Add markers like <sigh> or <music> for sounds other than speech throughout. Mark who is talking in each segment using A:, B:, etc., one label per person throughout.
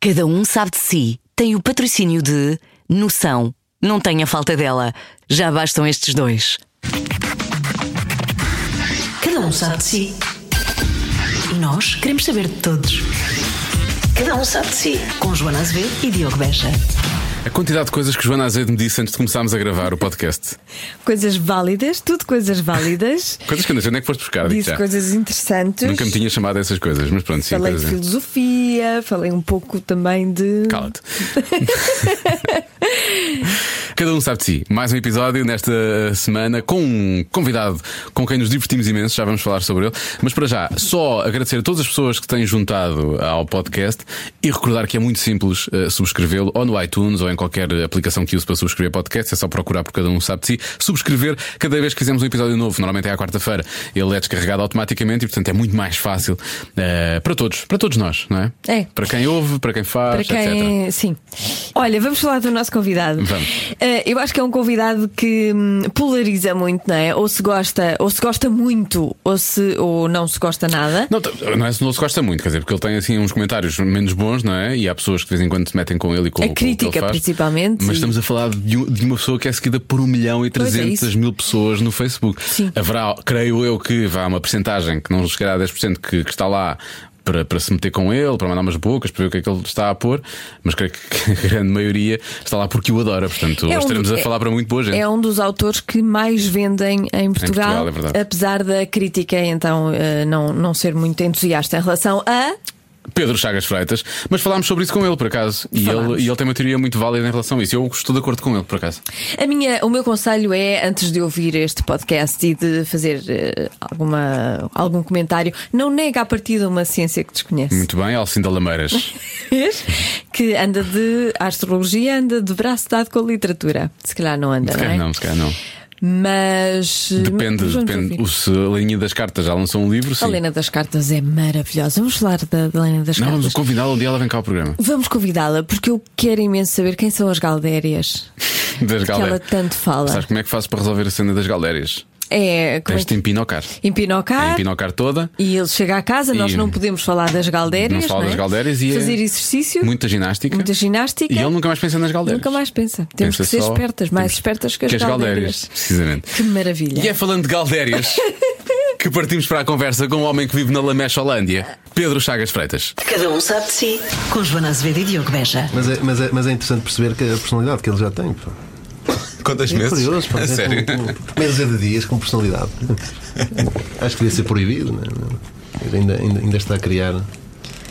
A: Cada um sabe de si. Tem o patrocínio de Noção. Não tenha falta dela. Já bastam estes dois. Cada um sabe de si. E nós queremos saber de todos. Cada um sabe de si. Com Joana Azevedo e Diogo Beja.
B: A quantidade de coisas que Joana Azevedo me disse antes de começarmos a gravar o podcast.
C: Coisas válidas, tudo
B: <laughs>
C: coisas válidas.
B: Coisas que eu não sei onde é que foste buscar, digo
C: Disse
B: já.
C: coisas interessantes.
B: Nunca me tinha chamado a essas coisas, mas pronto, sim,
C: falei de
B: coisas.
C: filosofia, falei um pouco também de.
B: Cala-te. <laughs> Cada um sabe de si. Mais um episódio nesta semana com um convidado com quem nos divertimos imenso, já vamos falar sobre ele. Mas para já, só agradecer a todas as pessoas que têm juntado ao podcast e recordar que é muito simples eh, subscrevê-lo ou no iTunes ou em qualquer aplicação que use para subscrever podcast. É só procurar por Cada um sabe de si. Subscrever cada vez que fizemos um episódio novo, normalmente é à quarta-feira, ele é descarregado automaticamente e, portanto, é muito mais fácil eh, para todos, para todos nós, não é?
C: É.
B: Para quem ouve, para quem faz,
C: Para
B: etc.
C: quem. Sim. Olha, vamos falar do nosso convidado.
B: Vamos.
C: Eh, eu acho que é um convidado que hum, polariza muito, não é? Ou se gosta, ou se gosta muito, ou, se, ou não se gosta nada.
B: Não, t- não é se não se gosta muito, quer dizer, porque ele tem assim uns comentários menos bons, não é? E há pessoas que de vez em quando se metem com ele e com
C: A
B: com o que ele
C: crítica,
B: faz.
C: principalmente,
B: Mas
C: e-
B: estamos a falar de, um- de uma pessoa que é seguida por 1 milhão e
C: Pois é
B: 300
C: isso.
B: mil pessoas no Facebook.
C: Sim.
B: Haverá, creio eu, que vá uma percentagem que não chegará a 10% que, que está lá. Para, para se meter com ele, para mandar umas bocas, para ver o que é que ele está a pôr, mas creio que <laughs> a grande maioria está lá porque o adora, portanto,
C: É
B: hoje
C: um-
B: estaremos a
C: é-
B: falar para muito boa gente.
C: É um dos autores que mais vendem em Portugal,
B: Portugal, é verdade.
C: apesar da crítica então eh, não, não ser muito entusiasta em relação a
B: Pedro Chagas Freitas, mas falámos sobre isso com ele, por acaso, e
C: Falámos.
B: ele, e ele tem uma teoria muito válida em relação a isso. Eu estou de acordo com ele, por acaso.
C: A minha, o meu conselho é, antes de ouvir este podcast e de fazer eh, alguma, algum comentário, não nega a partida uma ciência
B: <laughs>
C: que desconhece.
B: Muito bem, Alcinda Lameiras.
C: Vês? que anda de a astrologia, anda de braço dado com a literatura. Se calhar não anda,
B: Se
C: não é?
B: calhar não, se calhar não.
C: Mas. eh,
B: Depende,
C: mas vamos
B: depende.
C: ouvir.
B: O, se a linha das cartas já lançou um livro, sim.
C: A Helena das Cartas é maravilhosa. Vamos falar da, da Helena das
B: Não, vamos
C: Cartas.
B: convidá-la um dia ela vem cá ao programa.
C: Vamos convidá-la, porque eu quero imenso saber quem são as Galdérias
B: Das
C: que ela
B: galérias.
C: tanto fala.
B: Sabes como é que faço para resolver a cena das galérias?
C: É, como é
B: Tens de
C: que...
B: empinocar.
C: Empinocar.
B: Empinocar toda,
C: E ele chega à casa, nós
B: E-
C: não podemos falar das galdérias.
B: não se fala das galdérias e é
C: Fazer exercício,
B: muita ginástica.
C: muita ginástica.
B: E ele nunca mais pensa nas galérias.
C: Nunca mais pensa. Temos
B: Pensa
C: que ser
B: só-
C: espertas, mais
B: temos
C: espertas que as, galdérias.
B: Precisamente.
C: Que maravilha.
B: E é falando de
D: <laughs>
B: galérias que partimos para a conversa com um homem que vive na Lamecha, Holândia, Pedro Chagas Freitas.
A: Cada um sabe de si. Com Joana Azevedo e Diogo Beja.
D: Mas é, mas, é, mas é interessante perceber que a personalidade que ele já tem. Pô.
B: Quantas
D: É
B: meses?
D: curioso,
B: <laughs>
D: pô.
B: a
D: É
B: sério.
D: como- como- Menos é de dias com personalidade. Acho que devia ser proibido, né? Ele ainda, ainda, ainda está a criar.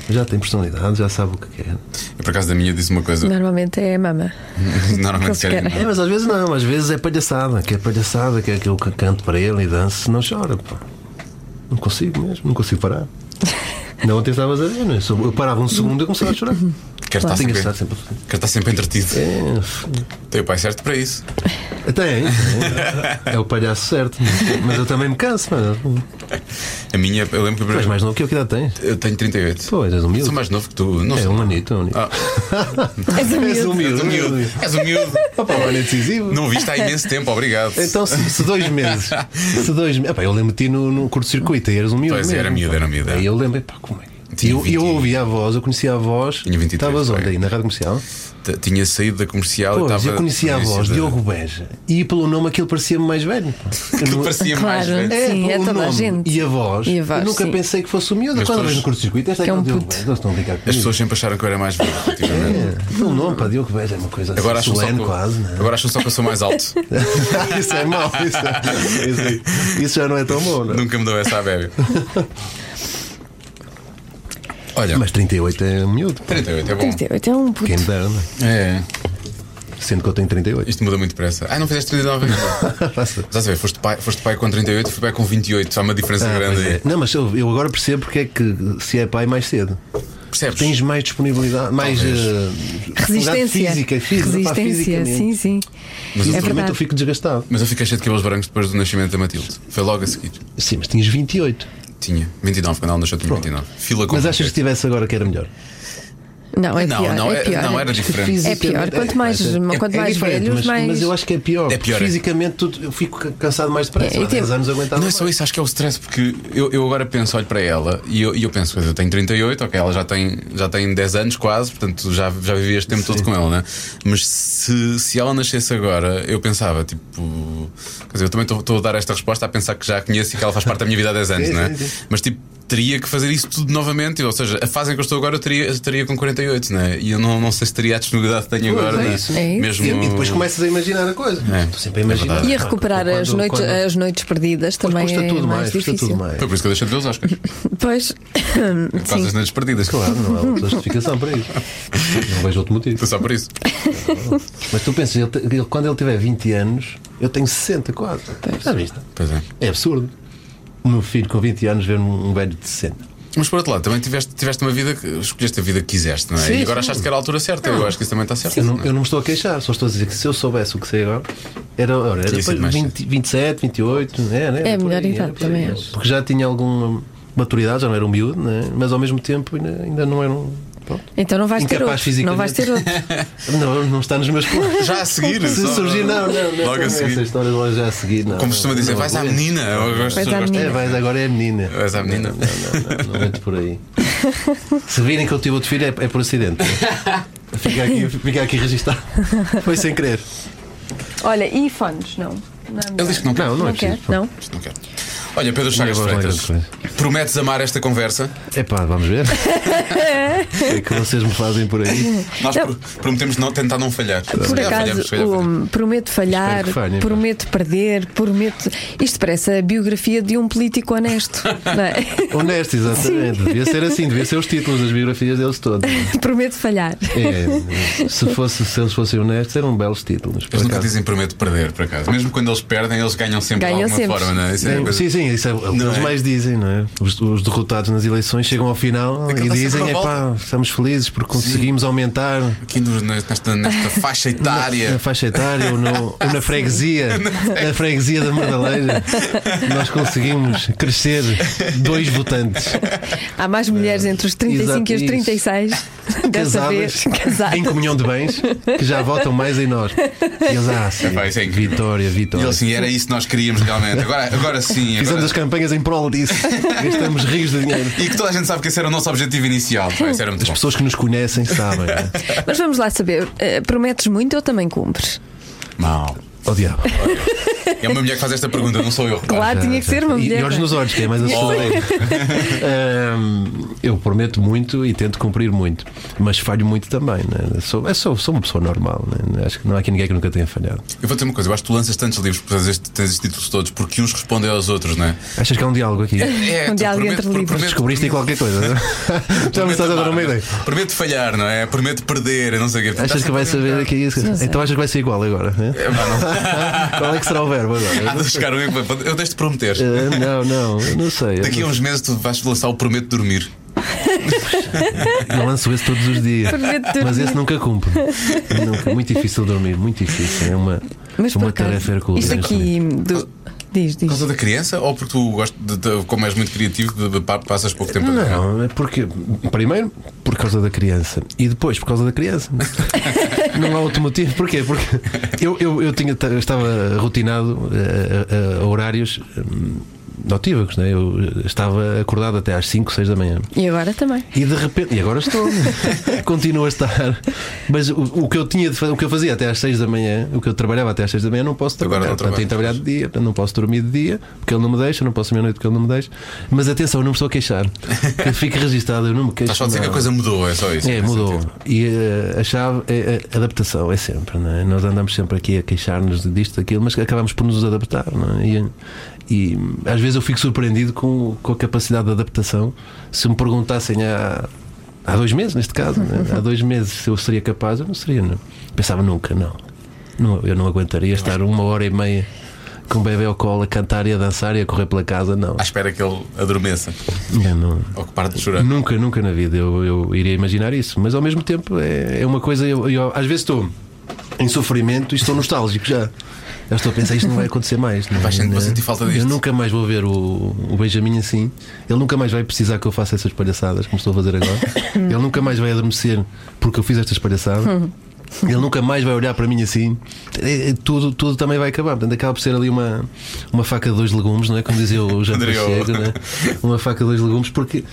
D: Já tem personalidade, já sabe o que quer.
B: Eu, Por acaso da minha disse uma coisa.
C: Normalmente é a mama.
B: Hum. <laughs> Normalmente
C: Não se
B: querem.
D: É, mas às vezes não, às vezes é palhaçada, que é palhaçada, que é aquilo que eu canto para ele e danço, não chora, pô. Não consigo mesmo, não consigo
B: <laughs>
D: parar. Não, ontem estavas a ver, não é? Só- eu parava um segundo e eu começava a chorar.
B: Quer estar,
D: Tinha
B: sempre,
D: estado sempre.
B: quer estar sempre entretido.
D: É,
B: Tem o pai certo para isso.
D: Até, hein? É o palhaço certo. Mas eu também me canso, mano.
B: A minha, eu lembro que a
D: Tu és
B: primeira-
D: mais novo que eu, que idade tens?
B: eu tenho 38.
D: Pois, és um miúdo.
B: Sou mais novo que tu. Não
D: É
B: sou.
D: um anito, é um anito.
B: Ah.
C: És um
D: És
C: miúdo.
D: um miúdo,
B: És um miúdo. És um
D: <laughs>
B: miúdo.
D: Opa, um anito decisivo.
B: Não o viste há imenso tempo, obrigado.
D: Então, se, se dois meses. Se dois meses. Epá, eu lembro-te no, no curto-circuito, aí eras um miúdo.
B: Pois, era
D: mesmo,
B: miúdo,
D: pá.
B: era miúdo, era.
D: Aí eu lembro, pá, como é que. E
B: Tinha
D: eu,
B: 20.
D: eu ouvia a voz, eu conhecia a voz.
B: Tinha 23,
D: Estavas onde
B: pai.
D: aí? Na rádio comercial?
B: T- Tinha saído da comercial e
D: Pois,
B: estava.
D: eu conhecia a
B: no início
D: voz,
B: da-
D: Diogo Beja. E pelo nome aquilo parecia-me mais velho. pá. Eu
B: Que
D: não-
B: parecia mais.
C: Claro.
B: velho.
D: É,
C: Sim, é
D: o
C: toda a
D: nome
C: gente.
D: E a voz.
C: E a voz,
D: eu nunca
C: sim.
D: pensei que fosse o miúdo.
B: Mas
D: Quando
B: todos-
D: vejo no curto-circuito, esta é
C: Que é um
D: aquele Diogo
C: puto.
D: Beja. Eles estão a brincar
B: As
D: comigo.
B: pessoas sempre acharam que eu era mais velho, efetivamente.
D: É, O nome para Diogo Beja é uma coisa
B: Agora
D: assim,
B: acham, só que
D: solene
B: eu,
D: quase, não é?
B: agora acham só que eu sou mais alto.
D: <laughs> isso é mau, isso, é- isso é- isso já não é tão bom, não é?
B: Nunca me deu essa a velho. Olha,
D: Mas 38 é miúdo, pá.
B: 38 é bom.
C: 38 é um puto.
D: quem me dera, não é?
B: É.
D: Sendo que eu tenho 38.
B: Isto muda muito depressa. Ah, não fizeste 39 ainda.
D: <laughs>
B: Estás a ver? Foste pai, foste pai com 38 e fui pai com 28. Há uma diferença
D: Ah,
B: grande
D: pois
B: aí.
D: é. Não, mas eu, eu agora percebo porque é que se é pai mais cedo.
B: Percebes?
D: Tens mais disponibilidade, mais
B: Talvez.
D: eh, disponibilidade
C: Resistência.
D: física, é física, pá,
C: Resistência,
D: fisicamente.
C: sim, sim.
B: Mas
C: é
D: Fisicamente
C: verdade.
D: eu fico desgastado.
B: Mas eu fiquei cheio de cabelos brancos depois do nascimento da Matilde. Foi logo a seguir.
D: Sim, mas tinhas 28.
B: Tinha 29, quando ela nasceu tinha 29. Fila com
D: Mas achas que
B: 28.
D: tivesse agora que era melhor?
C: Não, é
B: Não,
C: pior.
B: não,
C: é
B: é-
C: pior.
B: não, era diferente.
C: É pior. Quanto mais,
D: É-
C: quanto
D: é
C: mais
D: diferente,
C: velhos,
D: mas,
C: mais.
D: mas eu acho que é pior.
B: É pior, é.
D: Fisicamente tudo- eu fico ca- cansado mais depressa.
C: É, e
D: Há 10
C: teve-
D: anos aguentava.
B: Não é só
D: mais.
B: isso, acho que é o stress, porque eu, eu agora penso, olho para ela e eu, e eu penso, pois eu tenho 38, ok, ela já tem, já tem 10 anos quase, portanto já, já vivi este tempo todo com ela, né? Mas se, se ela nascesse agora, eu pensava, tipo, quer dizer, eu também estou- estou a dar esta resposta a pensar que já a conheço e que ela faz parte da minha vida há 10 anos,
D: Sim,
B: não é?
D: sim, sim.
B: Mas tipo, teria que fazer isso tudo novamente, ou seja, a fase em que eu estou agora eu teria, eu teria com 48, né? E eu não, não sei se teria a disponibilidade que tenho
D: Pois,
B: agora,
D: é
B: né?
D: isso.
C: É isso.
B: Mesmo.
D: E, e depois começas a imaginar a coisa.
B: É.
D: Estou sempre a imaginar.
B: verdade.
C: E a recuperar
D: Quando-
C: as,
D: quando-
C: noites,
D: quando-
C: as noites perdidas
D: Pois
C: também
D: custa
C: é
D: tudo
C: mais
D: mais, custa
C: difícil.
D: tudo mais.
B: <laughs> Foi por isso que eu deixei de ver os
C: <laughs>
B: Oscars, por
C: Pois,
B: causa das noites perdidas.
D: Claro, não há outra justificação para
B: <laughs>
D: isso. Não vejo outro motivo.
B: Foi só por isso.
D: Mas tu pensas, ele te- ele- quando ele tiver 20 anos, eu tenho 60 quase. Já viste?
B: Pois é.
D: É absurdo. O meu filho com 20 anos ver um um velho de 60.
B: Mas por outro lado, também tiveste, tiveste uma vida que escolheste a vida que quiseste, não é?
D: Sim,
B: e agora
D: sim. Ah.
B: achaste que era a altura certa. Eu acho que isso também está certo.
D: Eu não,
B: não é?
D: eu não me estou a queixar, só estou a dizer que se eu soubesse o que sei agora, era, ora, era
B: Tinha sido
D: depois
B: mais
D: 20, 27, 28, né, né,
C: É a
D: por
C: melhor
D: aí,
C: idade,
D: era por aí.
C: também acho.
D: Porque já tinha alguma maturidade, já não era um miúdo, né, mas ao mesmo tempo ainda, ainda não era um. Pronto.
C: então não vais ter
D: Incapaz
C: outro. Não vais ter outro.
D: Não, não está nos
B: <laughs>
D: meus planos.
B: Já a seguir,
D: Se
B: só-
D: surgir, não, não, não.
B: Logo a
D: essa
B: seguir.
D: história de logo já a seguir, não.
B: Como costuma dizer,
D: não,
B: vais à
D: não,
B: menina. Eu gosto-
C: Vais à
B: eu gosto-
D: É, vais agora é a menina.
B: Vais à menina.
D: Não, não, não, não, não entro por
B: <laughs>
D: aí. Se virem que eu tive outro filho, é, é por acidente. Fica aqui, fica aqui registado. Foi sem querer.
C: Olha, e fones? Não. Não, é
B: Ele
C: melhor.
B: diz que não, quer.
D: Não, não é
C: não quer?
D: preciso.
C: Não?
B: Isto não quer. Olha, Pedro Chagas
D: Minha voz não é
B: Freitas,
D: grande
B: prometes amar esta conversa?
D: Epá, vamos ver. O que é que vocês me fazem por aí?
B: Nós
C: Não.
B: pro- prometemos não, tentar não falhar. Se
C: Por
B: calhar
C: acaso,
B: falhamos, se calhar
C: o,
B: falhamos.
C: prometo falhar,
D: Espero que então. falhem, pá.
C: prometo perder, prometo. Isto parece a biografia de um político
D: <laughs>
C: honesto. não é? <laughs>
D: Honesto, exatamente. Devia ser assim, devia ser os títulos das biografias deles todos.
C: prometo falhar.
D: É, se, fosse, se eles fossem honestos, eram belos títulos. por
B: Eles nunca
D: acaso.
B: dizem prometo perder, por acaso. Mesmo quando eles perdem, eles ganham sempre
C: Ganham
B: de alguma
C: sempre.
B: forma, não é? Isso é
D: Sim,
B: uma coisa-
D: Sim, sim, isso é o que
B: Não
D: eles
B: é?
D: mais dizem, não é? Os, os derrotados nas eleições chegam ao final
B: Aquilo
D: e
B: dá sempre
D: dizem:
B: uma
D: epá,
B: volta."
D: estamos felizes porque conseguimos aumentar
B: Aqui no- nesta, nesta
C: <laughs>
B: faixa
D: na
B: etária.
D: faixa
B: <laughs>
D: etária ou, no- ou na freguesia, na freguesia
B: <laughs>
D: da Madaleira, nós conseguimos crescer dois votantes
C: Há mais mulheres entre os 35 e os
D: É. Exato, <laughs>
C: 36 dessa
D: casadas,
C: vez casadas.
D: em comunhão de bens que já votam mais em nós. E eles, ah, sim,
B: Epá, isso é incrível.
D: vitória,
B: E
D: vitória.
B: ele assim, era isso que nós queríamos realmente. Agora, agora sim.
D: Fizemos
B: agora-
D: as campanhas em prol disso, gastamos rios de dinheiro.
B: E que toda a gente sabe que esse era o nosso objetivo inicial. Pá, isso era muito
D: As
B: bom.
D: pessoas que nos conhecem sabem. né?
C: Mas vamos lá saber, eh, prometes muito ou também cumpres?
B: Mal.
D: Oh, diabo.
B: É uma mulher que faz esta pergunta, não sou eu.
C: Claro, Ah, tinha que ser uma
D: Ah, E-
C: mulher.
D: E olhos nos olhos, que é mais assustador. Ahm, eu prometo muito e tento cumprir muito, mas falho muito também. Né? Sou, é, sou, sou uma pessoa normal. né? Acho que não há aqui ninguém que nunca tenha falhado.
B: Eu vou dizer uma coisa, eu acho que tu lanças tantos livros, porque tens estes, tens estes títulos todos, porque uns respondem aos outros, não é?
D: Achas que há um diálogo aqui?
B: É, tu
C: Um diálogo
B: prometo-
C: entre livros.
B: prometo-
D: Descobriste aí qualquer coisa. não? é? Já me estás a dar uma ideia.
B: é? Prometo falhar, não é? Prometo perder, eu não sei o quê.
D: Achas que vai saber aqui isso?
C: Não sei.
D: Então achas que vai ser igual agora? né?
B: É,
D: <laughs> Qual é que será o verbo
B: Há
D: agora?
B: de chegar um dia que- Eu deixo-te prometer.
D: Ah, não, não, eu não sei. eu
B: Daqui a um- uns meses tu vais lançar o Prometo Dormir.
D: Eu lanço esse todos os dias.
C: Prometo dormir.
D: Mas esse nunca
C: <laughs>
D: cumpre. Nunca. Muito difícil dormir, muito difícil. É uma,
C: Mas por
D: uma
C: acaso,
D: tarefa hercúlea. é
C: Isto
D: neste momento.
C: aqui do... Diz,
B: Por
C: diz.
B: causa da criança ou porque tu gostas de, de- como és muito criativo, de- de- pa- passas pouco tempo a desenhar?
D: Não, é porque primeiro por causa da criança e depois por causa da criança. Não há outro motivo. Porquê? Porque eu, eu, eu tinha, eu estava rotinado eh, a, a- a horários hum, notívagos, né? eu estava acordado até às 5, 6 da manhã.
C: E agora também.
D: E de repente, e agora estou,
B: <laughs>
D: continuo a estar. Mas o, o que eu tinha de fazer, o que eu fazia até às 6 da manhã, o que eu trabalhava até às 6 da manhã, não posso
B: Agora
D: trabalhar.
B: não
D: Portanto, tenho de trabalhar de dia, não posso dormir de dia, porque ele não me deixa, não posso dormir à noite porque ele não me deixa. Mas atenção, eu não me estou a queixar. Que fique registado, eu não me queixo.
B: Estás só a dizer que a
D: não.
B: coisa mudou, é só isso.
D: É,
B: Nesse
D: mudou.
B: sentido.
D: E eh, a chave é a adaptação, é sempre, não é? Nós andamos sempre aqui a queixar-nos disto, daquilo, mas acabamos por nos adaptar, não é? E, e, às vezes eu fico surpreendido com, com a capacidade de adaptação. Se me perguntassem há, há dois meses, neste caso, não é? há dois meses, se eu seria capaz, eu não seria, não. Pensava nunca, não. Não, eu não aguentaria estar uma hora e meia com o bebê ao colo a cantar e a dançar e a correr pela casa, não.
B: À espera que ele adormeça
D: Eu não.
B: ou que pare de chorar.
D: Nunca, nunca na vida eu, eu iria imaginar isso. Mas ao mesmo tempo é, é uma coisa. Eu, eu- às vezes estou em em sofrimento e estou nostálgico já. Eu estou a pensar, isto não vai acontecer mais. Não, é?
B: Vai sentir- vai
D: Não é?
B: sentir falta disto.
D: Eu nunca mais vou ver o, o Benjamin assim. Ele nunca mais vai precisar que eu faça essas palhaçadas, como estou a fazer agora. Ele nunca mais vai adormecer porque eu fiz estas palhaçadas. Ele nunca mais vai olhar para mim assim. É, é, Tudo, tudo também vai acabar. Portanto, acaba por ser ali uma, uma faca de dois legumes, não é? Como dizia o Jean
B: Rodrigo.
D: Pacheco, não é? Uma faca de dois legumes, porque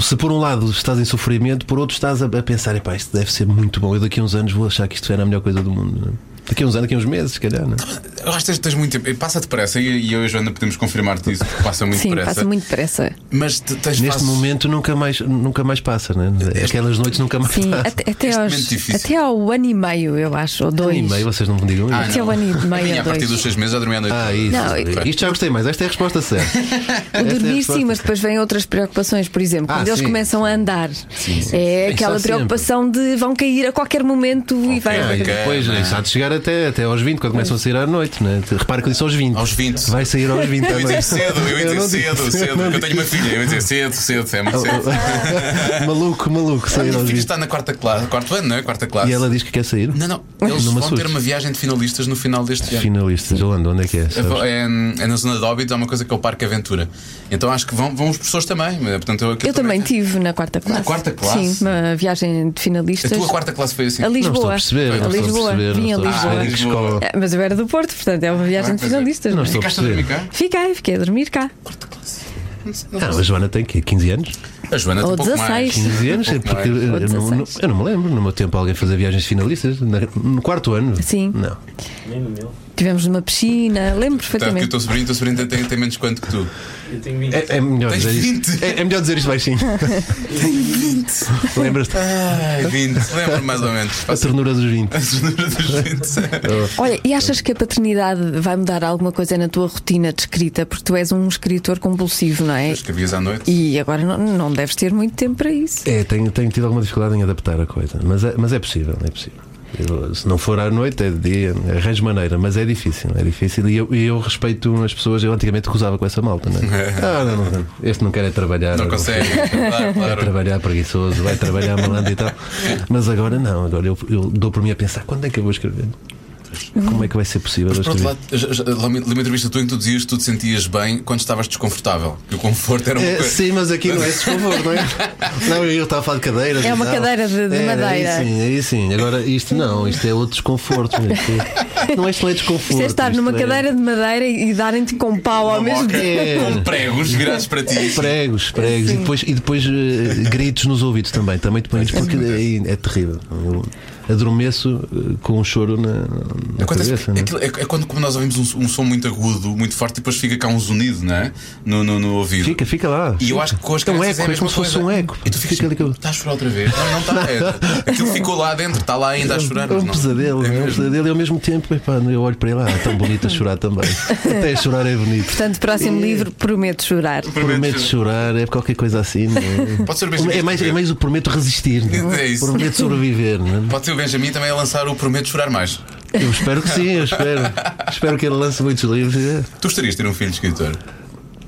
D: se por um lado estás em sofrimento, por outro estás a, a pensar, epá, isto deve ser muito bom. Eu daqui a uns anos vou achar que isto era a melhor coisa do mundo. não é? Daqui a uns anos, daqui a uns meses, se calhar, não é?
B: Eu acho que tens, tens muito tempo. E Passa depressa e, e eu e a Joana podemos confirmar-te isso. porque Passa muito
C: Sim,
B: depressa.
C: passa muito depressa.
B: Mas te- tens
D: Neste
B: fases-
D: momento nunca mais, nunca mais passa, né? Aquelas noites nunca mais
C: Sim,
D: <laughs> passam.
C: até, até,
B: Este
C: aos-
B: momento difícil.
C: até ao ano e meio, eu acho, ou
D: Um
C: dois.
D: e meio, vocês não me digam
B: Ah,
D: isso.
C: Até
B: não.
C: o ano e
B: A
C: meio,
B: minha,
C: ou
B: a partir
C: dois.
B: dos seis meses já dormi à noite.
D: Ah, isso.
C: Não,
D: Isto já gostei mais. Esta é a
C: <laughs>
D: resposta certa.
C: O
D: Esta é a
C: dormir
D: resposta.
C: sim, mas depois vêm outras preocupações, por exemplo,
D: Ah,
C: quando eles
D: sim.
C: começam a andar. É
D: Isso
C: aquela
D: há sempre.
C: preocupação de vão cair a qualquer momento e vai.
D: Ah, e depois,
B: Cama.
D: isso há de chegar até, até aos 20, quando começam a sair à noite, né? Repara que eu disse aos 20.
B: Aos 20.
D: Vai sair aos 20
B: Eu ia
D: também.
B: dizer cedo, eu ia
D: Eu não
B: dizer
D: disse-
B: cedo, cedo.
D: não
B: porque Eu tenho uma filha, eu ia dizer cedo, cedo, é muito cedo.
D: <laughs> maluco, maluco,
B: A
D: sair
B: minha
D: aos
B: filha
D: 20.
B: está na quarta classe, quarto ano, não é? Quarta classe.
D: E ela diz que quer sair?
B: Não, não, eles
D: Não me
B: vão ter
D: assustes.
B: uma viagem de finalistas no final deste ano.
D: Finalista, Jolanda, onde é que é? sabes?
B: É, é na zona de Óbidos, há uma coisa que é o Parque Aventura. Então acho que vão, vão os professores também. eh, Portanto, eu, aquilo
C: Eu também tive na quarta classe.
B: quarta classe?
C: Sim, uma viagem de
B: A
C: finalistas.
B: tua quarta classe foi assim.
C: A Lisboa.
D: Não estou a perceber,
C: A
D: não estou a
C: Lisboa.
D: perceber.
C: Vim a
D: não estou
C: Lisboa.
D: perceber.
B: Ah,
D: Em que
B: Lisboa.
D: escola?
C: É, Mas eu era do Porto, portanto é uma viagem
B: Ah,
C: de
B: pois é.
C: finalistas.
D: Não
C: é?
D: estou a
B: Ficaste a dormir cá?
D: perceber.
C: Fiquei, fiquei a dormir cá.
B: Quarta classe.
D: Não, a Ah, Joana tem quê? 15 anos?
B: A Joana tem
C: Ou
B: pouco mais.
C: 16.
D: 15 anos? é
B: Pouco
D: Porque
B: mais.
D: eu não, não- eu não me lembro, no meu tempo, alguém fazia viagens de finalistas. Na- No quarto ano?
C: Sim.
D: Não.
E: Nem no meu.
C: Tivemos numa piscina,
B: Portanto, que o
C: lembro perfeitamente.
B: teu sobrinho, o teu sobrinho tem, tem- tem menos quanto que tu.
E: Eu tenho 20.
D: É, é melhor
B: Tens
D: dizer isto.
B: 20.
D: É, é melhor dizer
B: <laughs>
D: isto baixinho. Tem 20. Lembras-te?
B: Ai, 20, lembro mais ou menos.
D: A
B: Faço
D: ternura dos 20.
B: a sonora dos 20.
C: Olha, e achas que a paternidade vai mudar alguma coisa na tua rotina de escrita? Porque tu és um escritor compulsivo, não é?
B: Escrevias à noite.
C: E agora não, não deves ter muito tempo para isso.
D: É, tenho, tenho tido alguma dificuldade em adaptar a coisa, mas é, mas é possível, é possível. Eu, se não for à noite, é de dia, arranjo maneira, mas é difícil, é difícil. E eu, e eu respeito as pessoas, eu antigamente gozava com essa malta, não
B: <laughs>
D: é? Ah, não, não, não, este não quer é trabalhar.
B: Não consegue. Claro,
D: Vai
B: claro.
D: trabalhar preguiçoso, vai trabalhar malandro e tal. Mas agora não, agora eu, eu dou por mim a pensar quando é que eu vou escrever? Como é que vai ser possível
B: Mas
D: eu
B: por outro
D: escrever?
B: lado, já- já- lá numa numa entrevista tu em que tu dizias que tu te sentias bem quando estavas desconfortável. Que o conforto era uma
D: É,
B: coisa.
D: sim, mas aqui não é desconforto, <laughs> não é? Não, eu estava a falar de cadeiras.
C: É
D: e
C: uma
D: tal.
C: cadeira de- de
D: Era,
C: madeira.
D: Aí sim, aí sim. Agora, isto não, isto é outro desconforto. meu. Isto Não é isto não é desconforto.
C: Isto é estar numa cadeira de madeira e e darem-te com pau ao
B: Uma
C: mesmo
B: moca
C: tempo.
B: Com pregos virados para ti.
D: Pregos, pregos e depois, e depois eh, gritos nos ouvidos também, também te pões, porque é, é terrível. Eu adormeço eh, com um choro na, na
B: Acontece-
D: cabeça. não é?
B: aquilo- é, é quando como nós ouvimos um, um som muito agudo, muito forte, e depois fica cá um zunido, não é? No, no, no ouvido.
D: Fica, fica lá.
B: E eu acho que com as
D: É um
B: crianças
D: eco,
B: é a
D: é
B: mesma
D: como se fosse
B: coisa.
D: um eco.
B: E tu ficas
D: Fica ali com-
B: Está a chorar outra vez. Não, não está. É, aquilo ficou lá dentro, está lá ainda a chorar.
D: É
B: mas
D: um
B: não.
D: pesadelo, é, um pesadelo e ao mesmo tempo, epá, eu olho para ele, ah, é tão bonito a chorar também. Até a chorar é bonito.
C: Portanto, próximo livro, prometo chorar.
D: Prometo chorar, é qualquer coisa assim. não é?
B: Pode ser o Benjamin.
D: É mais, é mais o prometo resistir, não
B: É isso.
D: prometo sobreviver. Não é?
B: Pode ser o Benjamin também a lançar o Prometo Chorar Mais.
D: Eu espero que sim, eu espero. espero que ele lance muitos livros. é.
B: Tu gostarias de ter um filho escritor?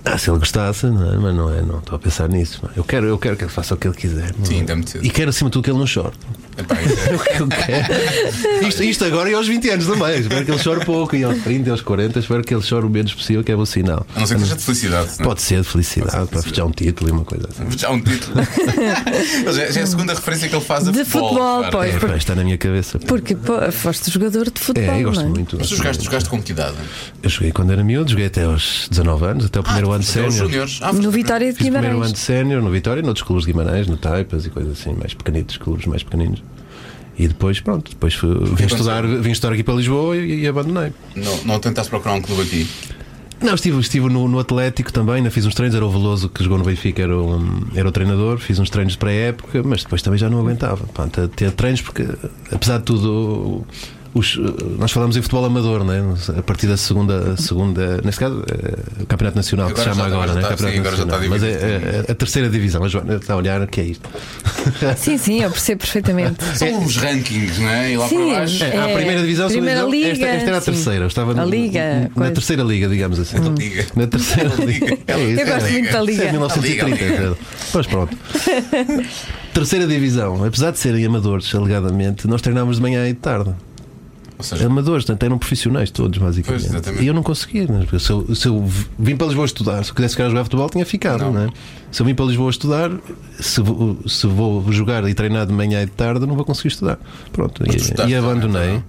D: Ah, se ele gostasse, não é? mas não é, não estou a pensar nisso. não é? Eu quero, eu quero que ele faça o que ele quiser. não é?
B: Sim, dá muito cedo.
D: E quero acima de tudo que ele não chore.
B: Epá, isso é-
D: Eu quero. Isto, isto agora e aos 20 anos também. Espero que ele chore pouco, e aos 30, e aos 40, espero que ele chore o menos possível, que é bom sinal.
B: A não ser que seja de felicidade. não é?
D: Pode ser de felicidade, para fechar um título e uma coisa assim.
B: Já há um
D: <laughs>
B: título. Mas já, já é a segunda referência que ele faz a
C: De
B: futebol.
C: futebol,
B: claro.
C: pois.
D: É, pá, está na minha cabeça.
C: Porque pô, foste jogador de futebol.
D: É, eu gosto
C: não é?
D: muito.
B: Mas tu
D: gosto
B: jogaste,
D: muito.
B: jogaste com que idade?
D: Eu joguei quando era miúdo, joguei até aos 19 anos, até o primeiro ano de
B: Ah, Até aos
D: sénior.
B: júniores. Ah,
C: No
B: foste-
C: Vitória de
D: Fiz o primeiro ano
C: Guimarães.
D: de sénior no Vitória, noutros clubes de Guimarães, no Taipas e coisas assim, mais pequenitos, clubes mais pequeninos. E depois, pronto, depois fui- vim, estudar, vim estudar aqui para Lisboa e, e abandonei.
B: Não, não tentaste procurar um clube aqui.
D: Não, estive, estive no, no Atlético também, ainda fiz uns treinos, era o Veloso que jogou no Benfica, era o, era o treinador, fiz uns treinos para a época, mas depois também já não aguentava. Pronto, a ter treinos porque, apesar de tudo, os- nós falamos em futebol amador, né? a partir da segunda, segunda neste caso, eh, o Campeonato Nacional, que se
B: Agora
D: chama
B: já-
D: agora,
B: agora
D: né?
B: já está-
D: Campeonato
B: sim, agora já tá
D: Nacional. mas
B: está
D: é, é- é a terceira divisão, a Joana está a olhar, o que é isto?
C: Sim, sim, eu percebo
D: <laughs>
C: perfeitamente.
B: São uns rankings, não é? E lá
C: Sim,
B: para baixo.
D: É, há a primeira divisão, a segunda
C: Primeira
D: divisão. Esta,
C: Liga,
D: esta era a
C: sim.
D: terceira, eu estava
C: A
D: no-
C: Liga,
D: na
C: coisa.
D: terceira liga, digamos assim.
B: Liga.
D: Na terceira liga. É isso,
C: Eu gosto
D: é.
C: muito da
D: Isso
C: Liga.
D: É 1930.
B: A Liga, a
D: cara. Pois pronto. Terceira divisão. Apesar de serem amadores, alegadamente, nós treinámos de manhã e de tarde.
B: Ou seja-
D: amadores, portanto, eram profissionais todos, basicamente.
B: Pois, exatamente.
D: e eu não conseguia, né? Porque se eu, se eu vim para Lisboa estudar, se eu quisesse ficar a jogar futebol, tinha ficado,
B: Não.
D: não. é? Se eu vim para Lisboa estudar, se vou, se vou jogar e treinar de manhã e de tarde, não vou conseguir estudar. Pronto,
B: tu estudaste
D: e, e abandonei.
B: também,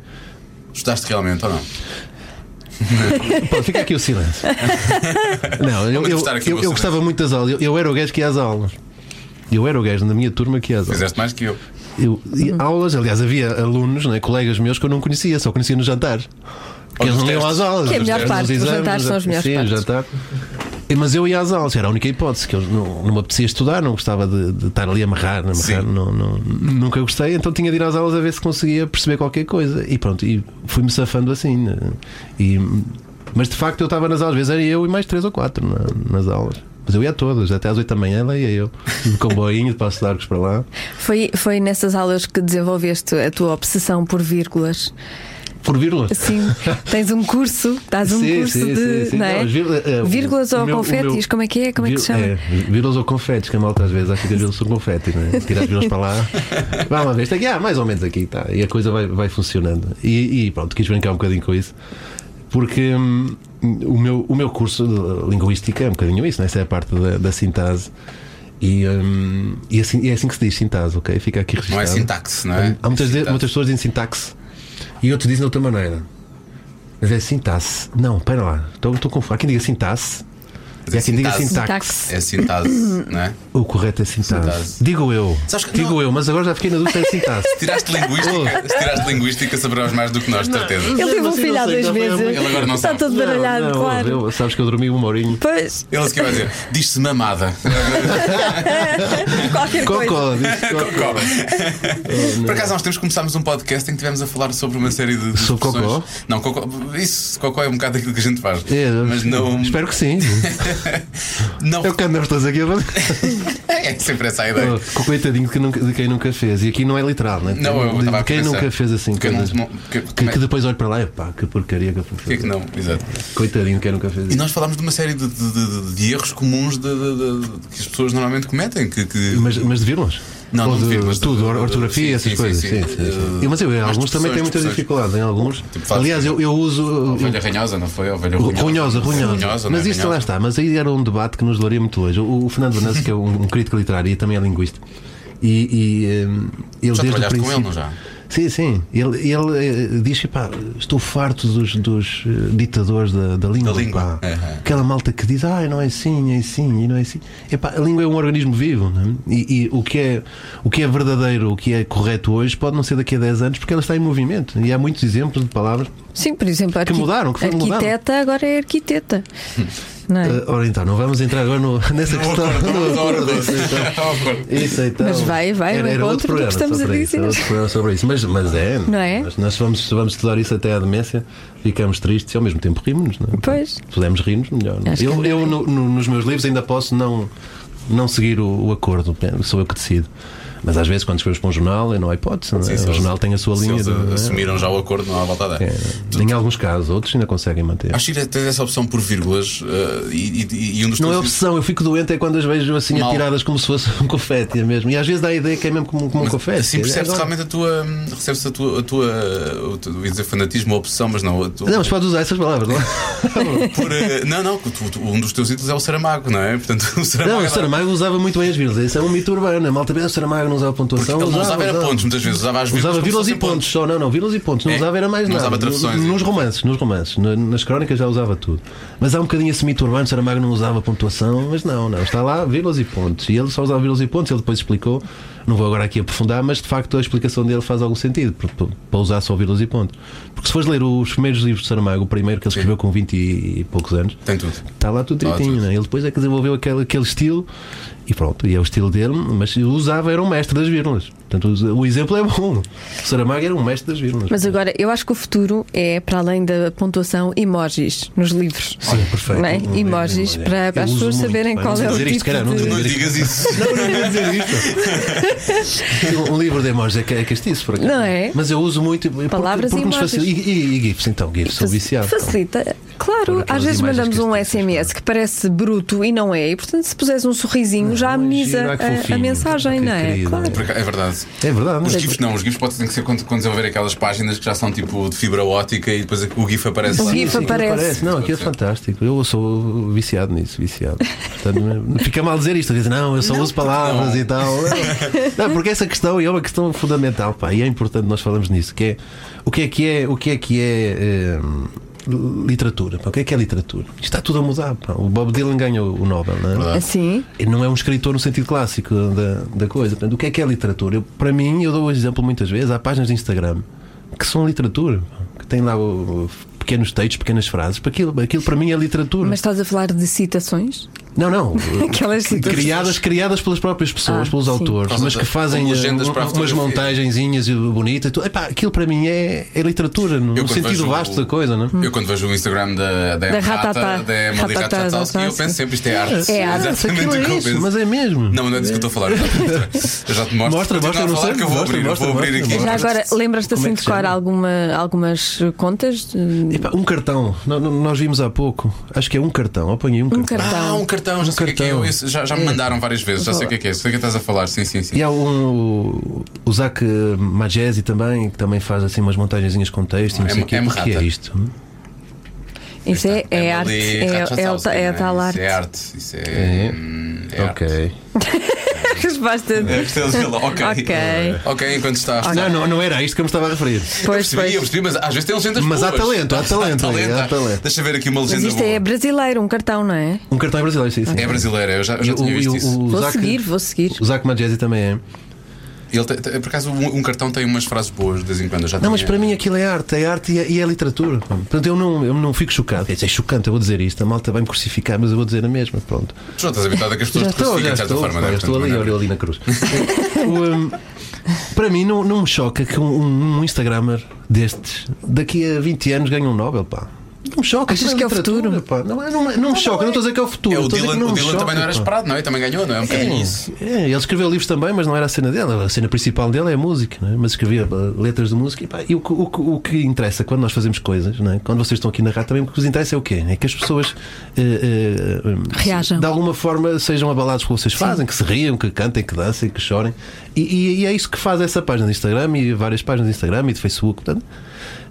B: Estudaste realmente ou não?
D: Pronto, fica aqui o silêncio.
B: <laughs>
D: não, eu,
B: Vamos
D: eu,
B: cortar aqui o
D: eu-
B: silêncio.
D: eu gostava muito das aulas, eu, eu era o gajo que ia às aulas. Eu era o gajo na minha turma que ia às aulas.
B: Fizeste mais que eu.
D: Eu, e aulas, aliás, havia alunos, né, colegas meus que eu não conhecia, só conhecia nos jantares. Porque
B: Ou
D: eles
B: nos
D: não iam
B: testes.
D: às aulas.
C: Que é a
D: nos
C: melhor
D: testes, nos
C: parte, os
D: exames,
C: jantares são as melhores
D: Sim,
C: partes.
D: jantar. E- Mas eu ia às aulas, era a única hipótese, que eu não, não me apetecia estudar, não gostava de, de estar ali a amarrar, a amarrar
B: Sim.
D: não, não- nunca gostei, então tinha de ir às aulas a ver se conseguia perceber qualquer coisa. E pronto, e fui-me safando assim. né. E, mas de facto eu estava nas aulas, às vezes era eu e mais três ou quatro na- nas aulas. Mas eu ia a todas, até às oito da manhã lá ia eu, de comboinho, de passos largos para lá.
C: Foi, foi nessas aulas que desenvolveste a tua obsessão por vírgulas. <laughs>
D: Por vírgulas.
C: Sim, tens um curso, dás um
D: Sim,
C: curso
D: sim,
C: de.
D: sim, sim.
C: Não é?
D: Não, as vírgula- é, o-
C: vírgulas
D: o
C: ou
D: meu- o
C: confetis,
D: meu-
C: como é que é? Como é que se
D: Vir- eh,
C: chama?
D: vírgulas ou confetes, que a malta às vezes acha que as vírgulas são confetes, né? Tira as vírgulas para
C: <laughs>
D: lá, vai uma vez, está aqui, ah, mais ou menos aqui, tá. E a coisa vai, vai funcionando. E, e pronto, quis brincar um bocadinho com isso, porque hum, o, meu, o meu curso de linguística é um bocadinho isso, né? essa é a parte da, da sintase. E, hum, e assim, e é assim que se diz sintase, ok? Fica aqui
B: Não
D: registrado.
B: é sintaxe, não é?
D: Há muitas,
B: Sintaxe.
D: muitas pessoas dizem sintaxe e outros dizem de outra maneira. Mas é sintaxe. Não, espera lá. Estou, estou confuso. Há quem diga sintaxe
B: Mas é
D: e há quem diga
B: sintaxe.
D: sintaxe.
B: É sintaxe, não é?
D: O correto é sintaxe.
B: Sintaxe.
D: Digo eu.
B: Sabes que-
D: digo
B: não.
D: eu, mas agora já fiquei na dúvida se é sintaxe.
B: Tiraste linguística, se tiraste linguística, saberás mais do que nós, de certeza.
C: Ele teve um
D: Assim,
C: filho
D: não
C: há
D: sei,
C: dois
D: já foi há
C: meses.
D: muito-
B: Ele agora não
C: Está
B: sabe.
C: todo baralhado,
D: Não, não,
C: claro.
D: eu- sabes que eu dormi
C: <laughs>
D: uma horinho.
C: Pois,
B: Ele se vai dizer, diz-se mamada.
C: qualquer coisa.
D: Cocó, disse cocó.
B: <laughs> Cocó. Por acaso, há uns tempos começámos um podcast em que estivemos a falar sobre uma série de. de
D: Sobre
B: expressões.
D: cocó?
B: Não, cocó, isso, cocó é um bocado aquilo que a gente faz.
D: É,
B: mas não.
D: Espero que sim.
B: não
D: Eu que andamos todos aqui a fazer.
B: <laughs> é sempre essa a ideia.
D: Com coitadinho de, quem nunca- de quem nunca fez. E aqui não é literal, né?
B: Não, eu
D: De-
B: estava a
D: de Quem
B: pensar.
D: nunca fez assim
B: Quem não-
D: coisas.
B: não- que-
D: que, que depois olho para lá e pá, que porcaria que eu fui
B: Porquê
D: fazer.
B: é que não? Exato.
D: Coitadinho de quem nunca fez
B: E
D: isso.
B: nós falámos de uma série de, de- de- de erros comuns de- de- de- que as pessoas normalmente cometem. Que, que-
D: Mas, mas de vírgulas?
B: Não,
D: Ou
B: não de vírgulas, de-
D: Tudo,
B: de- de-
D: ortografia,
B: sim,
D: essas
B: sim,
D: coisas.
B: sim,
D: Sim,
B: sim.
D: sim, sim. E, Mas eu, em
B: Mas
D: alguns também
B: expressões,
D: têm muita
B: expressões.
D: dificuldade. Em alguns.
B: Tipo, faz-
D: Aliás, eu, eu uso.
B: Ovelha ranhosa, não foi? Ovelha runhosa.
D: Runhosa, runhosa.
B: não é?
D: Mas isto lá
B: Ranhosa.
D: está, mas aí era um debate que nos levaria muito longe. O, o Fernando Vanessa, que é um, um crítico literário e também é linguista, e, e, hum, ele
B: Já
D: desde o
B: trabalhaste com
D: princípio.
B: ele, não já?
D: Sim, sim. Ele, ele eh, diz: pá, estou farto dos, dos eh, ditadores da, da língua.
B: Da língua,
D: pá.
B: é, é.
D: Aquela malta que diz: ah, não é assim, é assim, e não é assim. Epá, a língua é um organismo vivo. não é? E, e o, que é, o que é verdadeiro, o que é correto hoje, pode não ser daqui a 10 anos, porque ela está em movimento. E há muitos exemplos de palavras.
C: Sim, por exemplo, arqui...
D: mudaram, que foram mudando.
C: arquiteta agora é arquiteta. Não é?
D: Eh, ora então, não vamos entrar agora no- <laughs> nessa
B: Não,
D: questão.
B: acordo,
D: do
B: não,
D: acordo,
B: acordo.
D: <laughs>
B: <laughs>
D: isso, então.
B: Não, acordo.
D: Isso então.
C: Mas vai, vai,
D: era,
C: ao
D: era outro
C: encontro do
D: programa
C: que estamos
D: sobre
C: a
D: isso, era
C: dizer.
D: outro programa sobre isso. Mas, mas é.
C: Não é?
D: Nós, nós vamos, vamos estudar isso até à demência, ficamos tristes e ao mesmo tempo rimos, não é?
C: Pois.
D: Se pudermos rir-nos, melhor. não é?
C: Acho
D: Eu,
C: que é
D: eu no- no- nos meus livros ainda posso não, não seguir o, o acordo, sou eu que decido. Mas às vezes, quando escreves para um jornal, não há hipótese. não é?
B: Sim, se
D: o
B: eles-
D: jornal tem a sua
B: se
D: linha.
B: eles,
D: de-
B: uh,
D: não é?
B: assumiram já o acordo, não há volta a dar.
D: É, em alguns casos, outros ainda conseguem manter.
B: Acho que tens essa opção por vírgulas uh, e, e- e um dos
D: Não é
B: teus-
D: obsessão, eu fico doente é quando as vejo assim
B: Mal.
D: atiradas como se fosse um <laughs> confete mesmo. E às vezes dá a ideia que é mesmo como, como um
B: Mas
D: confete.
B: Assim percebes
D: Agora-
B: realmente a tua. hum, Recebes a tua. A tua o teu- eu ia dizer fanatismo ou opção, mas não. A tua,
D: Não, mas pode usar essas palavras, não é?
B: por, uh, não, não, que tu- tu- um dos teus ídolos é o Saramago, não é? Portanto, o Saramago.
D: Não, o
B: era-
D: Saramago usava muito bem as vírgulas. Isso é um mito urbano. A malta bem, o Saramago não usava
B: porque
D: pontuação.
B: ele não usava era pontos, muitas vezes usava as vírgulas.
D: Usava
B: como se
D: vírgulas e
B: fossem
D: pontos só, não, não, vírgulas e pontos, não
B: É,
D: usava era mais
B: não
D: nada.
B: usava traduções,
D: Nos
B: é.
D: romances, nos romances, na- nas crónicas já usava tudo. Mas há um bocadinho esse mito urbano, Saramago não usava pontuação, mas não, não, está lá vírgulas e pontos. E ele só usava vírgulas e pontos, ele depois explicou, não vou agora aqui aprofundar, mas de facto a explicação dele faz algum sentido, por- por- para usar só vírgulas e pontos. Porque se fores ler os primeiros livros de Saramago, o primeiro que ele escreveu com 20 e poucos anos,
B: Tem tudo.
D: Está lá tudo
B: Está lá
D: direitinho,
B: tudo.
D: né? ele depois é que desenvolveu aquele, aquele estilo e pronto, e é o estilo dele, mas ele usava, era um mestre das vírgulas. Portanto, o o exemplo é bom. O Saramago era um mestre das vírgulas.
C: Mas agora, eu acho que o futuro é, para além da pontuação, emojis nos livros.
D: Sim, perfeito.
C: Não é?
D: Um
C: Emojis
D: mestre,
C: para, para
D: Eu
C: as
D: uso
C: pessoas
D: muito,
C: saberem
D: pá,
C: qual
D: não
C: é o
D: dizer
C: tipo
D: isto, calhar, não
C: de...
D: dizer
B: Não digas isso.
D: Não, não ia dizer isto. um livro de emojis é, ca- é castiço, por acaso.
C: Não é?
D: Mas eu uso muito. porque-
C: Palavras e
D: porque nos
C: emojis.
D: facilita- E, e, e GIFs, então, GIFs, sou viciado. pá.
C: Facilita Claro,
D: aquelas
C: às vezes
D: imagens
C: mandamos
D: que
C: um
D: as pessoas-
C: SMS que parece bruto e não é, e portanto, se puseres um sorrisinho, já
D: mas
C: ameniza
D: giro,
C: a,
D: é que
C: a
D: fofinho,
C: mensagem,
D: que
C: não é?
D: querido.
C: Claro.
B: Por acaso, É verdade.
D: É verdade.
B: Os GIFs não, os GIFs podem ser quando, quando desenvolver aquelas páginas que já são tipo de fibra ótica e depois o GIF aparece
C: O
B: lá.
C: GIF
D: Sim, sim,
C: aparece.
D: Não, aquilo é fantástico. Eu sou viciado nisso, viciado. Portanto, não- fica mal dizer isto. Dizer, não, eu só uso palavras e tal. Não. Não, porque essa questão é uma questão fundamental, pá, e é importante nós falarmos nisso, que é o que é que é, o que é que é. hum, Literatura, pá, o que é que é literatura? Isto está tudo a mudar. pá. O Bob Dylan ganhou o Nobel, não é?
C: Assim?
D: E não é um escritor no sentido clássico da, da coisa. Portanto, o que é que é literatura? Eu, para mim, eu dou o exemplo muitas vezes, há páginas de Instagram que são literatura, que têm lá o- o- pequenos textos, pequenas frases. Para Aquilo, aquilo para mim é literatura.
C: Mas estás a falar de citações? <laughs>
D: Não, não.
C: Aquelas citações.
D: Criadas, criadas pelas próprias
C: Então,
D: pessoas,
C: Ah,
D: pelos
C: sim.
D: autores,
B: Por causa
D: mas que
B: da-
D: fazem
B: como
D: eh,
B: legendas para a
D: um- umas
B: fotografia.
D: montagenzinhas e bonitas. e tudo. Epá, aquilo para mim é, é literatura, no
B: Eu quando
D: sentido
B: vejo
D: vasto
B: o-
D: da coisa, não é?
B: Eu quando vejo o Instagram da, da,
C: Hum. Da
B: M. Rata,
C: Ratatá.
B: da Emily
C: Ratatá,
B: Ratatowski, eu
C: exatamente.
B: penso sempre isto é arte.
C: É arte.
B: Exatamente
D: Aquilo
B: o que
D: é
B: eu
D: isso,
B: penso.
D: mas é mesmo.
B: Não, não é disso que eu estou a falar. Eu já te mostro.
D: Mostra,
B: Continua
D: mostra,
B: a
D: não
B: falar
D: sei.
B: que eu vou
D: Mostra,
B: abrir, eu vou
D: mostra,
B: abrir aqui.
D: mostra.
C: Já agora, lembras-te
D: Como é
C: assim
D: que
C: de cor
D: chama?
C: alguma, algumas contas? De-
D: Epá, um cartão, Nó- nó- nós vimos há pouco, acho que é um cartão, apanhei um
C: Um
D: cartão.
B: Ah,
C: cartão.
B: um cartão, já sei o que é que é.
D: cartão.
B: Eu- isso Já, já me mandaram várias vezes, já sei o que é que é. Sei o que é que estás a falar, sim, sim, sim.
D: E há um, o Zac Magesi também, que também faz assim umas montagenzinhas com texto e não
B: É-
D: sei o quê.
B: é
D: O que é
B: rata.
D: isto?
C: Isso é, é arte.
B: Emily
C: É, é, o ta-
B: Ratajkowski,
C: é a
B: não
C: tal arte.
B: Isso
C: <laughs>
B: é arte. Isso é.
D: É.
B: hum, é arte.
D: Ok.
C: Resposta.
B: É, gostei de- Ok.
C: Ok.
B: Ok, enquanto estás. está.
D: Não, não, não era isto que eu me estava a referir.
C: Pois,
B: Percebi, eu
C: pois.
B: percebi, mas às vezes tem um legendas
D: Mas há
B: boas. <laughs>
D: talento, há talento aí, há talento.
B: Deixa eu ver aqui uma
C: Mas
B: legenda
C: isto é
B: boa.
C: brasileiro, um cartão, não é?
D: Um cartão é brasileiro, sim, sim.
B: É brasileira, eu já, eu
D: E
B: já
D: o-
B: tinha
D: e
B: visto isso.
D: o,
C: Vou
D: Zac-
C: seguir, vou seguir.
D: O Zac Magesi também é.
B: Ele tem- tem- por acaso, um, um cartão tem umas frases boas de vez em quando. eu já
D: Não, mas
B: tinha-
D: para mim aquilo é arte, é arte e é, e é literatura. Portanto, eu não, eu não fico chocado. Quer dizer, É chocante, eu vou dizer isto. A malta vai me crucificar, mas eu vou dizer a mesma. Pronto.
B: Tu já estás habituado a que as pessoas
D: Já
B: te
D: estou,
B: classificam
D: já
B: de certa
D: estou.
B: forma,
D: Pá,
B: não é?
D: eu estou
B: Portanto,
D: ali,
B: não é?
D: olha ali na cruz. <laughs> O, hum, para mim, não, não me choca que um, um Instagrammer destes, daqui a 20 anos, ganhe um Nobel, pá. Não me choca.
C: Achas
D: isso
C: que é o
D: literatura,
C: futuro?
D: Pá. Não, não, não, me choca, não estou a dizer que é o futuro.
B: É, o
D: estou a
B: Dylan,
D: dizer que não
B: o
D: me
B: Dylan
D: choca,
B: também não era
D: pá.
B: esperado, não é? Também ganhou, não é? Um bocadinho isso.
D: É, ele escreveu livros também, mas não era a cena dele. A cena principal dele é a música, não é? mas escrevia pá, letras de música. E, pá, e o, que- o que- o que interessa quando nós fazemos coisas, não é? quando vocês estão aqui na rádio, também o que vos interessa é o quê? É que as pessoas eh, eh, hum,
C: Reajam.
D: de alguma forma sejam abalados pelo que vocês fazem, que se riam, que cantem, que dancem, que chorem. E, e- e é isso que faz essa página do Instagram e várias páginas do Instagram e de Facebook. Portanto,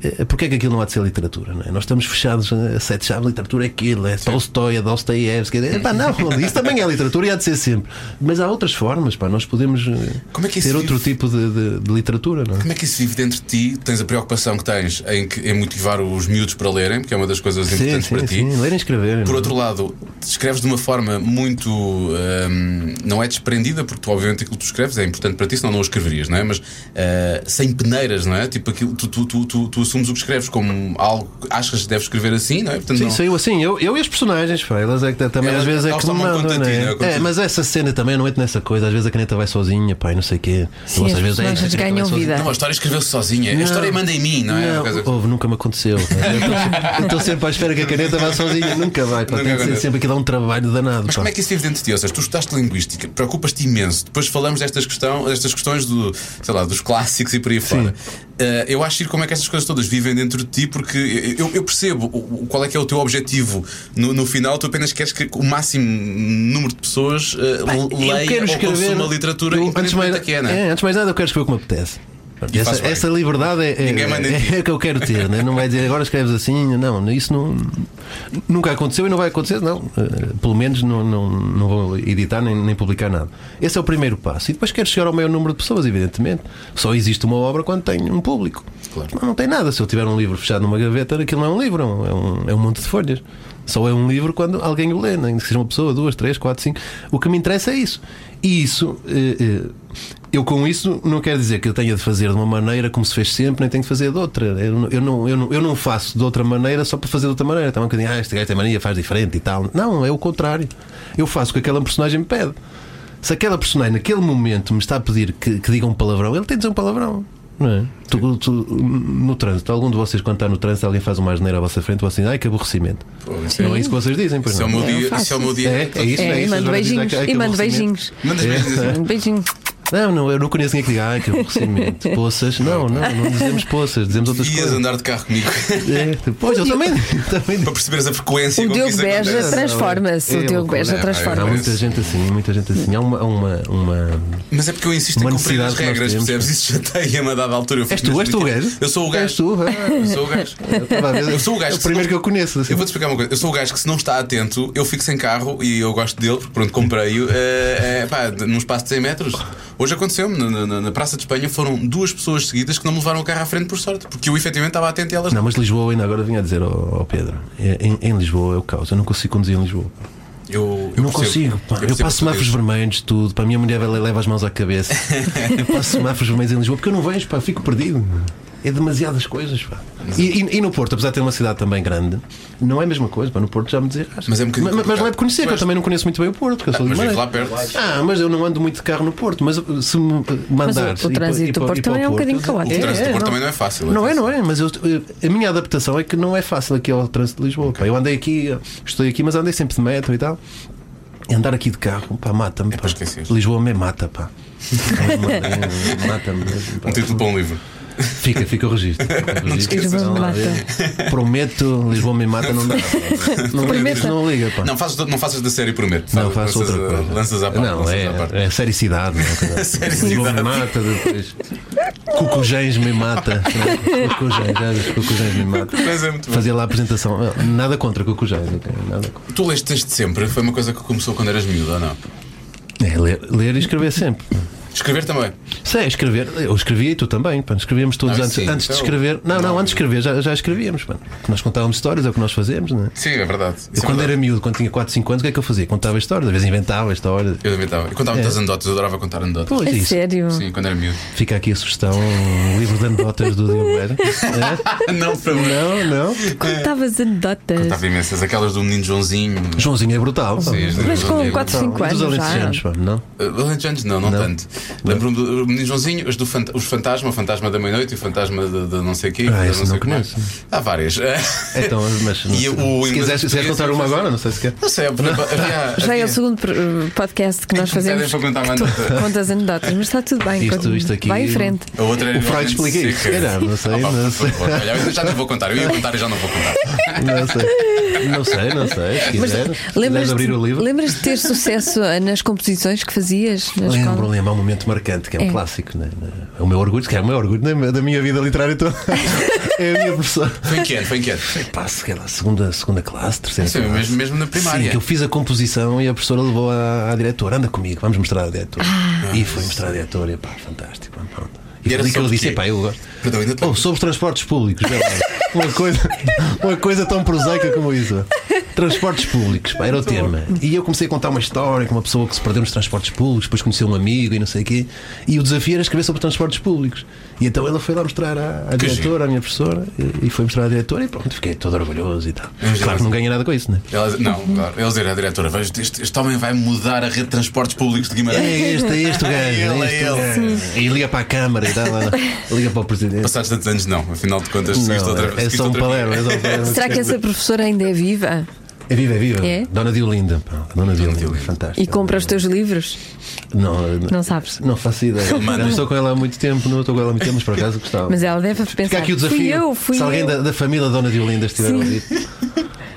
D: eh, Porquê é que aquilo não há de ser literatura? Não é? Nós estamos fechados eh, a sete chaves, literatura é aquilo, é Tolstói, é Dostoiévski. é- Pá,
B: <laughs>
D: não, isso também é literatura e há de ser sempre. Mas há outras formas, pá, nós podemos eh,
B: Como é que isso
D: ter outro
B: vive?
D: tipo de, de- de literatura, não é?
B: Como é que isso vive dentro de ti? Tens a preocupação que tens em, que- em motivar os miúdos para lerem, porque é uma das coisas
D: Sim,
B: importantes
D: sim,
B: para ti.
D: sim, lerem e escrever.
B: Por outro lado, escreves de uma forma muito. hum, não é desprendida, porque tu, obviamente aquilo que tu escreves é importante para ti, senão não o escreverias, não é? Mas ah, sem peneiras, não é? Tipo, aquilo, tu, tu, tu, tu, tu assumes o que escreves como algo que achas que deves escrever assim, não é? Portanto,
D: Sim,
B: não-
D: saiu assim, eu, eu e as personagens, pá, elas é que também
B: Elas-
D: às vezes é
B: elas
D: que me
B: tomam
D: mandam,
B: conta de ti,
D: né?
B: não é? Conta
D: É,
B: de-
D: mas essa cena também, eu não entro nessa coisa, às vezes a caneta vai sozinha, pá, e não sei o quê.
C: Sim,
D: Eu ouço
C: as personagens
D: caneta
C: ganham
D: vai sozinha.
C: vida.
B: Não, a história escreveu-se sozinha. A
D: Não.
B: história manda em mim, não é? Uma
D: Não,
B: coisa-
D: houve, nunca
B: <laughs>
D: me aconteceu. Eu Estou sempre à espera que a caneta vá sozinha. Nunca vai. Pá.
B: Nunca
D: Tem que ser
B: acontece.
D: sempre que dá um trabalho danado.
B: Mas
D: pá.
B: como é que isso vive dentro de ti? Ou seja, tu estudaste linguística, preocupas-te imenso. Depois falamos destas, questão, destas questões do, sei lá, dos clássicos e por aí fora. Eh, eu acho giro como é que estas coisas todas vivem dentro de ti, porque eu, eu percebo o- o- qual é que é o teu objetivo. No, no final, tu apenas queres que o máximo número de pessoas eh,
D: Eu
B: leia ou consuma literatura,
D: eu-
B: independentemente da que é, não é?
D: é, antes de mais nada, eu quero escrever o que me apetece.
B: E
D: Essa,
B: faz bem.
D: essa liberdade é, é,
B: Ninguém manda em ti.
D: é, que eu quero ter, né? não vai dizer agora escreves assim, não, isso não, nunca aconteceu e não vai acontecer, não. Eh, Pelo menos não, não, não vou editar nem, nem publicar nada. Esse é o primeiro passo. E depois quero chegar ao maior número de pessoas, evidentemente. Só existe uma obra quando tem um público.
B: Claro.
D: Não, não tem nada. Se eu tiver um livro fechado numa gaveta, aquilo não é um livro, é um- é um, é um monte de folhas. Só é um livro quando alguém o lê, nem que seja uma pessoa, duas, três, quatro, cinco. O que me interessa é isso. E isso, eh, eh, eu com isso não quero dizer que eu tenha de fazer de uma maneira como se fez sempre, nem tenho de fazer de outra. Eu, não- eu não, eu, não, eu não faço de outra maneira só para fazer de outra maneira. Está um bocadinho, ah, este gajo tem mania, faz diferente e tal. Não, é o contrário. Eu faço o que aquela personagem me pede. Se aquela personagem naquele momento me está a pedir que, que diga um palavrão, ele tem de dizer um palavrão. Não é? Tu- tu- no trânsito, algum de vocês, quando está no trânsito, alguém faz uma asneira à vossa frente, vocês dizem, ai que aborrecimento. Não é isso que vocês dizem, pois
B: Esse é o
D: não.
B: meu
C: eu
B: dia.
C: faço
B: Esse é o meu
C: isso.
B: dia.
D: É, é isso.
C: É, e
D: as
C: mando
D: horas de
C: beijinhos.
D: ataque,
C: E mando
D: aquele é?
C: beijinhos.
B: Mandas beijinhos assim.
C: Beijinho.
D: Não, não, eu não conheço ninguém que diga, ai, que
B: <laughs>
D: aborrecimento. Poças. Não, não, não dizemos poças, dizemos outras
B: Ias
D: coisas.
B: andar de carro comigo <laughs>
D: É, pois, eu também, também
B: para perceberes a frequência
C: O
B: com que
C: Diogo
B: isso
C: Beja
B: acontece.
C: transforma-se.
D: é
C: O
D: uma
C: Diogo
B: Não,
C: Beja
D: coisa-
B: é,
D: Há
B: não,
C: transforma-se.
D: muita gente assim, muita gente assim. Há uma. há uma, uma...
B: Mas é porque eu insisto
D: Uma
B: em cumprir as
D: necessidade que nós
B: regras,
D: temos,
B: percebes? Isso chateia-me a dada altura. Eu
D: És
B: fico
D: tu, és
B: mesmo
D: tu o
B: irritado.
D: gajo?
B: Eu sou o
D: És
B: gajo.
D: tu, ah.
B: Eu sou o gajo.
D: Eu estava a ver-
B: Eu sou o gajo.
D: É o primeiro que eu conheço. assim.
B: Eu vou te explicar uma coisa. Eu sou o gajo que, se não está atento, eu fico sem carro e eu gosto dele, porque pronto, comprei-o eh, eh, pá, de- num espaço de 100 metros. Hoje aconteceu-me, na, na- na Praça de Espanha, foram duas pessoas seguidas que não me levaram o carro à frente, por sorte, porque eu efetivamente estava atento e elas
D: Não, mas Lisboa ainda agora vinha a dizer ao, ao Pedro. é, Em, em Lisboa é o caos. Eu não consigo conduzir em Lisboa.
B: Eu, eu percebo.
D: não consigo. pá. Eu,
B: percebo
D: passo
B: o que tu
D: semáforos
B: dizes.
D: vermelhos, tudo. Para a minha mulher ela leva as mãos
B: <laughs>
D: à cabeça. eu passo semáforos vermelhos em Lisboa porque eu não vejo, pá, fico perdido. É demasiadas coisas, pá. E, e- e no Porto, apesar de ter uma cidade também grande, não é a mesma coisa, pá. No Porto já me desenrasca.
B: Mas é um bocadinho
D: mas, mas não é de conhecer, que eu
B: complicado.
D: também não conheço muito bem o Porto, que eu sou de
B: Mas vivo
D: Guimarães.
B: lá perto.
D: Ah, mas eu não ando muito de carro no Porto, mas uh, se me uh,
C: o
D: mandares. ir para-
C: trânsito
D: ir para-
C: do Porto
D: ir para o
C: também é um bocadinho
D: eu-
C: caótico.
B: O
D: É,
B: trânsito
D: é,
B: do Porto
D: não-
B: também não é fácil.
D: Não é,
B: atenção.
D: não é, mas eu- eu- a minha adaptação é que não é fácil aqui ao trânsito de Lisboa. pá. Eu andei aqui, estou aqui, mas andei sempre de metro e tal. E andar aqui de carro, pá, mata-me. pá.
B: É para esquecer.
D: Lisboa me mata,
B: <laughs>
D: pá. É, mata-me. mesmo, pá.
B: Um título para um livro.
D: Fica, fica o registro. O registro,
C: esqueças.
D: não,
C: Lisboa me
D: não, eu Prometo, Lisboa me mata, não
C: <laughs>
D: dá. pá. Não,
C: Prometo.
D: não liga, pá.
B: Não faças, não faças da série primeiro.
D: Não,
B: Faz-
D: faço
B: lanças
D: outra
B: a-
D: coisa.
B: Lanças à parte.
D: Não,
B: lanças
D: é,
B: à parte.
D: é
B: <laughs>
D: sericidade. Não,
B: Sericidade.
D: Me mata depois. Cucujens me mata. Cucujens, já disse, Cucujens me mata.
B: Mas é muito bom.
D: Fazia lá a apresentação. Nada contra Cucujens. ok? Nada contra.
B: Tu leste desde sempre? Foi uma coisa que começou quando eras miúdo ou não?
D: É, ler, ler e escrever sempre.
B: Escrever também.
D: Sei, escrever. Eu escrevia e tu também. Pá. Escrevíamos todos
B: Não,
D: antes,
B: sim,
D: antes de
B: então-
D: escrever. Não, não,
B: Não.
D: antes de escrever já, já escrevíamos. Pá. Nós contávamos histórias, é o que nós fazemos. Não é?
B: Sim, é verdade. Isso
D: Eu,
B: é
D: quando
B: verdade.
D: era miúdo, quando tinha 4, 5 anos, o que é que eu fazia? Contava histórias, às vezes inventava histórias.
B: Eu também estava. Eu contava
D: É.
B: muitas anedotas, eu adorava contar anedotas.
D: Pois,
C: É
D: isso.
C: sério.
B: Sim, quando era miúdo.
D: Fica aqui a sugestão: um livro de anedotas do Diogo
B: <laughs>
D: Beja. É?
B: Ah, não, para mim.
D: Não, não.
C: Contavas anedotas.
B: Estava imensas. Aquelas do menino Joãozinho.
D: Brutalzinho é brutal. pá.
B: Sim,
C: Mas com
B: Joãozinho.
C: 4, 5
D: Dos
C: anos já.
D: alentejanos, pá, não?
B: Uh, Alentejanos não, não, tanto. Lembro-me do o Menino Joãozinho, os, do fant os Fantasma, o Fantasma da Meia-Noite e o Fantasma de, de não sei o quê.
D: Ah,
B: de
D: esse
B: não sei
D: não
B: o que mais.
D: conheço.
B: Há várias. <laughs>
D: Então, mas não
B: E
D: sei.
B: o
D: se
B: inglês
D: quiseres, se quiseres
B: português
D: contar
B: não
D: uma
B: sei.
D: agora, não sei se quer.
B: Não sei, havia-
C: Já é
B: havia-
C: o
B: <laughs>
C: segundo pr- podcast que
D: Então,
C: nós fazemos.
B: Devem para contar uma
C: <laughs>
B: anedota.
C: Contas anedotas, mas está tudo bem.
D: Isto- isto aqui-
C: Vai em frente.
B: A outra era
D: O Freud
B: igualmente
D: explica isso,
B: seca.
D: se calhar, não sei,
B: Ah, pá,
D: não
B: por
D: sei.
B: favor. Olha, eu já não vou contar, eu ia contar e já não vou contar.
D: Não sei. Não sei, não sei. Se quiseres, se quiseres
C: Lembras-te
D: abrir o livro.
C: lembras de ter sucesso eh, nas composições que fazias na
D: Lembro,
C: escola?
D: lembro, há um momento marcante que é um
C: É.
D: clássico. Né? É o meu orgulho, que é o meu orgulho da da minha vida literária toda. <laughs> É a minha professora.
B: Foi inquieto, foi inquieto.
D: Pá, sei lá, segunda, segunda classe, terceira
B: Sim,
D: classe.
B: mesmo- mesmo na
D: Sim,
B: primária.
D: que eu fiz a composição e a professora levou à, à diretora, anda comigo, vamos mostrar à diretora. e foi mostrar à diretora, e pá, fantástico. pá, pronto. E,
B: Ah. E era
D: foi ali que eu
B: sobre
D: disse,
B: quê?
D: pá, eu gosto.
B: Perdão, ainda te
D: Oh, sobre os transportes públicos, vê lá. uma, coisa, uma coisa tão prosaica como isso. Transportes públicos, pá, era o tema. E eu comecei a contar uma história com uma pessoa que se perdeu nos transportes públicos, depois conheceu um amigo e não sei o quê. E o desafio era escrever sobre transportes públicos. E então ela foi lá mostrar à, à
B: giro.
D: diretora, à minha professora, e, e foi mostrar à diretora e pronto, fiquei todo orgulhoso e tal.
B: Vamos
D: Claro
B: dizer-
D: que não ganhei nada com isso, né?
B: Ela, não, claro. Eles eram a diretora. "Vejo, Este, este homem vai mudar a rede de transportes públicos de Guimarães.
D: É este, é este o gajo.
B: É ele,
D: este
B: é
D: o
B: ele.
D: gajo. E liga para a Câmara e tal,
C: <laughs>
D: liga para o Presidente.
B: Passados tantos anos, não. Afinal de contas, seguiste
D: Não,
B: outra
D: é, é
B: seguiste
D: só um
B: outra
D: palermo, é
B: vida.
D: só um palermo.
C: Será que essa professora ainda é viva?
D: É viva, é viva.
C: É?
D: Dona Diolinda. pá, Dona Diolinda,
B: Diolinda.
D: fantástica.
C: E compra os teus livros?
D: Não, não,
C: Não sabes.
D: não faço ideia.
B: manda.
D: Não estou com ela há muito tempo, não estou com ela há muito tempo, mas por acaso gostava.
C: Mas ela deve pensar.
D: Fica aqui é o desafio.
C: Fui eu, fui
D: Se alguém
C: eu.
D: Da, da família Dona Diolinda estiver a ouvir,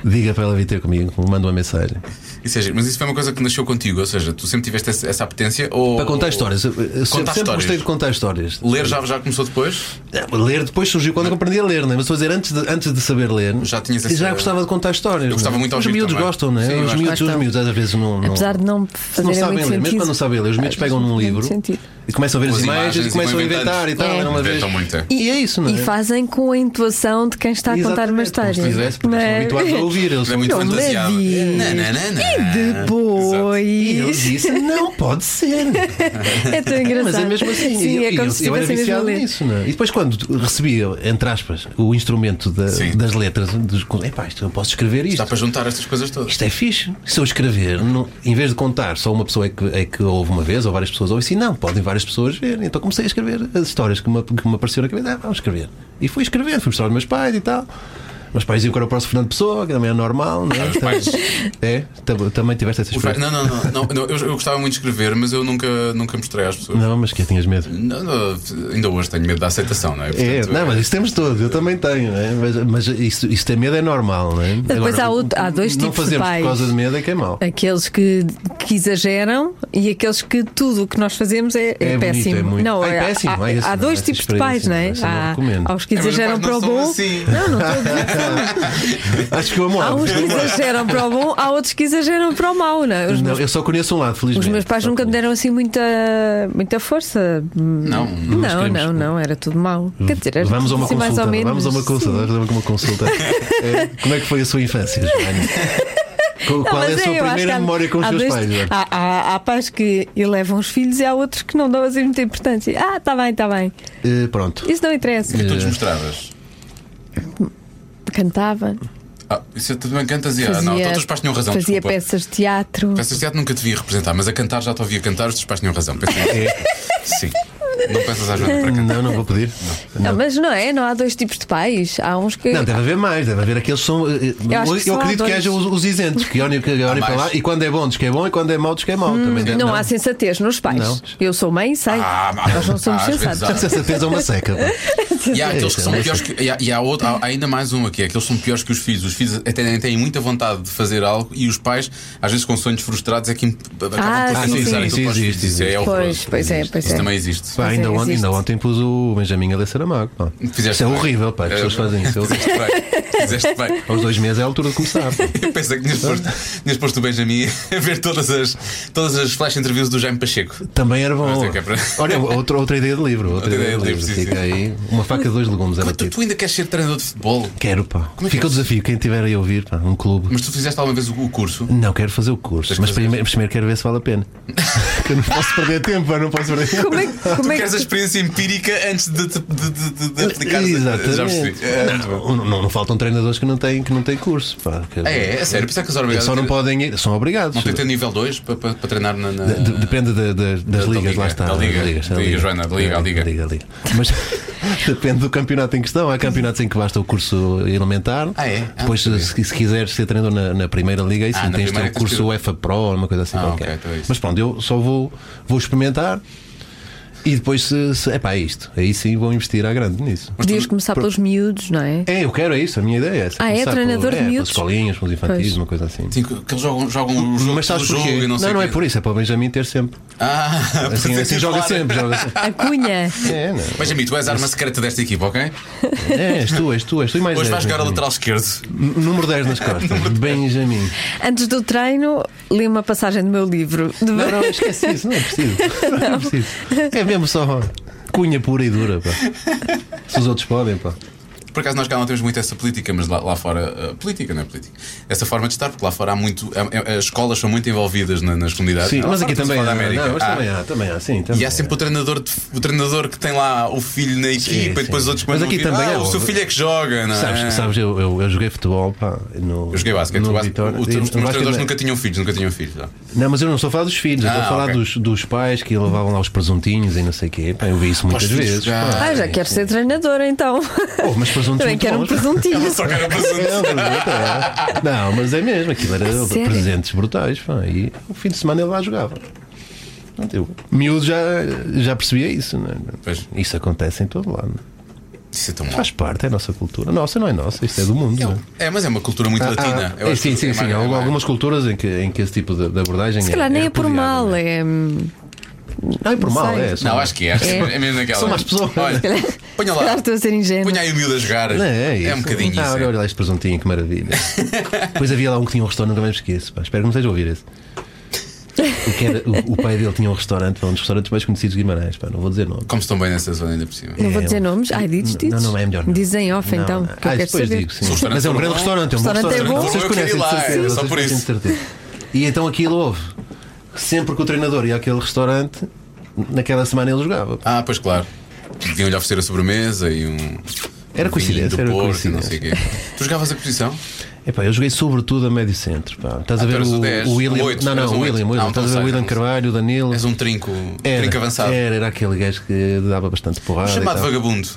D: diga para ela vir ter comigo, manda uma mensagem.
B: Isso é giro. Mas isso foi uma coisa que nasceu contigo. Ou seja, tu sempre tiveste essa, essa apetência ou.
D: Para contar histórias. Eu, eu sempre, sempre
B: histórias.
D: gostei de contar histórias.
B: Ler já, já começou depois?
D: É, Ler depois surgiu quando eu aprendi a ler, não é? mas estou a dizer, antes de, antes de saber ler,
B: Já tinhas essa-
D: já gostava de contar histórias.
B: Eu gostava
D: não é?
B: muito de
D: Os
B: ouvir
D: miúdos
B: também.
D: gostam, não é?
B: Sim, eu
D: os,
B: acho
D: miúdos,
C: que
D: os
C: gostam.
D: miúdos às vezes não. não-
C: Apesar de não
D: Se
C: fazer
D: não
C: muito
D: sabem ler,
C: sentido.
D: mesmo quando não sabem ler, os miúdos
C: Às vezes
D: pegam
C: não
D: num
C: tem
D: livro
C: sentido.
D: e começam a ver
B: Com
D: as
B: as
D: imagens,
B: imagens
D: e começam a
B: e vão
D: inventar e tal.
C: inventando.
D: era uma vez.
B: Inventam muito, é.
D: E é isso, não é?
C: E fazem com a intuação de quem está a contar uma
D: Exatamente, como
C: história.
D: se tivesse, porque eles
C: Mas-
D: estão habituados a ouvir. Eles
B: Não é muito
C: Não me
B: fantasiado.
C: diz.
B: Não, não, não, não.
C: E
D: E eu
C: <laughs> depois.
D: disse, não pode ser.
C: É tão engraçado.
D: <laughs> Mas é mesmo assim.
C: Sim,
D: E eu,
C: é como
D: eu,
C: se
D: eu era
C: estivessem mesmo a
D: viciado
C: ler.
D: nisso, não é? E depois, quando tu- recebia, entre aspas, o instrumento da-
B: Sim.
D: das letras, dos, epá, isto eu posso escrever isto.
B: Dá para juntar estas coisas todas.
D: Isto é fixe. Se eu escrever, não- em vez de contar, só uma pessoa é que, é que ouve uma vez, ou várias pessoas ouvem, sim, não, podem várias pessoas ver. Então comecei a escrever as histórias que me, que me apareceram na cabeça, ah, vamos escrever. E fui escrever, fui mostrar aos meus pais e tal. Mas pais iam para o próximo Fernando Pessoa, que também é normal, não é?
B: Os pais-
D: É? Tam- Também tiveste essa
B: os pais-
D: experiência?
B: Não, não, não. não, não, eu, eu gostava muito de escrever, mas eu nunca, nunca mostrei às pessoas.
D: Não, mas que tinhas medo.
B: Não, não, ainda hoje tenho medo da aceitação, não é?
D: É,
B: Portanto,
D: não, mas isso temos todos, eu também tenho, né? mas, mas isso, isso ter medo é normal, não é?
C: Depois há outro- há dois
D: não
C: tipos de
D: fazemos
C: pais.
D: por causa de medo é que
C: <laughs>
D: é mau.
C: Aqueles que, que exageram e aqueles que tudo o que nós fazemos é, é
D: É bonito,
C: péssimo.
D: é muito.
C: não,
D: Ai,
C: há-
D: péssimo,
C: há,
D: ai, essa
C: há
D: não, é?
C: dois
D: essa
C: tipos de pais, não é?
D: experiência, essa não
C: Há,
D: recomendo.
C: há os que
B: É, mas os
C: exageram
B: pais não
C: para o
B: são
C: bom.
B: assim. é?
C: Não, não estou a dizer.
D: Acho que eu amo
C: Há uns que exageram para o bom, há outros que exageram para o mau, não é? Os,
D: Não,
C: meus,
D: eu só conheço um lado, felizmente.
C: os meus pais
D: Só
C: nunca me
D: conheço.
C: deram assim muita, muita força.
B: Não,
D: Mas
C: Não,
D: queremos-
C: não, não, era tudo mau. Quer dizer, era
D: Uhum. Vamos a uma
C: assim, mais
D: consulta.
C: ou menos.
D: Vamos a uma consulta. Vamos a
C: <laughs>
D: uma consulta. É, como é que foi a sua infância, Joana? Co-
C: Não,
D: Qual é
C: mas
D: a sua
C: eu acho que
D: primeira
C: há-
D: memória com os
C: há
D: seus
C: dois-
D: pais? Joana?
C: Há, há- há pais que elevam os filhos e há outros que não dão assim muita importância. Ah, está bem, está bem.
D: Eh, pronto.
C: Isso não interessa.
B: que tu desmostravas.
C: Cantava,
B: Ah, isso tu também cantas e ah,
C: fazia,
B: não, então os teus pais tinham razão.
C: fazia
B: desculpa.
C: peças de teatro.
B: Peças de teatro nunca te vi representar, mas a cantar já te ouvia cantar, os teus pais tinham razão. Pensei,
D: É.
B: Sim. Não pensas à Joana para cantar.
D: Não, não vou pedir.
C: Não, mas não é, não há dois tipos de pais. Há uns que.
D: Não, deve haver mais, deve haver aqueles que são. eh, eh,
C: Eu
D: Eu,
C: acho que só há
D: acredito que
C: dois.
D: haja os, os isentos, que olhem, que olhem para
B: mais.
D: lá e quando é bom diz que é bom e quando é mau diz que é mau. também deve-
C: Hum, não há assim sensatez nos pais.
D: Não.
C: Eu sou mãe e sei.
B: Ah, mas-
C: Nós não
B: ah,
C: somos
B: às vezes
C: sensatos.
B: há.
D: Essa certeza é uma
C: <laughs>
D: seca. pá.
B: E há aqueles que são
D: Sim.
B: piores que. E há, e há outro- há- há ainda mais um aqui, aqueles que são piores que os filhos. Os filhos até nem têm muita vontade de fazer algo e os pais, às vezes com sonhos frustrados, é que imp- acabam
C: Ah,
B: por
C: sim,
B: não
C: sim.
B: fazer aquilo
D: Isso
B: para os filhos.
D: existe,
B: Isso é
D: existe.
B: horroroso.
C: Pois, pois é, pois
B: Isso
C: é.
B: também existe.
D: Pá,
C: Mas
D: ainda,
C: é,
D: ontem,
C: existe.
D: ainda ontem pus o Benjamin a ler Saramago. pá.
B: Fizeste
D: Isso é
B: bem.
D: horrível, pá, as
B: É,
D: pessoas
B: <laughs>
D: fazem isso. Eu-
B: Fizeste bem. Fizeste bem.
D: Aos dois meses é a altura de começar. pá.
B: Eu pensei que tinhas posto, tinhas posto o Benjamin a ver todas as, todas as flash interviews do Jaime Pacheco.
D: Também era bom.
B: Mas é que é para-
D: <laughs> Olha, outra, outra ideia de livro. Outra, ideia, de livro.
B: sim,
D: Fica aí. Uma faca de dois legumes era
B: Mas tu,
C: é
D: tipo.
B: tu ainda queres ser treinador de futebol?
D: Quero, pá.
B: Como é que
D: Fica
B: é
D: o desafio. Quem tiver aí a ouvir, pá, um clube.
B: Mas tu fizeste alguma vez o, o curso?
D: Não, quero fazer o curso.
B: Tens
D: Mas
B: que fazer.
D: primeiro, primeiro quero ver se vale
B: <laughs>
D: a pena. que eu não posso perder tempo, pá, não posso perder tempo.
C: Como é, que-
B: Tu
C: como é
B: queres a
C: que.
B: experiência empírica antes de, de, de, de- de aplicar Já
D: Exatamente.
B: percebi. É,
D: não, não, não faltam treinadores que não têm, que não têm curso. Pá, que-
B: É, é sério, pensar que os
D: Eles
B: obrigados.
D: só não podem ir, são obrigados.
B: Não tem que ter nível 2 para, para, para treinar na. na-
D: De- depende da- da- das
B: da
D: ligas,
B: liga,
D: lá está.
B: da liga,
D: das
B: da liga, Joana, da liga,
D: É,
B: a liga.
D: liga. Mas <laughs> depende do campeonato em questão. Há campeonatos em que basta o curso elementar.
B: Ah, é? Ah,
D: Depois,
B: não sabia.
D: se, se quiseres ser treinador na, na primeira liga, aí sim
B: Ah, na
D: tens de ter
B: primeira
D: o
B: tens que ter
D: curso
B: o-
D: UEFA Pro, uma coisa assim
B: Ah,
D: qualquer.
B: ok, então é isso.
D: Mas pronto, eu só vou, vou experimentar e depois, se, se, epá, é isto. Aí sim vou investir à grande nisso.
C: Podias começar pelos miúdos, não é?
D: É, eu quero, é isso. A minha ideia é essa.
C: Ah, é?
D: Começar
C: Treinador de
D: é, pelas
C: miúdos?
D: escolinhas, pelos infantis,
C: Pois.
D: uma coisa assim.
B: Sim, que que eles jogam, jogam o jogo,
D: Mas sabes
B: pelo jogo
D: porquê?
B: e não sei
D: não,
B: o
D: não é
B: quê.
D: por isso, é para o Benjamin ter sempre.
B: Ah,
D: Assim, assim joga sempre, joga sempre.
C: A cunha.
D: É, não.
B: Benjamin, tu és a arma secreta desta equipa, ok?
D: É, és tu, és tu, és tu e mais
B: Hoje vais
D: dez,
B: jogar a
D: Benjamin.
B: lateral esquerdo.
D: N- Número
B: <laughs>
D: 10 nas costas. Benjamin.
C: Antes do treino, li uma passagem do meu livro. De-
D: Não,
B: <laughs>
D: não, esquece isso, não é preciso. Não é preciso. É mesmo só cunha pura e dura, pá. Se os outros podem, pá.
B: Por acaso nós cá não temos muito essa política, mas lá, lá fora. ah, política, não é política. Essa forma de estar, porque lá fora há muito. ah, ah, as escolas são muito envolvidas na- nas comunidades.
D: Sim,
B: Lá
D: mas
B: fora
D: aqui
B: estamos a
D: também há.
B: falar da América.
D: Não, mas
B: Ah,
D: também há, também há, sim. Também
B: E há sempre o treinador, de- o treinador que tem lá o filho na equipa e depois
D: sim.
B: os outros
D: Mas
B: mandam
D: aqui
B: vir,
D: também
B: "Ah,
D: há
B: o seu
D: o-
B: filho é que joga, não é?
D: Sabes, sabes eu, eu, eu joguei futebol, pá. No,
B: Eu joguei basquete,
D: no
B: o bas- o-
D: Vitória.
B: os
D: E
B: meus
D: no
B: treinadores
D: basquete- é?
B: nunca tinham filhos, nunca tinham filhos. não.
D: Não, mas eu não estou a falar dos filhos, eu estou
B: Ah,
D: a falar
B: ok.
D: dos, dos pais que levavam lá os presuntinhos e não sei o quê. Pá, eu vi isso muitas
B: Para os filhos
D: vezes.
B: jogarem.
D: pá.
C: Ah, já quero ser treinadora então.
D: Oh, mas presuntos
C: Também
D: muito
C: quero um
D: bons.
C: presuntinho.
B: Só que era presente.
D: Não, mas é. Não, mas é mesmo, aquilo era
C: sério?
D: presentes brutais. pá, E o fim de semana ele lá jogava. Pronto, Eu, miúdo já, já percebia isso, não é?
B: Pois.
D: Isso acontece em todo lado. não é?
B: Isso é tão mau.
D: Faz parte, é a nossa cultura. Nossa, não é nossa, isto é do mundo. não é?
B: É, mas é uma cultura muito latina.
D: Ah, é, sim, sim, sim. Há algumas culturas em que, em que esse tipo de, de abordagem.
C: Se calhar nem é por
D: repudiável,
C: mal,
D: não é?
C: é.
D: Não é por mal,
C: sei.
D: é.
B: Não, acho que é. acho que
C: É.
B: É mesmo naquela.
D: São más pessoas.
B: Olha, ponha
C: Claro,
B: lá.
C: estou a ser ingênuo.
B: Ponha aí o miúdo a jogar.
D: Não, é, isso.
B: um bocadinho
D: Ah,
B: isso.
D: olha,
B: é.
D: olha lá este presuntinho, que maravilha.
B: <laughs>
D: Depois havia lá um que tinha um restaurante, nunca mais me esqueço. pá. Espero que não esteja a ouvir esse. O, que era- o- o pai dele tinha um restaurante, pá, um dos restaurantes mais conhecidos de Guimarães. Pá, não vou dizer nome.
B: Como se estão bem nessa zona ainda por cima.
C: Não vou
D: É,
C: dizer
D: um-
C: nomes. Ai, dizes,
D: Não,
C: dizes.
D: não é melhor. Não.
C: Dizem off
D: Não,
C: então,
D: não.
C: que eu
D: Ah,
C: quero
D: depois
C: saber.
D: digo,
B: Se
D: sim.
B: o restaurante
D: Mas é um
B: for
D: grande
B: bom,
D: restaurante, é um bom
C: restaurante é
D: restaurante.
C: bom.
D: Vocês
B: Eu queria ir
D: conhecem, de
B: lá,
D: certeza.
B: só
D: vocês
B: por
D: conhecem,
B: isso.
D: de certeza. E então aquilo houve. Sempre que o treinador ia àquele restaurante, naquela semana ele jogava.
B: Ah, pois claro. Deviam-lhe oferecer a sobremesa e um.
D: Era
B: um vinho
D: coincidência,
B: do
D: era
B: Porto,
D: coincidência.
B: Não sei o quê. Tu jogavas a posição?
D: Epá, eu joguei sobretudo a médio centro. Pá. Estás a
B: Ah, tu
D: ver
B: eras
D: o,
B: o 10,
D: o William.
B: o oito,
D: não, não,
B: eras
D: o
B: um
D: William,
B: oito.
D: o William.
B: Ah,
D: Estás a ver
B: então
D: o William
B: sei, então
D: Carvalho, o Danilo.
B: És um trinco. Trinco avançado.
D: Era, era aquele gajo que dava bastante porrada. e
B: Chamado
D: tal.
B: vagabundo.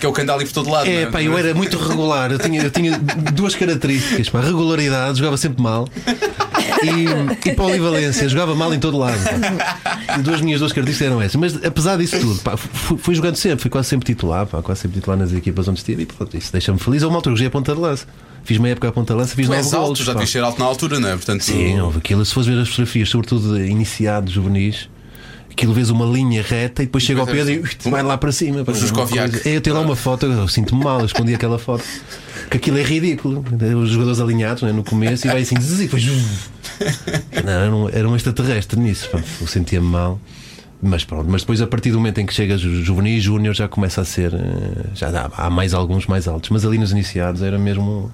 B: que é o que anda ali por todo lado.
D: então. É,
B: não
D: pá, eu era muito regular. Eu tinha, eu tinha duas características. Pá. Regularidade, jogava sempre mal. E, e polivalência, jogava mal em todo lado. pá. Duas minhas duas características eram essas. Mas apesar disso tudo, pá, fui, fui jogando sempre, fui quase sempre titular, pá, quase sempre titular nas equipas onde estive. E pronto, isso deixa-me feliz. A uma altura joguei a ponta de lança. Fiz meia época a ponta de lança, fiz
B: Tu
D: nove
B: és
D: golos.
B: alto, já
D: pá.
B: devias ser alto na altura, não é? Portanto,
D: Sim, houve aquilo. Se fores ver as fotografias, sobretudo de iniciados juvenis, aquilo vês uma linha reta e depois chega ao
B: depois
D: Pedro
B: é
D: e
B: assim.
D: ui, <laughs> vai lá para cima. Para
B: Juscoviac.
D: Eu tenho lá uma foto, eu sinto-me mal, eu escondi aquela foto. Que aquilo é ridículo. Os jogadores alinhados né, no começo e vai assim, <laughs> zzz, e depois. zzz. Não, era um, era um extraterrestre nisso. pá, Eu sentia-me mal. Mas pronto, mas depois a partir do momento em que chegas ju- juvenil e júnior já começa a ser. eh, Já dá- há mais alguns mais altos. Mas ali nos iniciados era mesmo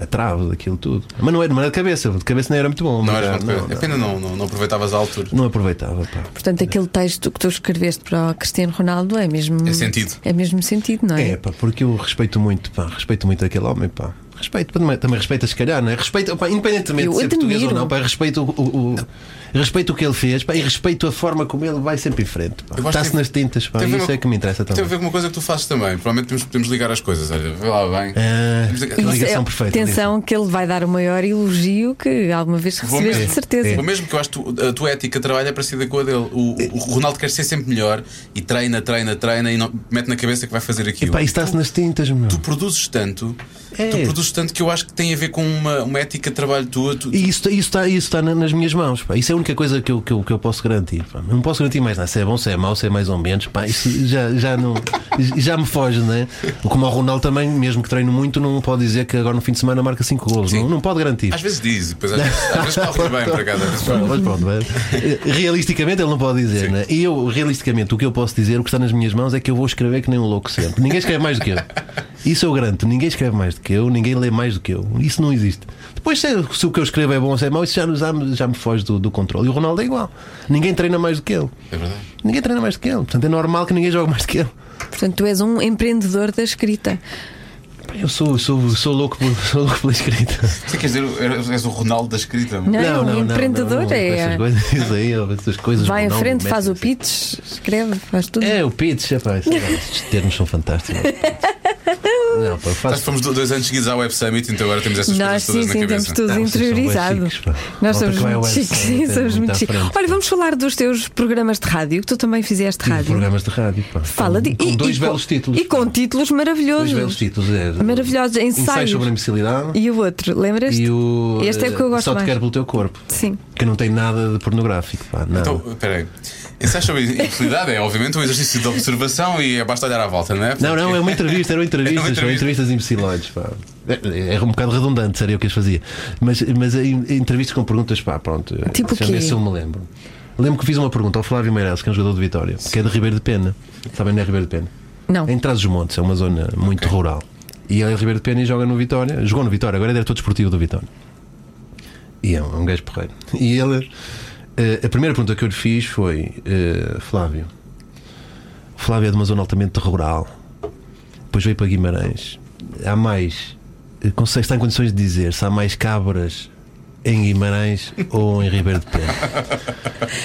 D: a trave daquilo tudo. Mas não era, não era de cabeça, de cabeça não era muito bom.
B: não é
D: mas
B: eras
D: já-
B: muito bem. Apenas não, não, não aproveitavas a altura.
D: não aproveitava, pá.
C: Portanto, aquele texto que tu escreveste para o Cristiano Ronaldo é mesmo.
B: É sentido.
C: É mesmo sentido, não é?
D: É, pá, porque eu respeito muito, pá, respeito muito aquele homem, pá. Respeito, pá, também, também respeito, se calhar, não é? Respeito, pá, independentemente
C: Eu
D: de ser
C: admiro.
D: português ou não, pá, respeito o, o- o- respeito o que ele fez, pá, e respeito a forma como ele vai sempre em frente, pá.
B: Eu gosto
D: Está-se
B: de-
D: nas tintas, pá,
B: Tem a ver
D: isso
B: uma-
D: é que me interessa
B: Tem a
D: também.
B: ver com uma coisa que tu fazes também. Provavelmente temos, podemos ligar as coisas. Olha, vê lá bem.
D: Ah,
B: Temos
D: a
B: a-
C: Isso
D: ligação
C: é-
D: perfeita.
C: Atenção, que ele vai dar o maior elogio que alguma vez
B: Vou
C: recebeste,
B: mesmo.
C: de certeza.
B: O mesmo que eu acho que tu- a tua ética de trabalho é parecida com a dele. O, o- o Ronaldo quer ser sempre melhor e treina, treina, treina e não- mete na cabeça que vai fazer
D: disso.
B: aquilo.
D: Pá, isso está-se nas tintas, meu.
B: tu produzes tanto,
D: É.
B: tu produzes tanto que eu acho que tem a ver com uma, uma ética de trabalho tua. Tu,
D: E isso, isso está isso tá na- nas minhas mãos. Pá. Isso é a única coisa que eu, que eu, que eu posso garantir. pá. Não posso garantir mais nada. Se é bom, se é mau, se é mais ou menos. Pá. Isso já, já, não, já me foge, não é? Como o Ronaldo também, mesmo que treino muito, não pode dizer que agora no fim de semana marca 5 golos. Não, não pode garantir.
B: Às vezes diz, e depois às vezes, às vezes
D: <laughs>
B: corre bem para casa. às vezes corre.
D: Mas pronto, mas, eh, realisticamente ele não pode dizer, né? E eu, realisticamente, o que eu posso dizer, o que está nas minhas mãos, é que eu vou escrever que nem um louco sempre. Ninguém escreve mais do que eu. Isso eu garanto. Ninguém escreve mais do que eu, ninguém lê mais do que eu. Isso não existe. Depois, se, se o que eu escrevo é bom ou se é mau, isso já, já, me- já me foge do, do controle. E o Ronaldo é igual. Ninguém treina mais do que ele.
B: É verdade.
D: Ninguém treina mais do que ele. Portanto, é normal que ninguém jogue mais do que ele.
B: É.
C: Portanto, tu és um empreendedor da escrita.
D: Pá, Eu sou, sou, sou, louco, por- sou louco pela escrita.
B: Você quer dizer, és- és o Ronaldo da escrita.
C: Não, é um empreendedor
D: não, com
C: é.
D: essas coisas, isso aí, essas coisas,
C: Vai em
D: não,
C: frente, faz o
D: metem-se.
C: pitch, escreve, faz tudo.
D: É, o pitch,
C: <laughs>
D: rapaz. Estes termos são fantásticos. Não, pá,
B: Nós
D: faço.
B: fomos do- dois anos seguidos à Web Summit, então agora temos essas
C: Nós
B: coisas todas
C: sim,
B: na
C: sim,
B: cabeça.
C: temos tudo
D: Não, vocês são bué
C: interiorizado.
D: chiques, pá.
C: Nós
D: Malta
C: somos
D: que vai ao
C: muito
D: Web
C: chiques,
D: Summit
C: sim,
D: é
C: somos
D: muito
C: muito
D: à
C: chiques.
D: frente.
C: Olha, vamos falar dos teus programas de rádio, que tu também fizeste rádio.
D: tipo Programas de rádio, pá.
C: Fala de.
D: Com
C: e-
D: dois
C: e
D: belos
C: com,
D: títulos.
C: E com títulos maravilhosos.
D: Dois belos títulos. É,
C: Maravilhosos,
D: Ensaio
C: ensaios.
D: sobre a imbecilidade.
C: E o outro, lembras-te?
D: E o.
C: Este é o que eu
D: eh,
C: gosto
D: Só te
C: mais.
D: quero pelo teu corpo.
C: Sim.
D: Que não tem nada de pornográfico, pá. Nada.
B: Então, peraí. Ensaios sobre infertilidade é, obviamente, um exercício de observação e é basta olhar à volta, não é?
D: Não, não, <laughs> é uma entrevista, eram entrevistas,
B: Era uma
D: eram
B: entrevista.
D: entrevistas imbecilóides, pá. É- Era um bocado redundante, seria o que eles fazia. Mas, mas é em- entrevistas com perguntas, pá, pronto.
C: Tipo o
D: deixa-me ver
C: quê?
D: se eu me lembro. Lembro que fiz uma pergunta ao Flávio Meirelles, que é um jogador do Vitória, que é de Ribeiro de Pena. Sabem, não é Ribeiro de Pena?
C: Não.
D: Em Trás os Montes, é uma zona muito rural. E ele é de Ribeiro de Pena e joga no Vitória, jogou no Vitória, agora é diretor desportivo do Vitória. E é um, um gajo porreiro. E ele. eh, a primeira pergunta que eu lhe fiz foi: eh, Flávio, o Flávio é de uma zona altamente rural, depois veio para Guimarães. Há mais. eh, Consegue estar em condições de dizer se há mais cabras em Guimarães <laughs> ou em Ribeiro de Pena?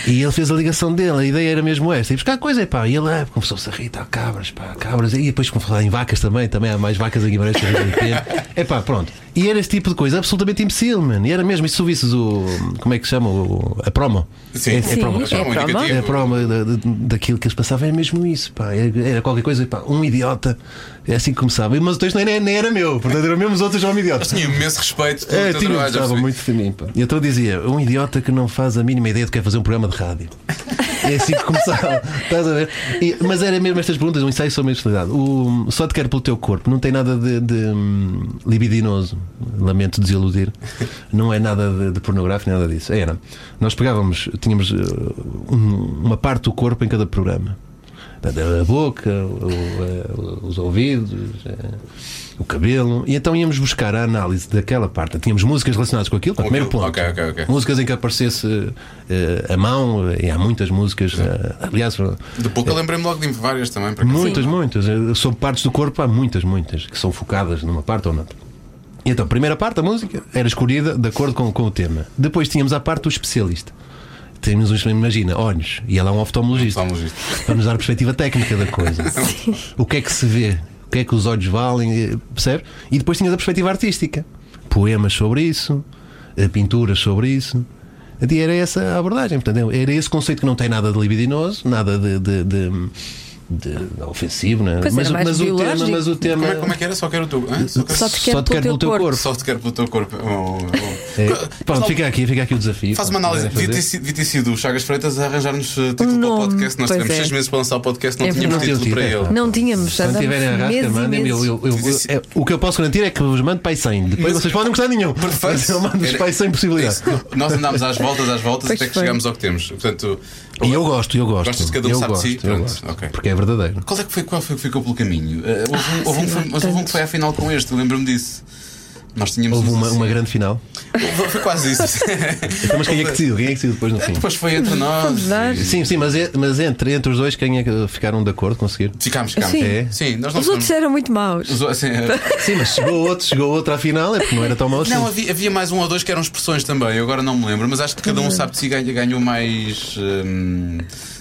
D: E ele fez a ligação dele, a ideia era mesmo esta. E buscar coisa, pá. E ele ah, começou-se a rir, tá, cabras, pá, cabras. E depois começou a falar em vacas também, também há mais vacas em Guimarães que em Ribeiro de Pena. É pá, pronto. E era esse tipo de coisa absolutamente imbecil, mano. E era mesmo, e se tu visses o. Como é que se chama? O- a promo.
B: Sim,
D: é,
B: Sim,
D: é promo.
C: é promo.
B: indicativo.
D: É a prova da- da- daquilo que eles passavam, era mesmo isso, pá. Era era qualquer coisa, pá, um idiota. É assim que começava. Mas o texto nem, nem era meu, portanto eram mesmo os outros, já um idiota.
B: Tinha imenso respeito pelo
D: <laughs> É,
B: teu
D: tinha,
B: trabalho, já percebi.
D: gostava muito de mim, pá. E então dizia: um idiota que não faz a mínima ideia do que é fazer um programa de rádio. É assim que começava, estás a ver? E- mas era mesmo estas perguntas, um ensaio sobre a sexualidade. O Só te quero pelo teu corpo, não tem nada de, de, hum, libidinoso. Lamento desiludir. Não é nada de, de pornográfico, nada disso. Era. Nós pegávamos, tínhamos uh, um- uma parte do corpo em cada programa. Portanto, A boca, o- o- os ouvidos, eh, o cabelo. E então íamos buscar a análise daquela parte. Tínhamos músicas relacionadas com aquilo, tá,
B: Com
D: primeiro
B: aquilo.
D: ponto.
B: Ok, ok, ok.
D: Músicas em que aparecesse eh, a mão, e há muitas músicas. eh, aliás,
B: De pouco eu lembrei-me logo de várias também. Para
D: Muitas, muitas. Eh, Sobre partes do corpo, há muitas, muitas, que são focadas numa parte ou noutra. E então, a primeira parte da música era escolhida de acordo com, com o tema. Depois tínhamos a parte do especialista. Tínhamos um, imagina, olhos, e ela é um oftalmologista.
B: Oftalmologista. <laughs>
D: Para nos dar a perspectiva técnica da coisa. O que é que se vê? que é que os olhos valem, eh, percebe? E depois tinhas a perspectiva artística. Poemas sobre isso, eh, pinturas sobre isso. E era essa a abordagem. Portanto, é, era esse conceito que não tem nada de libidinoso, nada de. de- de- de- ofensivo, né?
C: Pois era
D: mas,
C: mais
D: mas o tema,
C: biológico.
D: mas o tema
B: Como é, como é que era? Só quero o teu. hã? Só quero,
C: Só te quero pelo teu corpo.
B: só te quero pelo teu corpo. Oh, oh.
D: É,
B: Mas
D: pronto,
B: não-
D: fica aqui, fica aqui o desafio.
B: Faz uma análise.
D: Podem
B: Devia ter,
D: fazer.
B: sido- devia ter sido o Chagas Freitas a arranjar-nos eh, título para o
C: nome,
B: podcast. Nós
C: pois
B: tivemos
C: é.
B: seis meses para lançar o podcast, não
C: É
B: tínhamos
C: verdade.
B: título para ele.
C: Não tínhamos,
D: Se não tiverem a
C: andamos meses
D: rasca,
C: e
D: mandem-me.
C: meses.
D: eu- eu- eu-
B: Dizem-
D: é, O que eu posso garantir é que vos mando pai 100. Depois
B: Mas-
D: vocês podem não gostar de nenhum. Mas eu mando-vos
B: Era-
D: pai 100 possibilidades.
B: Isso. Nós andámos às voltas, às voltas,
C: Pois
B: até que
C: foi.
B: chegámos ao que temos. Portanto,
D: E eu gosto, eu gosto.
B: Gostas de cada um
D: eu
B: sabe de
D: gosto,
B: si?
D: eu
B: Pronto,
D: gosto,
B: ok.
D: Porque é verdadeiro.
B: Qual é que foi, qual foi que ficou pelo caminho? Eh, houve um-
C: Ah,
B: houve um que
C: sei
B: foi-
C: lá,
B: mas houve um que
C: tantos.
B: foi à final com este, lembro-me disso. Nós tínhamos
D: Houve
B: uns
D: uma,
B: assim.
D: uma grande final.
B: Houve- Foi quase isso.
C: <laughs>
D: Então, mas quem é que decidiu? Quem é que decidiu depois no fim?
B: Depois foi entre nós.
C: Vamos dar.
B: e-
D: Sim, sim, mas, é- mas entre, entre os dois, quem é que ficaram de acordo? Conseguiram?
B: Ficámos, ficámos.
C: Sim.
D: É?
B: Sim, nós não
C: Os outros
B: ficámos.
C: eram muito maus.
B: Os outros,
C: <laughs>
B: assim,
D: Sim, mas chegou outro, chegou outro à final, é porque não era tão mau assim.
B: Não, havia, havia mais um ou dois que eram expressões também, eu agora não me lembro, mas acho que cada
C: Uhum.
B: um sabe de si ganha- ganhou mais. hum,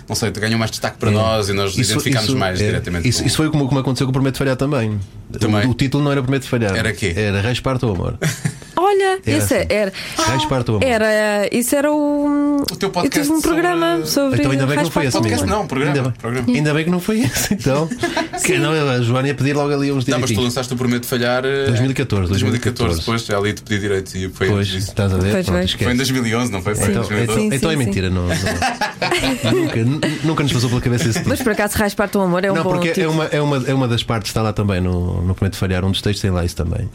B: não sei, ganhou mais destaque para nós e nós identificámos
D: Uhum. isso-
B: mais
D: é,
B: diretamente.
D: Isso,
B: com-
D: isso foi como, como aconteceu com o Prometo Falhar também.
B: Também.
D: O, o título não era Prometo Falhar.
B: Era quê?
D: Era Raspar Teu Amor.
C: Olha,
D: Era
C: esse
D: assim.
C: era.
D: Raspar Teu Amor.
C: Era. Isso era o.
B: O teu podcast
C: Eu tive um
B: sobre-
C: programa sobre.
D: Então ainda bem que não foi esse
C: raspar-
B: Podcast
D: mesmo.
B: não, um programa,
D: Ainda bem,
B: programa.
D: ainda bem que não foi
B: <laughs>
D: esse, então. que não, a Joana ia pedir logo ali uns
B: Tá, mas tu
D: direitinhos.
B: lançaste o Prometo de Falhar. eh,
D: 2014,
B: 2014,
D: 2014.
B: depois já é ali te pedi direito e foi
D: Pois,
B: antes disso.
D: estás a ver?
C: Pois
D: Pronto,
C: bem.
B: Foi em
D: esquece.
B: 2011, não foi? Foi em
D: Então, então,
B: 2012.
C: Sim,
D: então é
C: sim,
D: mentira, não, não- nunca, nu- nunca nos passou pela cabeça esse título.
C: Mas por acaso, Raspar Teu Amor é um
D: não,
C: bom
D: porque é
C: título.
D: uma, é, uma, é uma das partes, está lá também no, no Prometo Falhar, um dos textos tem lá isso também.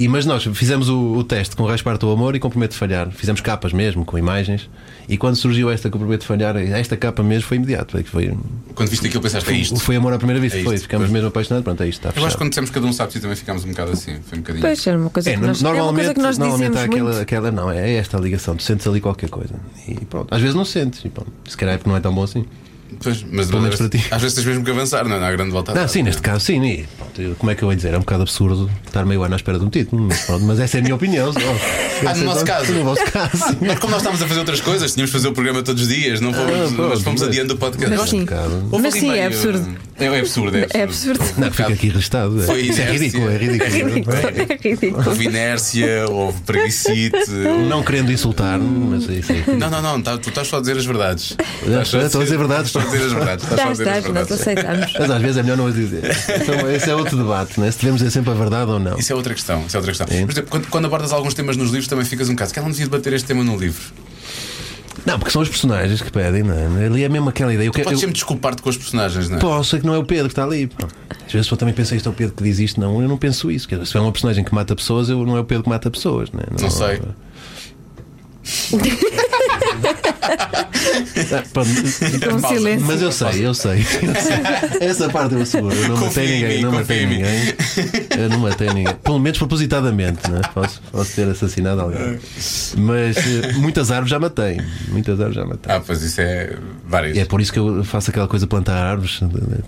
D: E, mas nós fizemos o, o teste com Raspar Teu Amor e com Prometo Falhar. Fizemos capas mesmo, com imagens. E quando surgiu esta com Prometo Falhar, esta capa mesmo foi imediato. é que Foi,
B: Quando viste aquilo, pensaste, é isto.
D: foi amor à primeira vista.
B: É isto,
D: foi, ficamos
B: pois.
D: mesmo apaixonados. Pronto, é isto, está
B: Eu acho que
D: fechado.
B: quando dissemos cada um sabe de si também ficámos um bocado assim. Foi um bocadinho.
C: Pois, era uma coisa
D: É,
C: que nós, é uma
D: normalmente,
C: coisa que nós
D: normalmente
C: dizemos
D: há aquela, <laughs>
C: muito.
D: aquela- não, é esta a ligação, tu sentes ali qualquer coisa. E pronto, às vezes não sentes, e pronto, se calhar é porque não é tão bom assim.
B: Pois, mas
D: Pelo menos para ti.
B: às vezes tens mesmo que avançar, não é? Não há grande volta
D: Não, sim, neste caso sim, e pronto, eu- como é que eu ia dizer? É um bocado absurdo estar meio ano à espera de um título, mas pronto, mas essa é a minha opinião. só.
B: Ah, no nosso
D: Essa-
B: caso.
D: No vosso
B: <laughs>
D: caso. sim.
B: Mas como nós estávamos a fazer outras coisas, tínhamos de fazer o programa todos os dias, não fomos,
D: Ah, pronto,
B: nós fomos
D: mas-
B: adiando o podcast.
C: Mas
B: Eu acho
C: sim.
B: que
D: Bocado.
B: houve
C: Mas
B: ali
C: sim, é
B: meio-
C: absurdo.
B: É é absurdo, é absurdo.
C: É absurdo.
B: Houve um
D: Não, fica
B: bocado-
D: aqui registado.
B: Foi
D: é. Isso é
B: inércia.
D: ridículo, é ridículo.
C: Ridículo, é ridículo.
B: Houve inércia,
C: <laughs>
B: houve preguicite. houve-
D: Não querendo insultar, mas é isso aí.
B: Não, não, não, tá- tu estás só a dizer as verdades.
D: <laughs> Já
B: Estás só
D: estou, estou a dizer verdades.
B: Estás só a dizer as verdades. Estás só
C: Já
B: a dizer as
C: está, nós
B: verdades.
D: <laughs>
C: aceitamos.
D: Mas às vezes é melhor não as dizer. Então, esse é outro debate, né? se devemos dizer sempre a verdade ou não.
B: Isso é outra questão. Isso é outra questão. Por exemplo, quando, quando abordas alguns temas nos livros, também ficas um caso. Que ela não devia debater este tema no livro.
D: Não, porque são os personagens que pedem, não é? Ali é mesmo aquela ideia. Eu, que-
B: Podes
D: eu-
B: sempre desculpar-te com os personagens, não é?
D: Posso, é que não é o Pedro que está ali. pá. Às vezes eu também penso, isto é o Pedro que diz isto. Não, eu não penso isso. Quer dizer, Se é uma personagem que mata pessoas, eu, não é o Pedro que mata pessoas. Né?
B: Não sei.
D: Ah, pá,
C: Ficou um silêncio.
D: mas eu sei, eu sei. Essa parte eu asseguro. Eu não
B: Confia
D: matei
B: em
D: ninguém.
B: mim,
D: não
B: confia
D: matei
B: em mim.
D: ninguém. Eu não matei ninguém. Pelo menos propositadamente. Né? Posso, posso ter assassinado
B: É.
D: alguém. Mas eh, muitas árvores já matei. Muitas árvores já matei.
B: Ah, pois isso é várias.
D: E é por isso que eu faço aquela coisa de plantar árvores,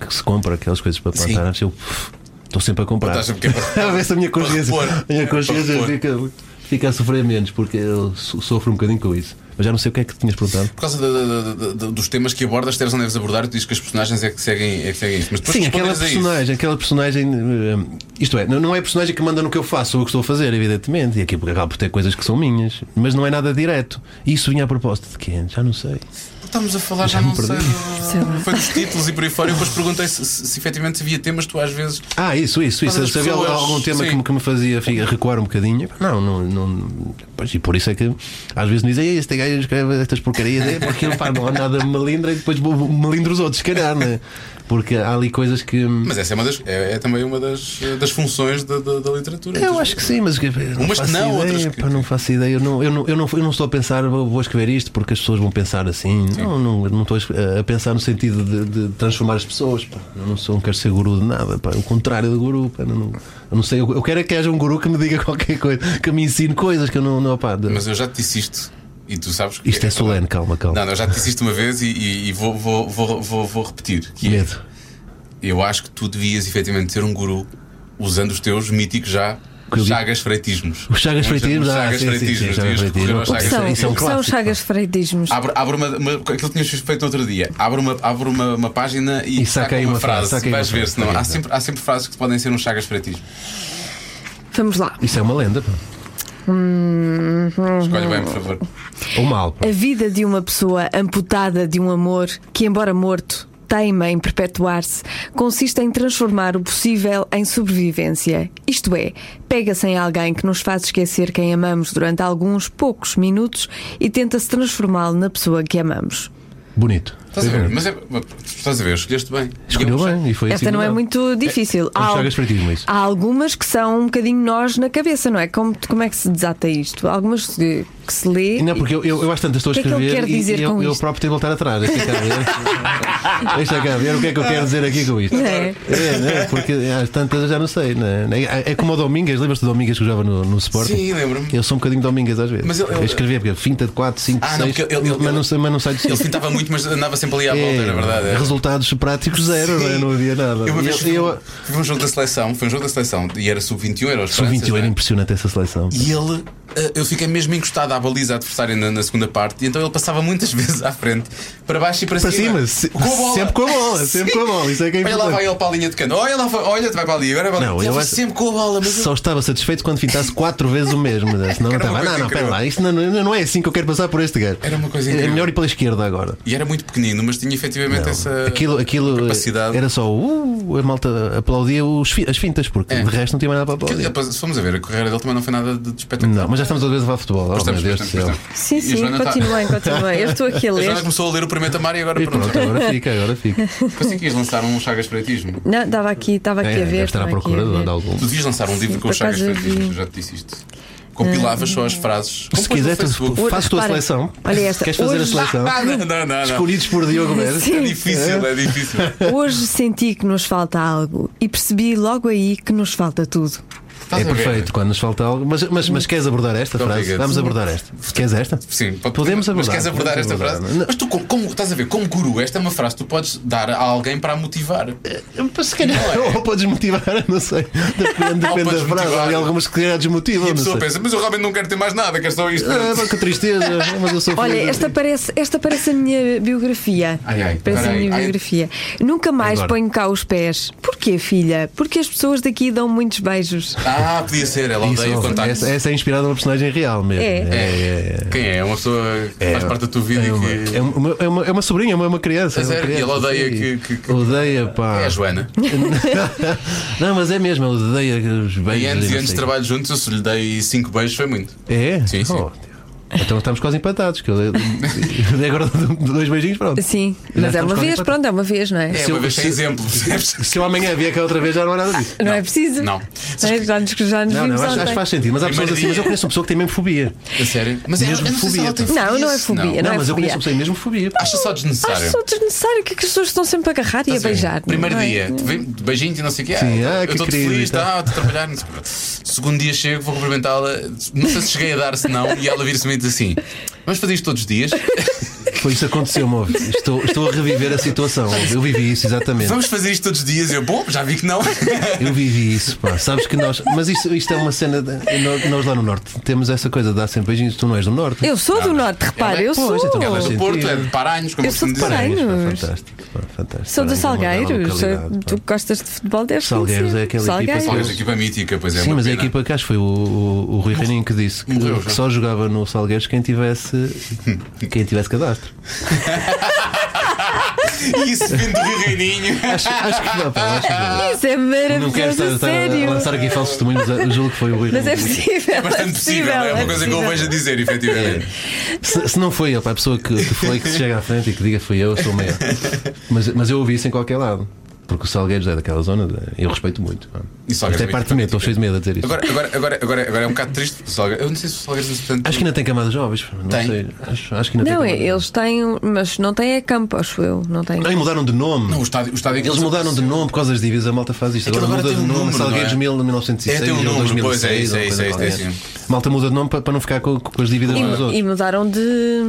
D: que se compra aquelas coisas para plantar
B: Sim.
D: árvores. Eu uf, estou sempre a comprar.
B: Estás sempre
D: <laughs>
B: que- é
D: a ver se a minha consciência,
B: Para repor.
D: a minha consciência
B: Para repor.
D: fica, fica a sofrer menos, porque eu so- sofro um bocadinho com isso. Mas já não sei o que é que tinhas perguntado.
B: Por causa da- da- da- da- dos temas que abordas, teres não deves abordar, tu dizes que as personagens é que seguem, é que seguem isso. Mas depois
D: Sim,
B: responderes
D: aquela
B: a isso.
D: personagem, aquela personagem, hum, isto é, não não é a personagem que manda no que eu faço ou o que estou a fazer, evidentemente, e aqui porque acabo por ter coisas que são minhas, mas não é nada direto. E isso vinha a propósito de quem? Já não sei.
B: Estamos a falar, já,
D: Já me
B: não sei.
D: perdi.
B: do- Foi dos títulos e por aí fora. Eu depois perguntei se, se, se efetivamente se havia temas que tu às vezes.
D: Ah, isso, isso,
B: Mas
D: isso.
B: as
D: Se havia
B: pessoas-
D: algum tema
B: sim.
D: que me, que me fazia fi- recuar um bocadinho, não, não. não pois, e por isso é que às vezes me dizem, "Ei, este gajo escreve estas porcarias, é porque pá, não há nada melindra e depois vou- vou- melindro os outros, se calhar, né? Porque há ali coisas que. hum,
B: Mas essa é, uma das, é, é também uma das, eh, das funções da, da, da literatura.
D: Eu acho que sim, mas que- não
B: Umas que
D: faço
B: não,
D: ideia,
B: outras que-
D: pá, não faço ideia. Eu não, eu, não, eu, não, eu não estou a pensar, vou vou escrever isto porque as pessoas vão pensar assim. Não, não, eu não estou a es- a pensar no sentido de, de transformar as pessoas. pá. Eu não sou, não quero ser guru de nada. Pá. O contrário do guru. Pá. Eu não, eu não sei, eu, eu quero é que haja um guru que me diga <laughs> qualquer coisa, que me ensine coisas que eu não. não pá, de-
B: Mas eu já te disse isto e tu sabes que.
D: isto é solene, calma, calma.
B: Não, não, eu já te disse isto uma vez e, e- e vou, vou, vou, vou, vou repetir. Que é,
D: Medo.
B: eu acho que tu devias efetivamente ser um guru usando os teus míticos já
D: que eu digo.
B: Chagas Freitismos.
D: Os Chagas Freitismos,
B: Os
D: ah,
B: Chagas
D: sim, sim,
B: Freitismos.
D: sim, Chagas
B: devias recorrer aos
D: Freitismos.
B: Chagas
D: Isso é
C: São,
D: um
B: Freitismos.
C: são
D: clássico, Ah.
C: os chagas freidismos.
B: Abre, abre uma, uma. Aquilo que tínhamos feito no outro dia. Abre uma, abre uma, uma página e,
D: E saca aí uma frase, saca aí
B: Vais
D: uma
B: ver,
D: frase,
B: senão.
D: saca aí
B: Há
D: uma
B: sempre, há sempre frases que podem ser um Chagas Freitismo.
C: Vamos lá.
D: Isso é uma lenda, pá.
B: Escolhe bem, por favor.
D: Ou mal, pá.
C: A vida de uma pessoa amputada de um amor que, embora morto, teima em perpetuar-se, consiste em transformar o possível em sobrevivência. Isto é, pega-se em alguém que nos faz esquecer quem amamos durante alguns poucos minutos e tenta-se transformá-lo na pessoa que amamos.
D: Bonito.
B: Estás a ver? Mas é, mas estás a ver, escolheste bem.
D: Escolheu bem e foi assim.
C: Esta não é muito difícil.
D: é um chagas freitismo, isso.
C: há algumas que são um bocadinho nós na cabeça, não é? Como, como é que se desata isto? Algumas que, que se lê.
D: Não, porque eu, eu, eu às tantas estou a
C: O que é que ele
D: escrever
C: quer
D: e-
C: dizer
D: e eu,
C: com
D: eu
C: isto?
D: próprio tenho de voltar atrás. Deixa cá
C: <laughs>
D: ver. Deixa cá ver o que é que eu quero dizer aqui com isto.
C: É.
D: É, né? porque às tantas eu já não sei. Né? É, é como o Domingas, lembras-te do Domingas que jogava no, no Sporting?
B: Sim, lembro-me.
D: Eu sou um bocadinho Domingas às vezes.
B: Mas ele-
D: eu escrevia porque finta de 4, 5,
B: Ah, não,
D: 6,
B: porque ele- ele-
D: mas, não, sei- mas não sai do
B: Ele
D: 5.
B: pintava muito, mas andava sempre ali à volta, na verdade. é.
D: Resultados práticos zero,
B: Sim.
D: né? não havia nada.
B: Eu uma
D: E
B: vez
D: ele-
B: fui,
D: eu-
B: fui um jogo da seleção, foi um jogo da seleção e era sub-21, era os Franças,
D: Sub-21
B: não é?
D: era impressionante essa seleção.
B: E ele, eh, eu fiquei mesmo encostado à baliza adversária na, na segunda parte, e então ele passava muitas <laughs> vezes à frente, para baixo e para,
D: Para cima, se-
B: Com a bola.
D: sempre com a bola, sempre
B: <laughs> Sim.
D: com a bola, isso é que é
B: Olha lá
D: importante.
B: vai ele para a linha de canto, olha lá, vai- olha, vai para ali, agora vai
D: Não,
B: ele
D: eu
B: vai
D: acho-
B: sempre com a bola, mas
D: Só estava satisfeito quando fintasse quatro vezes o mesmo. né? Senão não
B: Era uma coisa
D: estava. Não, não,
B: incrível.
D: pera lá, isto não, não, não é assim que eu quero passar por este gajo.
B: Era uma coisa
D: É
B: incrível.
D: melhor ir pela esquerda agora.
B: E era muito pequenino, mas tinha efetivamente essa
D: Aquilo, aquilo
B: Eh, capacidade.
D: era só uh, a malta aplaudia os fi- as fintas, porque
B: É.
D: de resto não tinha mais nada para
B: Aquilo-
D: aplaudir.
B: depois, se formos a ver, a carreira dele também não foi nada de de espetacular.
D: Não, mas já estamos outra vez a falar de futebol. Oh,
B: Pois
D: meu
B: estamos,
D: Deus do
B: pois
D: céu.
B: estamos, pois
C: Sim,
B: estamos. E a
C: sim,
B: Joana tá-
C: continuem, continuem. Eu estou aqui a
B: A
C: ler.
B: Joana tá começou a ler o primeiro Tamar e agora
D: E
B: pronto.
D: pronto, agora fica, agora fica. É,
B: Pensei que ias lançar um Chagas Freitismo.
C: Não, estava aqui, estava aqui
D: É,
C: a
D: deve
C: ver.
D: estar à
C: estava aqui a
D: procura de
C: ver.
D: de algum.
B: Tu devias lançar um livro
C: Sim,
B: com os
C: por acaso
B: Chagas Freitismo,
C: vi. Hum.
B: já te disse isto. Compilavas só as frases. Compôs
D: Se quiser,
B: no Facebook.
D: tu- faz a tua
C: Repara,
D: seleção.
C: olha esta,
D: Queres fazer a
C: hoje-
D: seleção?
B: Ah, não, não, não. não.
D: Escolhidos por Diogo Mendes.
B: É
C: Sim.
B: difícil, é difícil.
C: Hoje senti que nos falta algo e percebi logo aí que nos falta tudo.
B: Estás
D: É
B: a ver?
D: perfeito, quando nos falta algo. Mas, mas, mas queres abordar esta
B: Muito
D: frase?
B: obrigado.
D: Vamos abordar esta. Queres esta?
B: Sim, pode-
D: podemos abordar.
B: Mas queres abordar
D: podemos
B: esta
D: abordar.
B: frase? Mas tu, como, como- estás a ver, como guru, esta é uma frase que tu podes dar a alguém para a motivar.
D: É, Mas se calhar,
B: Não é?
D: <laughs> ou podes motivar, <laughs> não sei. Depende,
B: Ou podes
D: depende da frase.
B: motivar.
D: Há algumas que se calhar desmotivam,
B: E a
D: não
B: pessoa
D: sei.
B: pensa, mas eu realmente não quero ter mais nada, quero só isto.
D: Ah, pá, que
B: <laughs>
D: tristeza, mas eu sou
C: Olha,
D: feliz.
C: esta parece, esta parece a minha biografia.
B: Ai, ai,
C: parece a
B: peraí,
C: minha
B: ai.
C: biografia. Nunca mais
D: Agora.
C: ponho cá os pés. Porquê, filha? Porque as pessoas daqui dão muitos beijos.
B: Ah, podia ser, ela
D: Isso,
B: odeia
D: não,
B: contacto.
D: essa, essa é inspirada numa personagem real mesmo.
C: É.
D: é,
B: Quem é? É uma pessoa que faz parte da tua vida
D: É
B: e
D: uma,
B: que.
D: é uma, é uma- é uma sobrinha, é uma, é uma criança.
B: A
D: é uma
B: sério? E
D: criança,
B: ela odeia
D: sim.
B: que- que- que-
D: Odeia, pá.
B: É a Joana.
D: não, mas é mesmo, ela odeia os beijos.
B: Em anos
D: não
B: e anos de
D: sei.
B: trabalho juntos, eu se lhe dei 5 beijos, foi muito.
D: É?
B: Sim, sim.
D: Oh, então estamos quase empatados. Que eu, <laughs> agora dou dois beijinhos, pronto.
C: Sim,
D: Já
C: mas é
D: estamos
C: uma
D: quase
C: vez,
D: empatados.
C: pronto, é uma vez, não é?
B: É
D: Se
B: uma
D: eu-
B: vez sem
D: se-
B: exemplo, percebes?
D: Se eu amanhã vier cá outra vez, já não há nada disso.
C: Não, é preciso?
B: Não.
C: Não é? Já nos, já nos vimos
D: Não, não, acho, acho que
C: ontem.
D: faz sentido. Mas há
B: Primeiro
D: pessoas assim,
B: dia.
D: mas eu conheço uma pessoa que tem mesmo fobia.
B: A sério? Mas é,
D: Mesmo
B: eu não sei se
D: fobia, tá?
B: ela tem
D: pá.
B: fobia.
C: Não, não é fobia. Não é
D: mas eu conheço uma
C: fobia.
D: pessoa que tem mesmo fobia.
B: Acha só desnecessário.
C: Acho só Ah, desnecessário que as pessoas estão sempre a agarrar e a
B: Estás a ver?
C: beijar. não
B: Primeiro
C: é?
B: dia, te vem- beijinhos e não sei o quê.
D: Sim, ah,
B: eu
D: que
B: estou
D: querido
B: feliz,
D: e tal.
B: tá, estou a trabalhar. não sei o quê. Segundo dia chego, vou cumprimentá-la. Não sei se cheguei a dar, se não, e ela vira-se e diz assim: Vamos fazer isto todos os
D: <laughs>
B: dias?
D: Foi isso que aconteceu-me. ouve. Estou, estou a reviver a situação. ouve. Eu vivi isso, exatamente.
B: Vamos fazer isto todos os dias? Eu, bom, já vi
D: <laughs>
B: que não.
D: Eu vivi isso, pá. Sabes que nós. Mas isto, isto é uma cena. de- nós- Nós lá no Norte temos essa coisa de dar sempre beijinhos. Tu não és do Norte.
C: Eu sou do Norte, repara,
B: Ela é-
C: eu sou.
D: Pois, então,
B: Ela é do
D: Sim.
B: Porto, é de Paranhos, como
C: Eu sou
B: se me
C: de
B: dizem.
C: Paranhos.
D: Parabéns, pá,
C: Paranhos.
D: é fantástico. pá, fantástico.
C: Sou do
D: Parabéns, é uma bela
C: Salgueiros.
D: localidade, pá.
C: Tu que gostas de futebol, deves
D: Salgueiros
C: conhecer.
D: é aquela
C: Salgueiros.
B: Só que
D: equipa-
B: és equipa mítica, pois é.
D: Sim,
B: uma
D: mas a
B: pena.
D: equipa que acho que foi o, o, o Rui Reininho que disse que,
B: Morreu já.
D: que só jogava no Salgueiros quem tivesse, quem tivesse cadastro.
B: <laughs> Isso vindo do Rio Reininho.
D: Acho, acho que dá, pá, acho que dá.
C: Isso é
D: Não quero
C: maravilhoso,
D: estar,
C: a
D: estar a- a
C: sério.
D: lançar aqui falsos testemunhos, mas julgo que foi o Rui
C: Mas é
D: Reininho.
C: possível.
B: É bastante possível, é uma coisa que eu vejo a dizer, efetivamente.
D: É. Se, se não foi ele, pá, a pessoa que, que foi que se chega à frente e que diga fui eu, sou o maior. Mas, mas eu ouvi isso em qualquer lado. Porque o Salgueiros é daquela zona, de- eu respeito muito. pá.
B: E
D: Isto
B: Salgueiros
D: é
B: é
D: parte de mim,
B: muito
D: estou cheio de medo a dizer isto.
B: Agora, agora, agora, agora, agora é um bocado triste porque o Salgueiro. Eu não sei se o Salgueiro usa tanto.
D: acho que ainda tem camadas jovens, pá, não
B: Tem.
D: sei. Acho, acho que ainda
C: Não,
D: tem. camadas
C: eles têm, um, mas não têm a campo, acho eu. Não têm.
D: jovens. Não, e mudaram de nome.
B: o estádio, o estádio
D: Eles mudaram de nome por causa das dívidas, a malta faz isto.
B: Aquilo
D: Agora,
B: agora
D: muda
B: tem
D: de
B: um
D: nome,
B: número,
D: Salgueiros
B: não é?
D: 1000 de 1906
B: É, tem um
D: ou
B: número,
D: 2006.
B: pois, é isso,
D: ou
B: é isso,
D: coisa
B: é isso,
D: qualquer.
B: é isso, é isso.
D: Malta muda de nome para, para não ficar com, com as dívidas uns dos
C: E, e
D: outros.
C: mudaram de,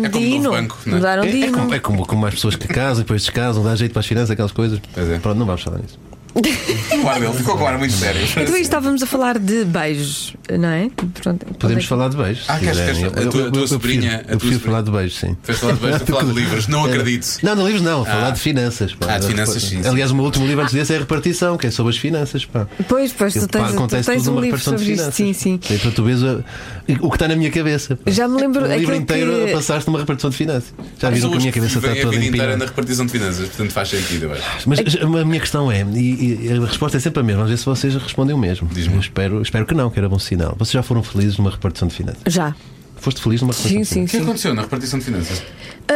B: É
C: de
B: como no
C: hino.
B: banco, não é?
C: Mudaram de
D: É, é
C: hino.
D: como, é como, como as pessoas que casam e depois descasam, dá jeito para as finanças, aquelas coisas.
B: Pois é.
D: Pronto, não vamos falar nisso.
B: O ar dele ficou com um ar muito sério.
C: Então aí estávamos a falar de beijos, não é? Pronto,
D: Podemos falar de beijos.
B: Ah,
D: se
B: queres-
D: quiserem.
B: queres- a
D: Eu-
B: tua-
D: eu-
B: a tua
D: eu prefiro-
B: sobrinha- a
D: Eu
B: tua
D: prefiro
B: sobrinha.
D: falar de beijos, sim. É.
B: Fez falar de beijos, fez falar de livros. Não acredito.
D: Não, não livros não, falar de finanças. Pá.
B: Ah, de finanças, sim, sim.
D: Aliás, o meu último livro antes desse é a repartição, que é sobre as finanças. Pá.
C: Pois, pois, tu
D: Eu, pá,
C: tens, tu
D: acontece
C: tens
D: tudo
C: um
D: numa
C: livro
D: repartição de
C: sobre isto. Sim,
D: finanças.
C: sim.
D: E, Então tu vês o, o que está na minha cabeça. pá.
C: Já me lembro
D: O livro
C: aquele
D: inteiro
C: que-
D: a passaste numa repartição de finanças. Já viram que a
B: Pessoas
D: minha cabeça está
B: vivem a
D: toda
B: vida inteira
D: empinada.
B: na repartição de finanças, portanto faz sentido, eu acho.
D: Mas a minha questão é, e, e a resposta é sempre a mesma, às vezes vocês respondem o mesmo. Eu espero, espero que não, que era bom sinal. Vocês já foram felizes numa repartição de finanças?
C: Já.
D: Foste feliz numa
C: Sim,
D: repartição de
C: sim,
B: O que
C: sim.
B: aconteceu na repartição de finanças?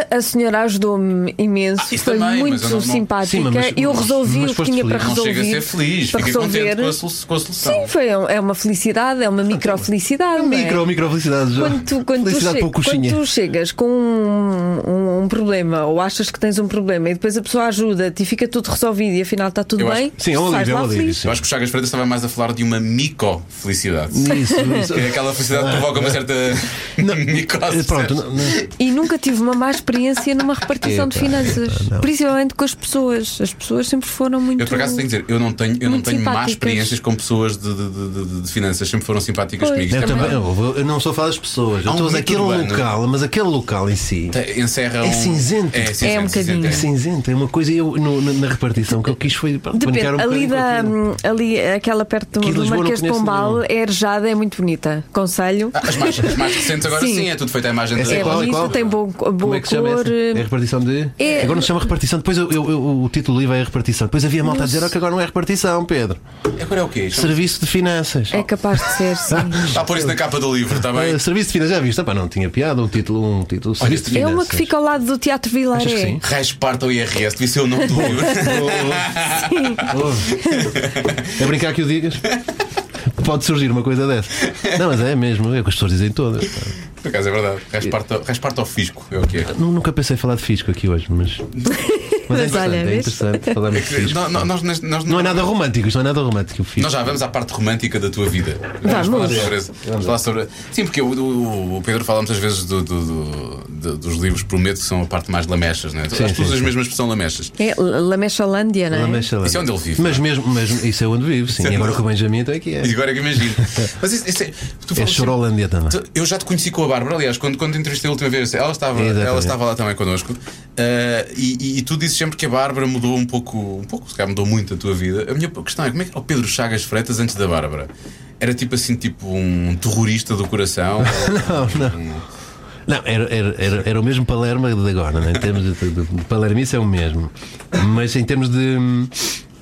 C: A, a senhora ajudou-me imenso,
B: Ah, isso
C: foi
B: também, mas
C: muito
B: eu não- não-
C: simpática.
D: Sim, mas-
C: eu resolvi
D: mas
C: o que
D: foste
C: tinha
D: feliz.
C: para
B: Não
C: resolver.
B: chega a ser feliz,
C: para
B: fica contente com a,
C: resolver.
B: solu- com a solução.
C: Sim, foi, é uma felicidade, é uma microfelicidade. não é?
D: um Micro, micro felicidades.
C: Quando tu, quando, tu
D: Felicidade
C: che-
D: pouco
C: quando tu chegas com um, um- um problema ou achas que tens um problema e depois a pessoa ajuda-te e fica tudo resolvido e afinal está tudo
B: Eu acho-
C: bem,
D: Sim, é um
C: sais
D: alívio, é um
C: lá
D: alívio,
C: feliz.
D: sim.
B: Eu acho que o Chagas Freitas estava mais a falar de uma mico-felicidade. <laughs>
D: Isso, isso.
B: Que é aquela felicidade que provoca uma certa <laughs>
D: Não,
B: micose.
D: Pronto,
B: percebes?
D: não, não.
C: E nunca tive uma má experiência numa
D: <laughs>
C: repartição de
D: Epá,
C: finanças,
D: epá, é, não.
C: principalmente com as pessoas. As pessoas sempre foram muito.
B: Eu por acaso tenho que dizer, eu não tenho, eu não
C: Muito
B: tenho más
C: simpáticas.
B: experiências com pessoas de, de- de- de- de finanças, sempre foram simpáticas
C: Pois.
B: comigo.
D: Eu
B: Isto é
D: também
B: verdade.
D: não, eu não sou a falar das pessoas. Eu
B: Há um
D: estou a dizer
B: mito
D: aquele
B: urbano.
D: local, mas aquele local em si.
B: Te- Encerra um...
D: É cinzento.
B: É, cinzento,
C: É um
B: cinzento,
C: bocadinho.
B: é.
D: É cinzento, é uma coisa. e Eu, no- na, na repartição, o que eu quis foi pá,
C: Depende,
D: brincar um
C: ali,
D: bocadinho com
C: da,
D: aquilo.
C: ali, aquela perto
D: Aqui em
C: do
D: Lisboa não
C: Marquês de
D: conheço
C: Pombal,
D: nenhum.
C: é arejada, é muito bonita. Conselho.
B: Ah, As mais, as mais recentes agora sim.
C: Sim.
B: é tudo feito à imagem
D: Essa
B: da-
C: é
D: qual,
C: bonito,
D: qual?
C: tem bom-
D: Como
C: boa
D: é que se chama
C: cor.
D: essa? É a
C: eh,
D: repartição de.
C: É-
D: Agora não se chama repartição. Depois eu, eu- eu- o título do livro é a repartição. Depois havia malta a dizer: "Oh, que agora não é repartição, Pedro.
B: Agora é o quê?
D: Serviço de finanças.
C: É capaz de ser,
D: <laughs>
C: sim.
B: Está a pôr isso na capa do livro, está
D: Ah,
B: bem?
D: serviço de finanças, já viste? Ah, pá, não tinha piada. Um título. Um título serviço de
C: É
D: finanças.
C: uma que fica ao lado do Teatro é.
D: Achas que
C: Vilaré.
D: sim?
B: Raios parta o IRS, devia ser o nome do livro.
D: Oh. É brincar que o digas? Pode surgir uma coisa dessa. Não, mas é mesmo, é o que as pessoas dizem todas.
B: Por acaso é verdade. Raios parta- Raios parta ao fisco, é o quê?
D: Nu- Nunca pensei em falar de fisco aqui hoje,
C: <laughs>
D: mas. Mas, é
C: Mas olha,
D: interessante, é
C: vês?
D: interessante
C: <laughs>
D: falarmos de fisco.
B: Nó- nó- Nós, nós- nós-
D: Não é nada romântico, isto não é nada romântico. O fisco.
B: Nós já vamos à parte romântica da tua vida.
C: Vamos.
B: falar sobre, isso. Vamos falar sobre- Sim, porque o, o- o Pedro fala muitas vezes do- do- do- do- dos livros, prometo que são a parte mais lamechas, não é? Acho que
D: sim,
B: todas as
D: sim.
B: mesmas são lamechas. <laughs>
C: É Lamecholândia, não é?
D: Não mexa lá.
B: Isso é onde ele vive,
D: Mas mesmo, mesmo isso é onde vive, sim.
B: é
D: E agora
B: onde-
D: com o Benjamin então é que é.
B: E agora é que imagino. Mas isso, isso é. Tu
D: É
B: falas
D: Chorolândia também.
B: Tu- Eu já te conheci com a Bárbara, aliás, quando, quando te entrevistei a última vez, ela estava,
D: Exatamente.
B: ela estava lá também connosco. eh, e, e- e tu dizes sempre que a Bárbara mudou um pouco, um pouco, se calhar mudou muito a tua vida. A minha questão é como é que era o Pedro Chagas Freitas antes da Bárbara? Era tipo assim, tipo um terrorista do
D: <laughs>
B: coração?
D: Não, não. Não, era, era, era, era o mesmo Palermo de agora, né? em termos de, de, de palermice é o mesmo. Mas em termos de,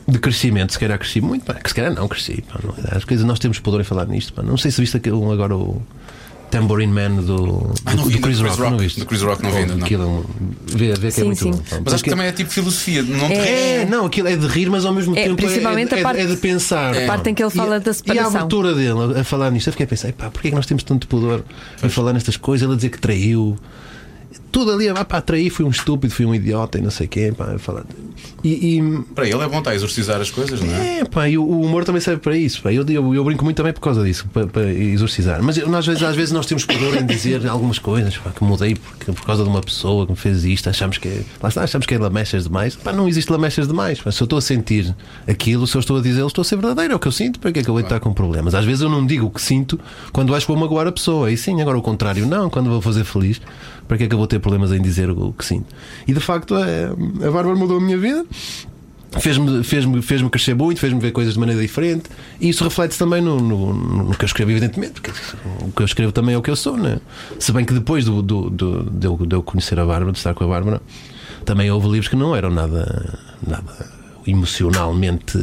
D: de crescimento, se calhar cresci muito, pá, que se calhar não cresci. Pá, não, as coisas nós temos pudor em falar nisto. Pá. Não sei se viste aquele, um agora o Tambourine Man do,
B: Ah, não
D: do,
B: vi,
D: do Chris Rock, não viste?
B: Do Chris Rock não vi
D: Pô,
B: ainda, não.
D: Aquilo, é um- vê, vê que
C: Sim,
D: é muito
C: sim.
D: bom. pá,
B: Mas acho que
D: porque-
B: também é tipo filosofia, não te rires.
D: é, não, aquilo é de rir, mas ao mesmo
C: É,
D: tempo é-
C: principalmente
D: é,
C: a
D: é-
C: parte-
D: é de pensar.
B: a
C: parte em que ele
D: E a-
C: fala da separação.
D: E a abertura dele a- a falar nisto, eu fiquei a pensar, pá, porquê é que nós temos tanto pudor a falar nestas coisas? Ele a dizer que traiu. Tudo ali, ah, pá, traí, fui um estúpido, fui um idiota e não sei quem, pá, a falar. E, e-
B: Para ele é bom estar a exorcizar as coisas, não é?
D: é, pá, e o o humor também serve para isso. Pá. Eu, eu, eu brinco muito também por causa disso, para, para exorcizar. Mas eu- nós, às, vezes, às vezes nós temos pudor em dizer <laughs> algumas coisas pá, que mudei porque, por causa de uma pessoa que me fez isto. Achamos que é, lá está, achamos que é lamechas demais. Pá, não existe lamechas demais. Pá. Se eu estou a sentir aquilo, se eu estou a dizer, estou a ser verdadeiro. É o que eu sinto, para que é que eu vou estar com problemas? Às vezes eu não digo o que sinto quando acho que vou magoar a pessoa. E sim, agora o contrário, não. Quando vou fazer feliz, para que é que eu vou ter problemas em dizer o o que sinto? E de facto, é, a Bárbara mudou a minha vida fez-me fez fez crescer muito, fez-me ver coisas de maneira diferente e isso reflete-se também no, no- no que eu escrevo, evidentemente, porque o que eu escrevo também é o que eu sou, né? Se bem que depois do, do, do- de, eu, de eu conhecer a Bárbara, de estar com a Bárbara, também houve livros que não eram nada, nada emocionalmente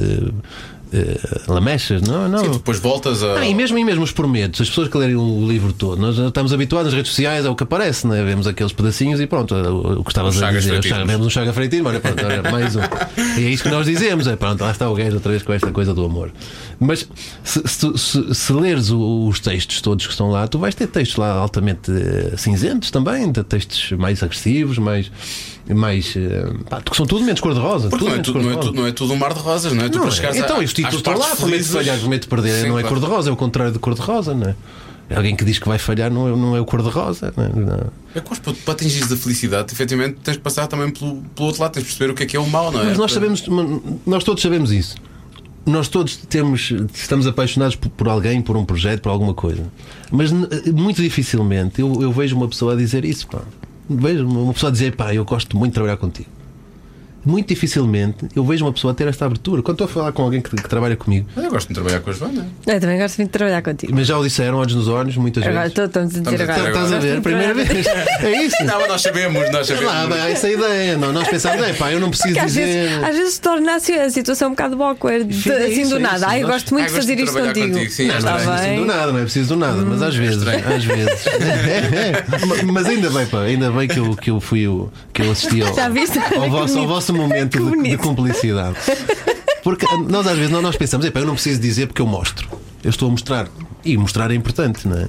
D: eh, lamechas, não? não.
B: Sim, tu depois voltas a.
D: Ah, e mesmo, e mesmo os prometos, as pessoas que lerem o livro todo, nós já estamos habituados nas redes sociais ao que aparece, né? vemos aqueles pedacinhos e pronto, é o, o que estavas
B: Um
D: a
B: Chagas
D: dizer, o
B: Freitismo.
D: Chagas- vemos um Chaga Freitismo, olha, pronto, olha, mais um. E é isso que nós dizemos, é pronto, lá está o gajo outra vez com esta coisa do amor. Mas se, se tu- se- se leres o- os textos todos que estão lá, tu vais ter textos lá altamente eh, cinzentos também, de textos mais agressivos, mais. mais eh, pá, que são tudo menos cor-de-rosa.
B: Porque não é,
D: menos
B: tudo, não, é
D: cor-de-rosa.
B: tudo, não é tudo um mar de rosas, não é? Tu
D: Não
B: para
D: é.
B: chegares a-
D: Então, e os títulos
B: às
D: estão lá,
B: partes
D: como é que
B: felizes-
D: falhar, como é de perder?
B: Sim,
D: não é
B: claro.
D: cor-de-rosa, é o contrário de cor-de-rosa, não é? Alguém que diz que vai falhar não é, não é o cor-de-rosa, não é? Não.
B: É que mas, para para atingires a felicidade, efetivamente tens que passar também pelo, pelo outro lado, tens de perceber o que é que é o mal, não é?
D: Mas nós sabemos, nós todos sabemos isso. nós todos temos, estamos apaixonados por, por alguém, por um projeto, por alguma coisa. Mas n- muito dificilmente eu, eu vejo uma pessoa a dizer isso, pá. Vejo uma pessoa a dizer, pá, eu gosto muito de trabalhar contigo. Muito dificilmente eu vejo uma pessoa a ter esta abertura. Quando estou a falar com alguém que, que trabalha comigo,
B: Olha, Eu gosto de trabalhar com a Joana.
C: Eu também gosto muito de trabalhar contigo.
D: mas já o disseram olhos nos olhos, muitas
C: Agora
D: vezes.
C: estou- estamos a dizer
B: Estamos a-
C: agora.
D: Estás a ver? Primeira vez. É isso?
B: Não, mas nós sabemos, nós
D: Sei lá,
B: sabemos.
D: bem, essa é a ideia. Não, nós pensamos, é pá, eu não preciso
C: Porque às
D: dizer.
C: vezes, às vezes torna-se a situação um bocado awkward, de-
D: Sim, é
C: assim
D: isso,
C: do
D: é
C: nada.
D: isso.
C: Ai, eu
D: Nós-
C: gosto muito
B: Ai,
C: de
B: gosto
C: fazer
B: de
C: isto
B: trabalhar
C: contigo.
B: contigo, sim,
D: Não,
C: Está
D: não é preciso
C: bem. Hum.
D: do nada, não é preciso do nada, mas às vezes, às
C: <laughs>
D: vezes. Ma- mas ainda bem, pá, ainda bem que eu, que eu fui o que eu assisti ao,
C: Já viste?
D: ao,
C: Que
D: vosso, ao
C: bonito.
D: vosso
C: Que
D: momento de, de
C: bonito.
D: cumplicidade. Porque ah, nós às vezes não, nós pensamos, epá, eu não preciso dizer porque eu mostro. Eu estou a mostrar. E mostrar é importante, não é?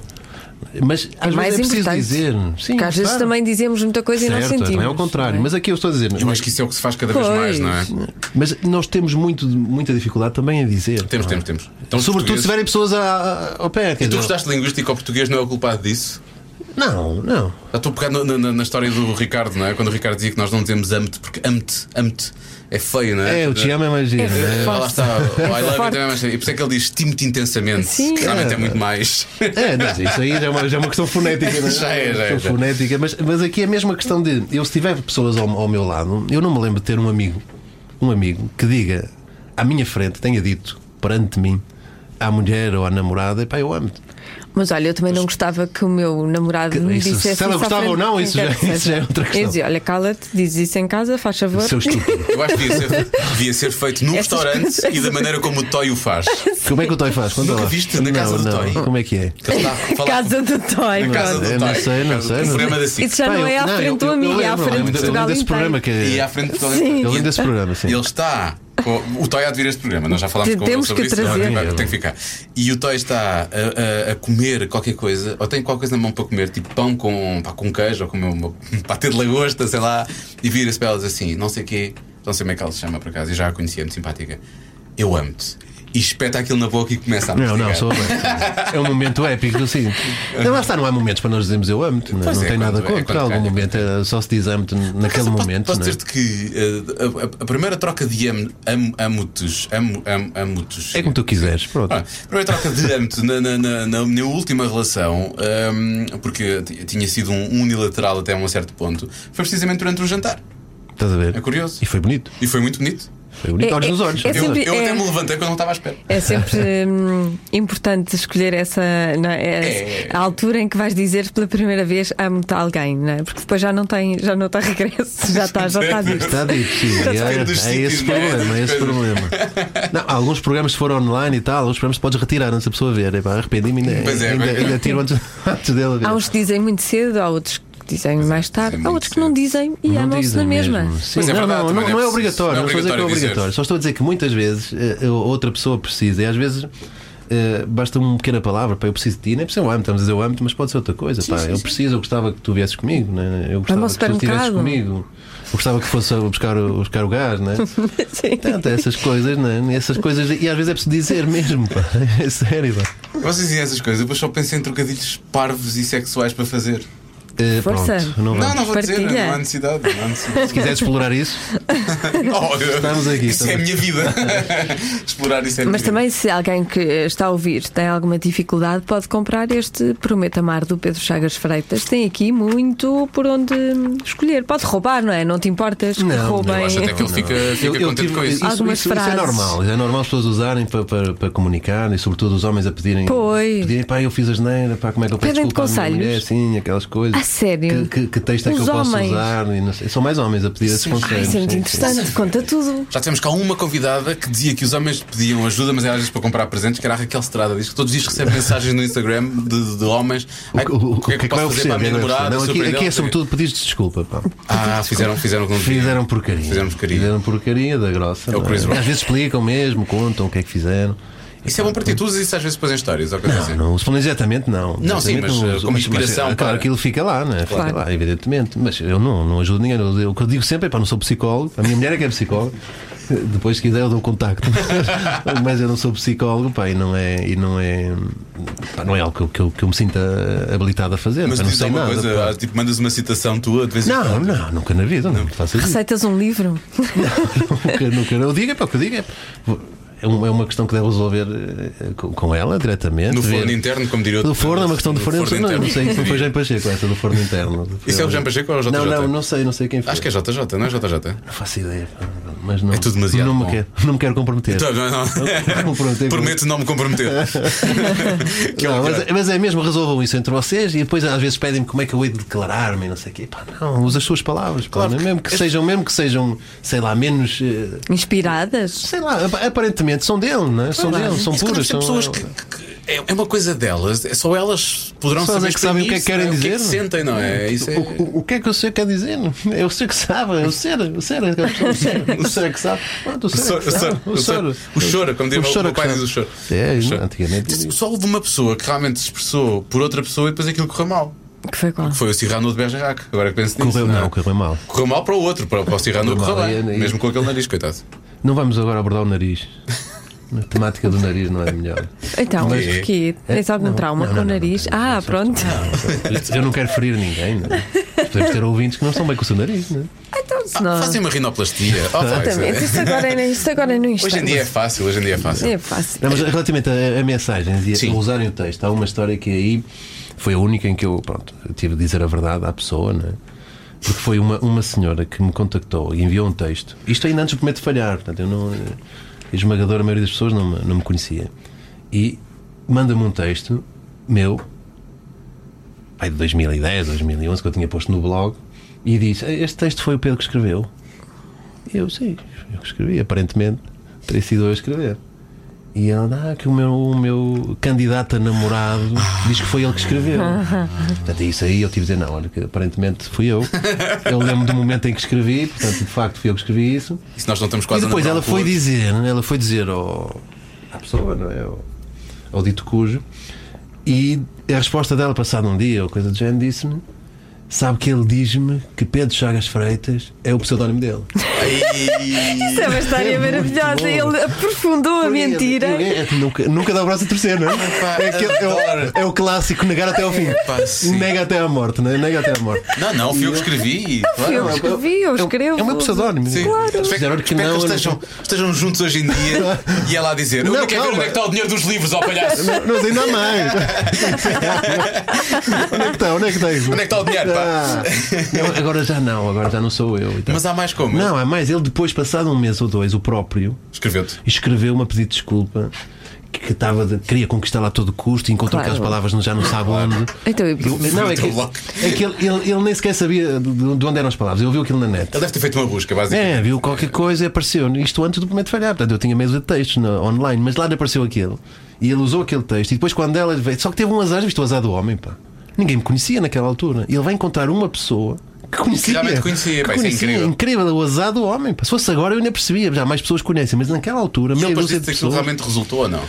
D: Mas às
C: Mais
D: vezes é preciso
C: importante.
D: dizer. Sim,
C: Porque às vezes
D: mostrar.
C: também dizemos muita coisa e não
D: Certo,
C: sentimos.
D: é ao contrário.
C: não é?
D: Mas aqui eu estou a dizer.
B: Eu acho que isso é o que se faz cada vez
C: Pois.
B: mais, não é?
D: Mas nós temos muito, muita dificuldade também a dizer.
B: Temos,
D: não é?
B: temos, temos. Então, os
D: Sobretudo se
B: portugueses-
D: tiverem pessoas a- a- ao pé. quer
B: E tu
D: dizer,
B: gostaste de linguística ou português não é o culpado disso?
D: Não, não.
B: Já estou a pegar na, na- na história do Ricardo, não é? Quando o Ricardo dizia que nós não dizemos amo-te, porque amo-te, amo-te é feio, não é?
D: É, o te amo é mais giro.
C: É.
B: Ah, lá está, o I love you
C: Forte.
B: também é mais feio. E por isso é que ele diz estimo-te intensamente,
C: Sim.
B: que realmente é muito mais. <laughs>
D: É, mas isso aí já é uma, já é uma questão fonética. não
B: Já é,
D: Uma
B: já é,
D: questão
B: já é.
D: fonética. Mas, mas aqui é mesmo a questão de. Eu, se tiver pessoas ao, ao meu lado, eu não me lembro de ter um amigo, um amigo que diga à minha frente, tenha dito perante mim, à mulher ou à namorada, pá, eu amo-te.
C: Mas olha, eu também não gostava que o meu namorado
D: Que-
C: me
D: isso,
C: dissesse.
D: se ela
C: isso à
D: gostava
C: frente
D: ou não,
C: de
D: isso
C: quem
D: já-
C: quer que
D: isso
C: seja.
D: já é outra questão.
C: Eu dizia, olha, cala-te, diz isso em casa, faz favor.
D: Seu
B: <laughs>
D: estúpido.
B: Eu acho que devia ser, devia ser feito num
C: Estas
B: restaurante
C: coisas-
B: e da maneira como o Toy o faz.
D: Como é que o Toy faz? Conta
B: Nunca
D: lá.
B: viste na casa
D: não,
B: do
D: não.
B: Toy?
D: Como é que é?
B: Que ele está
C: <laughs>
B: a falar
C: Casa do Toy.
B: na casa
C: pronto.
B: do
D: Eu
B: Toy.
D: não sei, não
B: Casa-
D: sei,
B: Um
D: não
B: programa
D: sei.
B: da SIC.
C: Isso já
D: Pá,
C: não
D: eu-
C: é à
D: não,
C: frente do
D: eu- eu
C: amigo, é à
D: lembro,
C: frente de
D: lembro
C: Portugal
D: desse programa
C: inteiro.
D: que é-
B: E à frente do Toy.
C: Sim.
D: Eu lembro desse programa,
B: E
D: sim.
B: Ele está. com- O Toy há de vir a este programa, nós já falámos com ele
C: Temos
B: sobre
C: que
B: isso.
C: trazer.
B: não, tem- tem que ficar. E o Toy está a, a- a comer qualquer coisa, ou tem qualquer coisa na mão para comer, tipo pão com, pá, com queijo, ou com uma, <laughs> um patê de lagosta, sei lá, e vira-se para elas assim, não sei o quê, não sei como é que ela se chama por acaso, e já a conhecia, muito simpática. Eu amo-te. E espeta aquilo na boca e começa a
D: Não, não,
B: mastigar.
D: sou bem. É um momento épico, sim. Não, lá está, não há momentos para nós dizermos eu amo-te, não, é?
B: Pois
D: não
B: é,
D: tem
B: quando-
D: nada
B: é
D: contra.
B: quando
D: algum
B: calha,
D: momento é, só se diz amo-te naquele
B: Posso-
D: momento.
B: Posso
D: não é?
B: dizer-te que eh, a- a, a primeira troca de am- am- amo-tes, amo, amo, amo-tes.
D: É como tu quiseres, pronto.
B: Ah, primeira troca de âmbito na, na, na, na minha última relação, ahm, porque t- tinha sido um unilateral até um certo ponto, foi precisamente durante um jantar.
D: Estás a ver?
B: É curioso.
D: E foi bonito.
B: E foi muito bonito.
D: Foi bonito.
C: É-
D: olhos
C: é-
D: nos olhos.
C: é
D: estás a
B: Eu,
D: ver?
C: sempre-
B: eu até
C: é-
B: me levantei quando não estava à espera.
C: É sempre hum, importante escolher essa não é? É
B: É.
C: a altura em que vais dizer pela primeira vez amo-te a alguém, não é? porque depois já não tem, já não tem regresso, já está, já está
D: <laughs>
C: dito.
D: Está dito, sim.
B: Depende
D: É,
B: dos
D: é esse
B: sítios, não é?
D: problema, é esse
B: Depende. <laughs>
D: problema. Não, há alguns programas se for online e tal, alguns programas podes retirar antes da pessoa ver. Epá, Arrependi-me ainda,
B: Pois é,
D: ainda,
B: agora-
D: ainda tiro antes, <laughs> antes dela ver.
C: Há uns que dizem muito cedo, há outros que dizem mais tarde,
B: dizem
C: há
B: muito
C: outros que não
B: cedo.
C: dizem e
D: é Não
C: amam-se
D: dizem
C: na mesma.
D: mesmo. Sim,
B: Mas é
D: não,
B: verdade, também
D: não, não,
B: não é
D: não é
B: preciso-
D: obrigatório.
B: não é
D: Não estou a dizer que é
B: obrigatório dizer.
D: obrigatório. Só estou a dizer que muitas vezes eh, eu- outra pessoa precisa. E às vezes eh, basta uma pequena palavra para eu preciso de ti. Nem precisa eu amo, estamos a dizer eu amo-te, mas pode ser outra coisa. pá. eu preciso, eu gostava que tu viesses comigo. Né? Eu gostava
C: ao
D: que tu estivesses
C: supermercado.
D: comigo. Eu gostava que fosse buscar o, buscar o gás, né?
C: <laughs> Sim.
D: Tanto, essas coisas, né? Essas coisas. E às vezes é preciso dizer mesmo, pá. <laughs> É sério, pá.
B: Vocês dizem essas coisas, eu depois só pensei em trocadilhos parvos e sexuais para fazer.
D: Eh,
C: Força.
D: Pronto, não
B: Não,
D: vamos.
B: não vou dizer,
C: Partilha.
B: não há necessidade. Não há necessidade.
C: <laughs>
D: Se quiseres explorar isso,
B: Oh,
D: Estamos aqui,
B: Isso é a
D: estamos-
B: minha vida. <laughs> Explorar isso é a minha
C: Mas
B: vida.
C: também, se alguém que está a ouvir tem alguma dificuldade, pode comprar este Prometo Amar do Pedro Chagas Freitas. Tem aqui muito por onde escolher. Pode roubar, não é? Não te importas que
D: Não,
C: roubem.
B: Eu acho até que ele fica, fica contente com isso.
C: Algumas
D: isso, isso é
C: frases.
D: normal. É normal as pessoas usarem para, para, para comunicar e, sobretudo, os homens a pedirem.
C: Pois.
D: Pedirem, pá, eu fiz asneira, pá, como é que eu peço
C: Pedem-te
D: desculpa à minha
C: conselhos?
D: mulher, assim, aquelas coisas.
C: A sério?
D: Que, que, que texto é que
C: Os
D: eu posso
C: homens?
D: usar? E não sei. São mais homens a pedir esses
C: Ah,
D: conselhos.
C: isso é muito
D: sim,
C: interessante. Conta tudo.
B: Já tivemos cá uma convidada que dizia que os homens pediam ajuda, mas era às vezes para comprar presentes, que era a Raquel Estrada. Diz que todos os dias recebe mensagens no Instagram de, de homens. Ai,
D: O, o- o que é que
B: posso
D: vai
B: fazer para a
D: oferecer?
B: minha
D: Não,
B: namorada?
D: não, aqui,
B: surpreendê-la?
D: aqui é sobretudo pedir desculpa. Pá.
B: Ah, fizeram, fizeram com
D: Fizeram porcaria.
B: Fizeram porcaria.
D: Fizeram porcaria da grossa.
B: É o
D: não
B: Chris Rock.
D: Às vezes explicam mesmo, contam o que é que fizeram.
B: Isso é bom para ti. Tu usas isso às vezes depois em histórias, ou coisa assim.
D: Não, não, se for diretamente, não.
B: Não, sim,
D: Diretamente
B: mas,
D: não
B: eh,
D: uso.
B: como inspiração,
D: claro,
B: para-
D: aquilo fica lá, né? Fica
C: Claro.
D: lá, evidentemente. Mas eu não, não ajudo ninguém. Eu- O que eu digo sempre é para não sou psicólogo. A minha mulher é que é psicóloga. Depois, se quiser, eu dou o contacto. <laughs> mas eu não sou psicólogo, pá, e não é. E não é pá, não é algo que eu, que eu, que eu me sinta eh, habilitado a fazer.
B: Mas
D: pá, não
B: diz
D: sei
B: alguma
D: nada.
B: coisa,
D: pá.
B: ah, tipo, mandas uma citação tua de vez em
D: Não,
B: quando.
D: não, nunca na vida, não, faço isso.
C: Receitas um livro.
D: nunca, nunca. Eu digo, é pá, o que eu digo é. é um- é uma questão que deve resolver eh, com, com ela diretamente.
B: No
D: ver-
B: forno interno, como diria o
D: Do forno é uma questão de
B: No
D: forno,
B: forno
D: interno. Não, não sei
B: interno.
D: quem foi Jean Pacheco, essa do forno interno.
B: Isso é o Jean Pacheco ou o JJ?
D: Não, não, não sei, não sei quem foi.
B: Acho que é JJ, não é JJ?
D: Não faço ideia, pá, mas não.
B: É tudo demasiado
D: Não me
B: bom.
D: quero, não me quero comprometer.
B: Então, não, não.
D: Não comprometer com-
B: Prometo não me
D: <laughs>
B: comprometer. que é
D: Não,
B: o
D: mas,
B: pior.
D: mas é mesmo, resolvam isso entre vocês e depois às vezes pedem-me como é que eu hei de declarar-me e não sei o quê. Pá, não, usa as suas palavras, pá, é?
B: Claro.
D: mesmo, que sejam, mesmo que sejam, sei lá, menos. eh,
C: Inspiradas?
D: Sei lá, ap- aparentemente são dele, não é? São dele, são
B: Mas, claro,
D: puras.
B: tem
D: São,
B: pessoas que, que- que- é é uma coisa delas, é só elas poderão
D: Só elas
B: saber
D: é que sabem o que é que
B: exprimir-se,
D: querem
B: não é? O que é que sentem, não é?
D: dizer.
B: Isso é...
D: O, o- o que é que o senhor quer dizer? É o senhor que sabe, é o senhor, o senhor, é que- o senhor, o senhor é que sabe. Pronto, o
B: O soro,
D: senhor, é que
B: o soro,
D: sabe, o senhor.
B: o choro, como diz o
D: senhor é
B: meu
D: que
B: pai,
D: sabe.
B: diz o choro.
D: É,
B: O choro.
D: antigamente.
B: Só houve uma pessoa que realmente se expressou por outra pessoa e depois aquilo correu mal.
C: Que foi qual?
B: Que foi o Cyrano de Bergerac. Agora que penso nisso.
D: Correu,
B: não é?
D: não, correu mal.
B: Correu mal para o outro, para, para o Cyrano
D: Correu
B: correu
D: mal,
B: bem.
D: e- e-
B: Mesmo com aquele nariz, coitado.
D: Não vamos agora abordar o nariz. A temática do nariz não é a melhor.
C: Então,
B: Mas-
C: mas porquê? Tens algum
D: É? Não,
C: trauma
D: não,
C: com
D: não,
C: o
D: não,
C: nariz?
D: não, não,
C: ah, pronto.
D: Eu não quero ferir ninguém. Não. é? Podemos ter ouvintes que não estão bem com o seu nariz. Não é?
C: <laughs> Então, se não.
B: Ah, fazem uma rinoplastia. Oh, vai, isso é-
C: Exatamente. Isto agora, é, isto agora é no Instagram.
B: Hoje em dia é fácil, hoje em dia é fácil.
C: É fácil.
D: Não, mas relativamente a, a mensagens e
B: Sim.
D: a usarem o texto, há uma história que aí foi a única em que eu pronto, eu tive de dizer a verdade à pessoa, não é? Porque foi uma, uma senhora que me contactou e enviou um texto. Isto ainda antes de prometo falhar, portanto, eu não. A esmagadora maioria das pessoas não me, não me conhecia. E manda-me um texto meu, pai de 2010, 2011, que eu tinha posto no blog, e diz: "Eh, Este texto foi o Pedro que escreveu. E eu, sim, eu que escrevi, aparentemente, teria sido eu a escrever. E ela, ah, que o meu, o meu candidato a namorado diz que foi ele que escreveu. Portanto, é isso aí eu tive de dizer, não, olha, que aparentemente fui eu. Eu lembro do momento em que escrevi, portanto, de facto fui eu que escrevi isso.
B: Isso nós não estamos quase
D: e depois
B: a namorar
D: ela
B: um com
D: foi
B: o outro.
D: dizer, né, ela foi dizer ao, à pessoa, não é? Ao, ao dito cujo, e a resposta dela, passado um dia ou coisa do género, disse-me. Sabe que ele diz-me que Pedro Chagas Freitas é o pseudónimo dele.
B: Ai,
C: Isso é uma história
D: É muito
C: maravilhosa.
D: bom.
C: Ele aprofundou a mentira.
D: Eu- eu- eu- nunca, nunca dá o braço a torcer, não é?
B: Epá,
D: É, aquele- é
B: adoro.
D: o, é o clássico negar até ao fim.
B: Epá, sim.
D: Nega até à morte, não é? Nega até à morte.
B: Não, não, fui eu que escrevi. e- claro.
C: Eu escrevi, eu escrevo.
D: É um pseudónimo.
B: Sim.
D: Eles
B: Espero,
D: disseram
B: espero
D: que
B: que
D: não,
B: eles
D: não-
B: estejam, estejam juntos hoje em dia e ela a dizer: Eu
D: Não,
B: não quero ver
D: calma.
B: onde é que está o dinheiro dos livros, ó
D: <laughs>
B: palhaço.
D: Não, não, ainda há
B: <laughs>
D: mais. onde é que está? Onde é que está isso?
B: Onde é que está o dinheiro, pá?
D: Ah, não, agora já não, agora já não sou eu. e tal.
B: Mas há um mais como?
D: Não, há mais. Ele depois, passado um mês ou dois, o próprio
B: Escreveu-te.
D: escreveu uma pedir desculpa que, que estava de- queria conquistá-la a todo custo e encontrou
C: Claro.
D: aquelas palavras no já não sabe onde.
C: Então, eu-
D: Eu- não, é que, é que ele, ele- ele nem sequer sabia de, de onde eram as palavras. Ele ouviu aquilo na net.
B: Ele deve ter feito uma busca, basicamente.
D: É, viu qualquer coisa e apareceu. Isto antes do documento falhar. Portanto, eu tinha mesa de textos na- online, mas lá lhe apareceu aquele. E ele usou aquele texto. E depois, quando ela veio. Só que teve um azar, visto o azar do homem, pá. Ninguém me conhecia naquela altura. E ele vai encontrar uma pessoa. Que conhecia.
B: realmente conhecia,
D: que
B: pá, isso é incrível.
D: o azar do homem. pá. Se fosse agora, eu ainda percebia. Já mais pessoas conhecem, mas naquela altura,
B: E
D: meia
B: ele
D: dúzia
B: depois disse
D: de
B: que aquilo
D: pessoas.
B: realmente resultou ou não?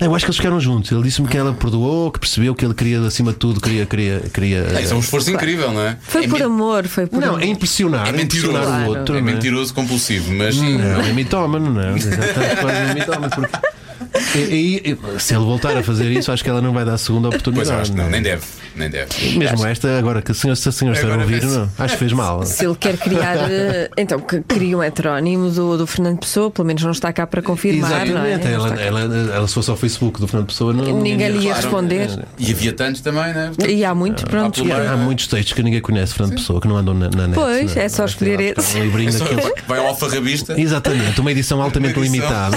D: Não, eu acho que eles ficaram juntos. Ele disse-me que ela perdoou, que percebeu que ele queria, acima de tudo, queria. queria, queria
B: Ah, isso é um esforço incrível, não é?
C: Foi
B: é
C: por
B: men-
C: amor, foi por
D: Não,
C: amor.
D: é impressionar,
B: É
D: é impressionar
B: mentiroso.
D: o outro.
B: É
D: não é?
B: mentiroso compulsivo, mas.
D: Não, é mitómano, não. Já estamos quase no mitómano, porque- E- e- e- se ele voltar a fazer isso, acho que ela não vai dar a segunda
B: Pois eu
D: oportunidade.
B: acho que não,
D: não é?
B: nem deve, nem deve.
D: Mesmo esta, agora que o senhor, se a senhora estiver a
B: Agora
D: ouvir,
B: vê-se.
D: não, acho que fez mal.
C: Se ele quer
D: <laughs>
C: criar. eh, então, que cria um heterónimo do, do Fernando Pessoa, pelo menos não está cá para confirmar, não é?
D: Exatamente,
C: Não
D: ela,
C: está cá.
D: ela, é ela se fosse ao Facebook do Fernando Pessoa, não,
C: Ninguém lhe ia responder.
B: E havia tantos também, não é?
C: E há muito, pronto.
B: pelo
D: Ah, Há- Há muitos textos que ninguém conhece, Fernando Pessoa, que não andam na, na net.
C: Pois,
D: não
C: é só
D: Mas tem lá
C: escolher
D: um
C: esse.
D: livrinho
B: É Só
D: daqueles.
B: Vai ao alfarrabista.
D: Exatamente, uma edição altamente
B: Uma edição.
D: limitada.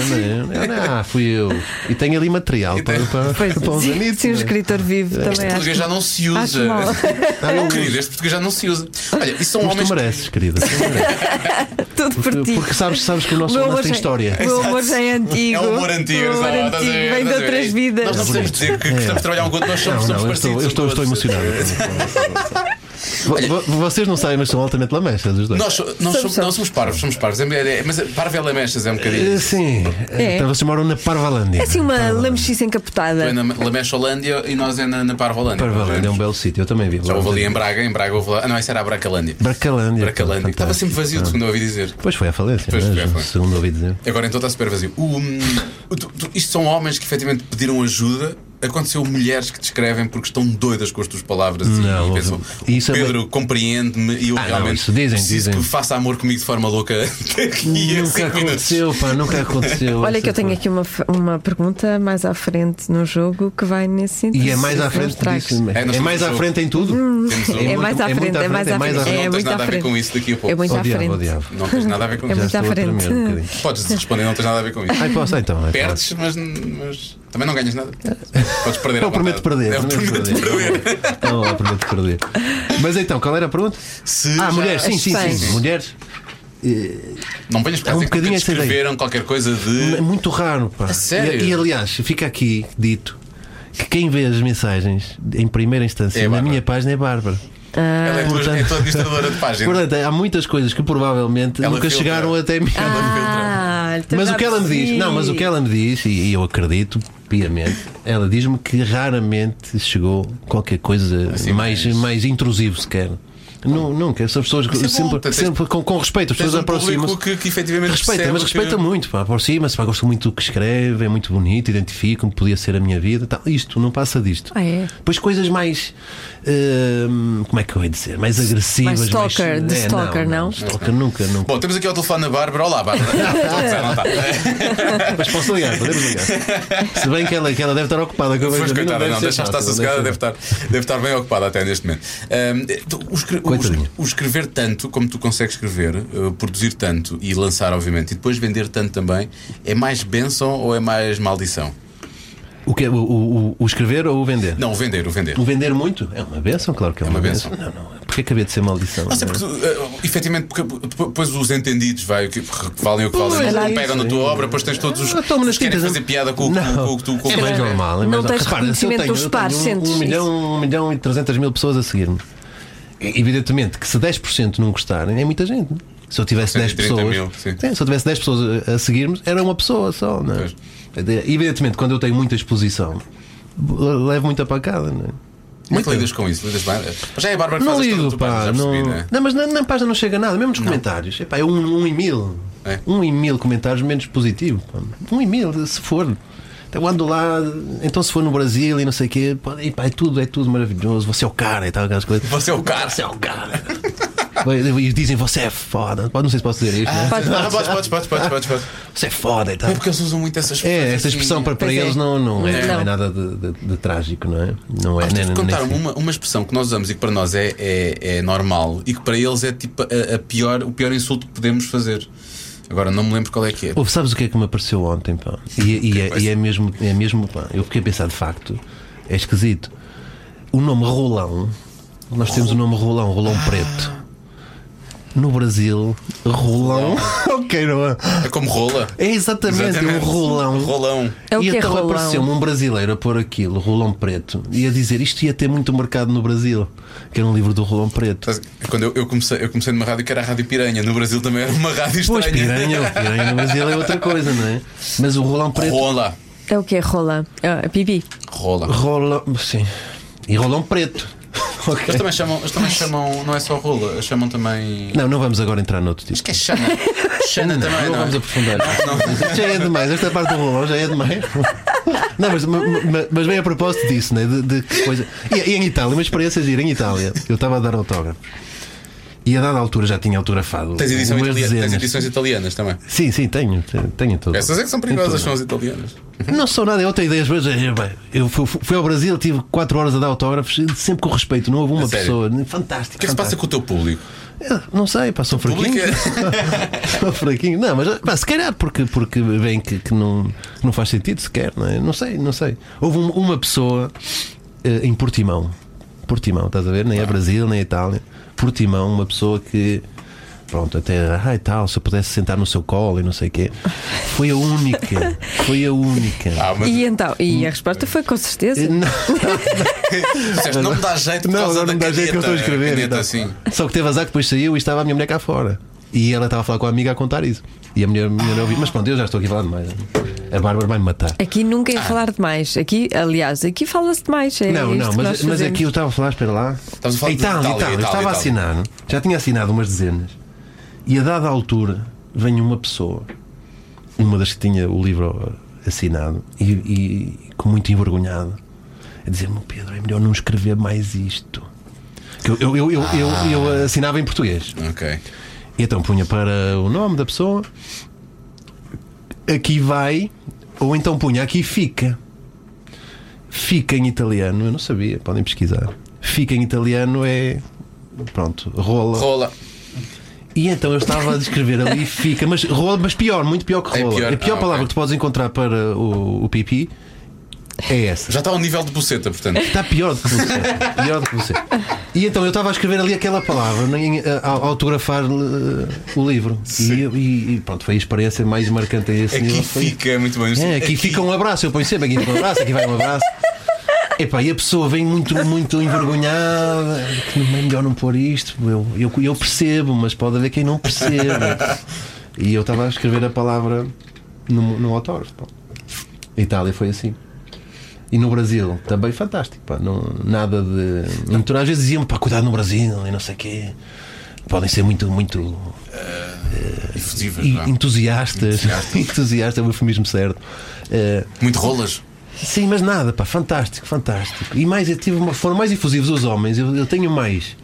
B: <laughs>
D: Não é? Ah, fui eu. E tenho ali material para, para, <laughs>
C: Pois,
D: para uns
C: se,
D: anitos,
C: se um
D: não é?
C: escritor vivo também
B: Este
C: acho.
B: português já não se usa.
C: Acho
B: <laughs>
C: mal.
B: Oh, querido, este português já não se usa. Olha, isso são
D: Tá Mas
B: homens.
D: tu mereces, querida. tu mereces.
C: Tudo por ti.
D: Porque sabes, sabes que o nosso
C: Meu
D: romance
C: amor
D: tem
C: já- é
D: história.
C: O meu amor já
D: <laughs>
C: é antigo.
B: É um humor antigo,
C: O humor
B: sabe?
D: tá
B: Estás a
C: antigo,
B: ver?
C: vem
B: Estás
C: de
B: a ver?
C: outras vidas.
B: Nós não podemos dizer que gostamos de trabalhar um com o outro, nós somos,
D: Não,
B: somos
D: não, eu estou,
B: parecidos.
D: eu estou, eu estou
B: somos <laughs> todos.
D: emocionado. Vo- vo- Vocês não sabem, mas são altamente lamechas os dois.
B: Nós, nós somos, nós somos parvos, somos parvos. É- é- Mas parvo é lamechas, é um
D: Eh,
B: bocadinho.
D: Sim,
C: É.
D: então vocês moram na Parvalândia.
C: É assim
D: Tá.
C: uma lamechice encapotada.
B: Tu é na Lamecha Holândia e nós é na, na Parvolândia.
D: Parvalândia é um belo sítio, eu também vivo.
B: Já houve ali em Braga, em Braga houve lá. Ah, não, essa era a Bracalândia.
D: Bracalândia.
B: Bracalândia. Estava
D: Fantástico. Ah.
B: sempre vazio, segundo eu ouvi dizer.
D: Pois foi à falência,
B: Pois
D: não é?
B: foi à falência.
D: segundo ouvi dizer.
B: Agora então está super vazio. O, hum, o- tu- tu- isto são homens que efetivamente pediram ajuda. eh, aconteceu mulheres que te escrevem porque estão doidas com as tuas palavras
D: Não,
B: e pensam,
D: isso é
B: Pedro, compreende-me e eu
D: Ah, não,
B: realmente
D: isso dizem,
B: preciso
D: dizem.
B: que faça amor comigo de forma louca <laughs> daqui a
D: Nunca
B: cinco minutos.
D: aconteceu, pá, nunca aconteceu.
C: Olha que eu
D: Essa
C: tenho
D: coisa.
C: aqui uma, f- uma pergunta mais à frente no jogo que vai nesse sentido.
D: E é mais à
C: Não
D: frente
C: estragues.
D: disso.
B: É, nós
D: É, mais
B: temos
D: à
B: um-
D: frente em tudo.
B: Temos um-
D: É
C: É
D: muito-
C: mais à
D: é muito
C: frente,
D: à
C: é mais
D: frente,
C: à frente.
D: é mais à
C: É
D: frente.
B: Não tens
C: muito à
B: nada a ver
C: frente.
B: com isso daqui a pouco.
C: É muito
D: Oh,
C: à
D: diabo, oh,
C: frente.
D: diabo.
B: Não tens nada a ver com
C: É
B: isso.
D: Já
C: muito à
D: estou a tremer
C: frente.
D: um bocadinho.
B: Podes responder, não tens nada a ver com isso.
D: Ai, posso então. ai,
B: Perdes, mas, mas também não ganhas nada. Podes perder
D: Eu
B: à
D: prometo
B: vontade.
D: perder.
B: Eu prometo perder.
D: <laughs> Não, eu prometo perder. Mas então, qual era a pergunta?
B: Se
D: Ah,
B: já-
D: mulheres,
C: As
D: sim, sim, sim,
C: fãs.
D: sim. Mulheres,
B: Não venhas para
D: É um
B: dizer que
D: bocadinho essa ideia.
B: escreveram qualquer coisa
D: é
B: de.
D: muito raro, pá.
B: Eh, sério?
D: E, e, aliás, fica aqui dito que quem vê as mensagens em primeira instância
B: É a
D: na
B: Bárbara.
D: minha página é Bárbara.
B: Ela é tua, é tua administradora de página.
D: Portanto, há muitas coisas que provavelmente
B: Ela
D: nunca
B: filtra.
D: chegaram até mim.
C: Ah, então
D: Mas
C: já
D: o que ela me diz,
C: percebi.
D: não, mas o que ela me diz, e, e eu acredito piamente, ela diz-me que raramente chegou qualquer coisa
B: Assim,
D: mais,
B: mais-
D: mais... intrusivo sequer. Nu- Nunca, essas pessoas
B: Isso é bom,
D: sempre,
B: tens-
D: sempre com, com respeito, as
B: Tens
D: pessoas
B: um
D: aproximam-se.
B: público que, que efetivamente
D: Respeita,
B: percebe
D: mas respeita
B: que...
D: muito, pá, aproxima-se, pá, gosto muito do que escreve, é muito bonito, identifico-me, podia ser a minha vida, tal. isto, não passa disto.
C: Ah, é?
D: Pois coisas mais. hum, como é que eu ia dizer? Mais agressivas. É,
C: stalker, de stalker, não?
D: Stalker nunca, nunca.
B: Bom, temos aqui ao telefone a Bárbara. Olá,
D: <laughs>
B: Bárbara. Estou a dizer, não está.
D: Mas posso ligar, podemos ligar. Se bem que ela, que ela deve estar ocupada com a
B: Mas
D: coisa
B: coitada, não,
D: ser
B: deixa estar
D: fácil,
B: sossegada, deve
D: deve ser.
B: estar, deve estar bem ocupada até neste momento. Ahm, tu- o, escre- o-
D: Coitadinha.
B: o escrever tanto como tu consegues escrever, eh, produzir tanto e lançar, obviamente, e depois vender tanto também, é mais bênção ou é mais maldição?
D: O, que, o, o, o escrever ou o vender?
B: Não, o vender, o vender.
D: O vender muito? É uma benção, claro que é,
B: uma
D: uma,
B: benção.
D: benção. Não, não. Porque acabei de ser maldição.
B: Não sei,
D: não é?
B: porque, eh, efetivamente, porque depo- depois os entendidos vai, que que valem o que valem,
D: Pois,
B: não
D: é
B: pegam
D: isso,
B: na tua
D: é.
B: obra, depois tens todos os
C: Ah,
D: Eu tomo nas
B: que querem
D: tintas,
B: fazer
D: não-
B: piada com o com
D: Não.
B: o que tu com o
D: É
B: que tu
D: bem
B: escreves.
D: normal, é
C: Não
D: bem normal.
C: tens
D: Repara, se eu
C: reconhecimento
D: tenho-
C: dos
D: eu
C: pares,
D: tenho
C: sentes
D: um, um milhão, um milhão e 300 mil pessoas a seguir-me. E, Evidentemente que se 10% não gostarem, é muita gente. Se eu tivesse 10
B: 130
D: pessoas,
B: mil, sim.
D: Sim, se eu tivesse 10 pessoas a a seguir-me, era uma pessoa só. Não é?
B: Pois.
D: Evidentemente, quando eu tenho muita exposição, levo muita pancada. Não é?
B: Como é que lidas com isso? Lidas bem? Mas já é a Bárbara que
D: Não
B: faz as
D: ligo,
B: tuas páginas,
D: pá.
B: já
D: Não, Ah,
B: percebi, não é?
D: não, mas na, na página não chega nada, mesmo nos comentários. Epá, é um, um e mil.
B: É.
D: Um e mil comentários menos positivo. Pá. Um e mil, se for. Eu ando lá, então se for no Brasil e não sei o quê, pá, epá, é tudo, é tudo maravilhoso. Você é o cara e tal, aquelas coisas.
B: Você é o cara.
D: Você é o cara. <laughs> E dizem você é foda. Não sei se posso dizer isto. né?
B: Podes, Ah, podes, podes, podes, podes, podes.
D: Você é foda e tal.
B: É porque eles usam muito essas
D: É,
B: assim,
D: essa expressão para, para
C: Pois é.
D: eles não, não, é,
C: Não.
D: não é nada de, de- de trágico, não é? Não é
B: Mas tive
D: nem-
B: de
D: nem-
B: contar
D: nem-
B: uma, uma expressão que nós usamos e que para nós é, é, é normal e que para eles é tipo a, a pior, o pior insulto que podemos fazer. Agora não me lembro qual é que é.
D: Ouve, sabes o que é que me apareceu ontem, pá? E, <laughs> e é, e é mesmo, é mesmo pá, eu fiquei a pensar, de facto, é esquisito. O nome Rolão, nós temos o nome Rolão, Rolão Preto. No Brasil, Rolão. <laughs> ok, não é?
B: É como rola.
D: É exatamente, um rolão.
B: Rolão.
C: É o que
D: e
C: é
D: então
C: rolão?
D: apareceu-me um brasileiro a pôr aquilo, Rolão Preto, e a dizer isto ia ter muito mercado no Brasil, que era um livro do Rolão Preto.
B: Sabes, Quando eu, eu comecei, eu comecei numa rádio que era a Rádio Piranha. No Brasil também era uma rádio estranha.
D: Pois, piranha, piranha no Brasil é outra coisa, não é? Mas o Rolão
B: <laughs>
D: Preto
B: Rola.
C: É o que é rola? Ah, pipi.
B: Rola.
D: Rolão. Sim. E rolão preto.
B: Eles
D: <laughs> Ok.
B: também chamam, eles também chamam, não é só rola, chamam também.
D: Não, não vamos agora entrar noutro tipo.
B: Acho que é
D: <laughs>
B: Xana. Xana
D: não,
B: também,
D: não
B: não. é?
D: vamos
B: <laughs>
D: aprofundar. Já é demais, esta parte do rolão já é demais. <laughs> Não, mas, ma- ma- mas bem a propósito disso, né? De, de que coisa. E, e em Itália, uma experiência gira em Itália. Eu estava a dar autógrafo. E a dada altura já tinha autografado.
B: Tens, edição
D: umas
B: italiana, tens
D: dezenas.
B: edições italianas também.
D: Sim, sim, tenho. tenho- Tenho tudo.
B: Essas é que são
D: Tenho
B: perigosas,
D: tudo.
B: são as italianas.
D: Não sou nada, eu tenho ideias, mas eh, bem, eu fui, fui ao Brasil, tive 4 horas a dar autógrafos, sempre com respeito, não houve
B: A
D: uma
B: sério?
D: pessoa. Fantástico.
B: O que é que se passa com o teu público?
D: Eu É, Não sei, pá, são fraquinhos. <laughs> são fraquinhos. Não, mas pá, se calhar porque, porque bem que, que não, não faz sentido sequer, não é? Não sei, não sei. Houve um- uma pessoa eh, em Portimão. Portimão, estás a ver? Nem é Brasil, nem é Itália. Portimão, uma pessoa que. Pronto, até. Ai tal, se eu pudesse sentar no seu colo e não sei o quê. Foi a única. Foi a única.
B: Ah, mas
C: E então? E a resposta foi com certeza.
D: Eh, Não,
B: disseste, não me dá jeito por
D: não,
B: causa
D: não,
B: da
D: me dá jeito que eu
B: caneta, é,
D: então. estou a escrever.
B: caneta
D: e tal.
B: assim.
D: Só que teve azar que depois saiu e estava a minha mulher cá fora. E ela estava a falar com a amiga a contar isso. E a mulher, a mulher não ouviu. Mas pronto, eu já estou aqui a falar demais. A Bárbara vai me matar.
C: Aqui nunca ia falar demais. Aqui, aliás, aqui fala-se demais. É
D: Ah. Não,
C: isto
D: não,
C: que
D: mas,
C: nós
D: mas
C: fazemos.
D: aqui eu estava a falar, espera lá.
B: Estavas a falar de
D: Itália,
B: Itália,
D: Itália,
B: Itália,
D: Eu estava
B: Itália.
D: a assinar, já tinha assinado umas dezenas. E a dada altura vem uma pessoa, uma das que tinha o livro assinado, e, e com muito envergonhado, a dizer-me, Pedro, é melhor não escrever mais isto. Que Eu, eu, eu, eu, eu,
B: Ah.
D: eu assinava em português.
B: Ok.
D: E então punha para o nome da pessoa, aqui vai, ou então punha aqui fica. Fica em italiano, eu não sabia, podem pesquisar. Fica em italiano é. Pronto, rola.
B: Rola.
D: E então eu estava a descrever
B: <laughs>
D: ali, fica, mas rola, mas pior, muito pior que
B: É
D: rola.
B: pior?
D: A pior
B: Ah,
D: palavra
B: ok.
D: que tu podes encontrar para o, o pipi é essa.
B: Já está ao nível de buceta, portanto.
D: Está pior do que você. pior do que você. E então eu estava a escrever ali aquela palavra, nem- a, a autografar eh, o livro. E, e- e pronto, foi a experiência mais marcante a esse nível.
B: Aqui
D: Foi-
B: fica muito bem.
D: É, aqui, fica um abraço, eu ponho sempre aqui fica um abraço, aqui vai um abraço. Epá, e a pessoa vem muito, muito envergonhada, que não é melhor não pôr isto. Eu, eu, eu percebo, mas pode haver quem não perceba. E eu estava a escrever a palavra no, no autógrafo. pá. A Itália foi assim. E no Brasil também fantástico. Pá. Não, nada de. Então, às vezes diziam-me, pá, cuidado no Brasil e não sei o quê. Podem ser muito, muito
B: É, Infusíveis,
D: e-
B: vá.
D: entusiastas. <laughs> Entusiasta é o eufemismo certo. Eh,
B: Muito rolas.
D: Sim, mas nada, pá, fantástico, fantástico. E mais eu tive uma, foram mais infusivos os homens, eu, eu tenho mais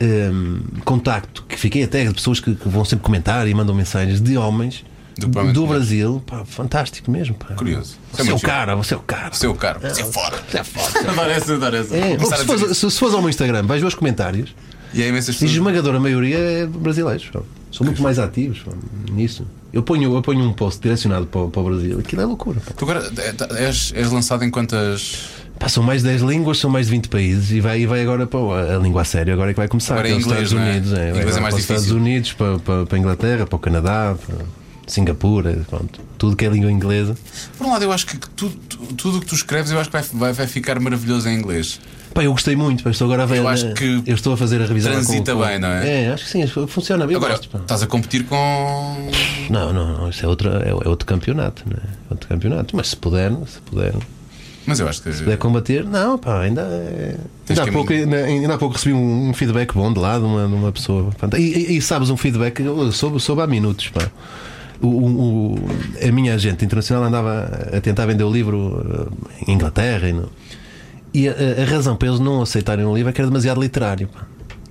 D: hum, contacto, que fiquei até de pessoas que, que vão sempre comentar e mandam mensagens de homens
B: Do
D: do,
B: Palmeiras.
D: Brasil, pá, fantástico mesmo. Pá.
B: Curioso.
D: Você é o cara, você é o cara.
B: Seu caro. Seu fora.
D: É foda.
B: <laughs> Adoro essa, adoro essa.
D: É, ou
B: Começar
D: se,
B: a dizer
D: fores, se, se fores ao meu Instagram, vais ver os comentários
B: isso. E há imensas
D: e a
B: pessoas.
D: esmagadora maioria é brasileiros. pá. São muito mais ativos pá, nisso. Eu ponho, eu ponho um post direcionado para, o- para o Brasil, aquilo é loucura. Pá.
B: Tu agora é, és, és lançado em quantas.
D: Pá, são mais de 10 línguas, são mais de 20 países e vai, e vai agora para o- a língua a sério, agora é que vai começar.
B: Agora é
D: que os
B: inglês,
D: Estados
B: não é?
D: Unidos, vai
B: Inglês é
D: agora
B: mais
D: para os Estados
B: difícil.
D: Unidos, para, para, para a Inglaterra, para o Canadá, para Singapura, pronto, tudo que é língua inglesa.
B: Por um lado, eu acho que tudo tu- tudo o que tu escreves, eu acho que vai, vai, vai ficar maravilhoso em inglês.
D: Pá, eu gostei muito, pá, estou agora a ver.
B: Eu acho que
D: eu estou a fazer a revisão. lá com-
B: transita
D: com-
B: bem, não é?
D: É, acho que sim, acho que funciona bem. eu
B: Agora, tá.
D: gosto, pá.
B: estás a competir com.
D: Não, não, não, isso é, outra, é, é outro campeonato, né? É Outro campeonato, mas se puder, se puder.
B: Mas eu acho que.
D: puder combater, não, pá, ainda é.
B: Tens
D: Ainda há,
B: caminho.
D: pouco, ainda, ainda há pouco recebi um, um feedback bom de lá de uma, de uma pessoa. Portanto, E, e- e sabes, um feedback que eu soube, soube há minutos, pá. O, o- o- a minha agente internacional andava a tentar vender o livro eh, em Inglaterra e, no- e a, a- a razão para eles não aceitarem o livro é que era demasiado literário. Pá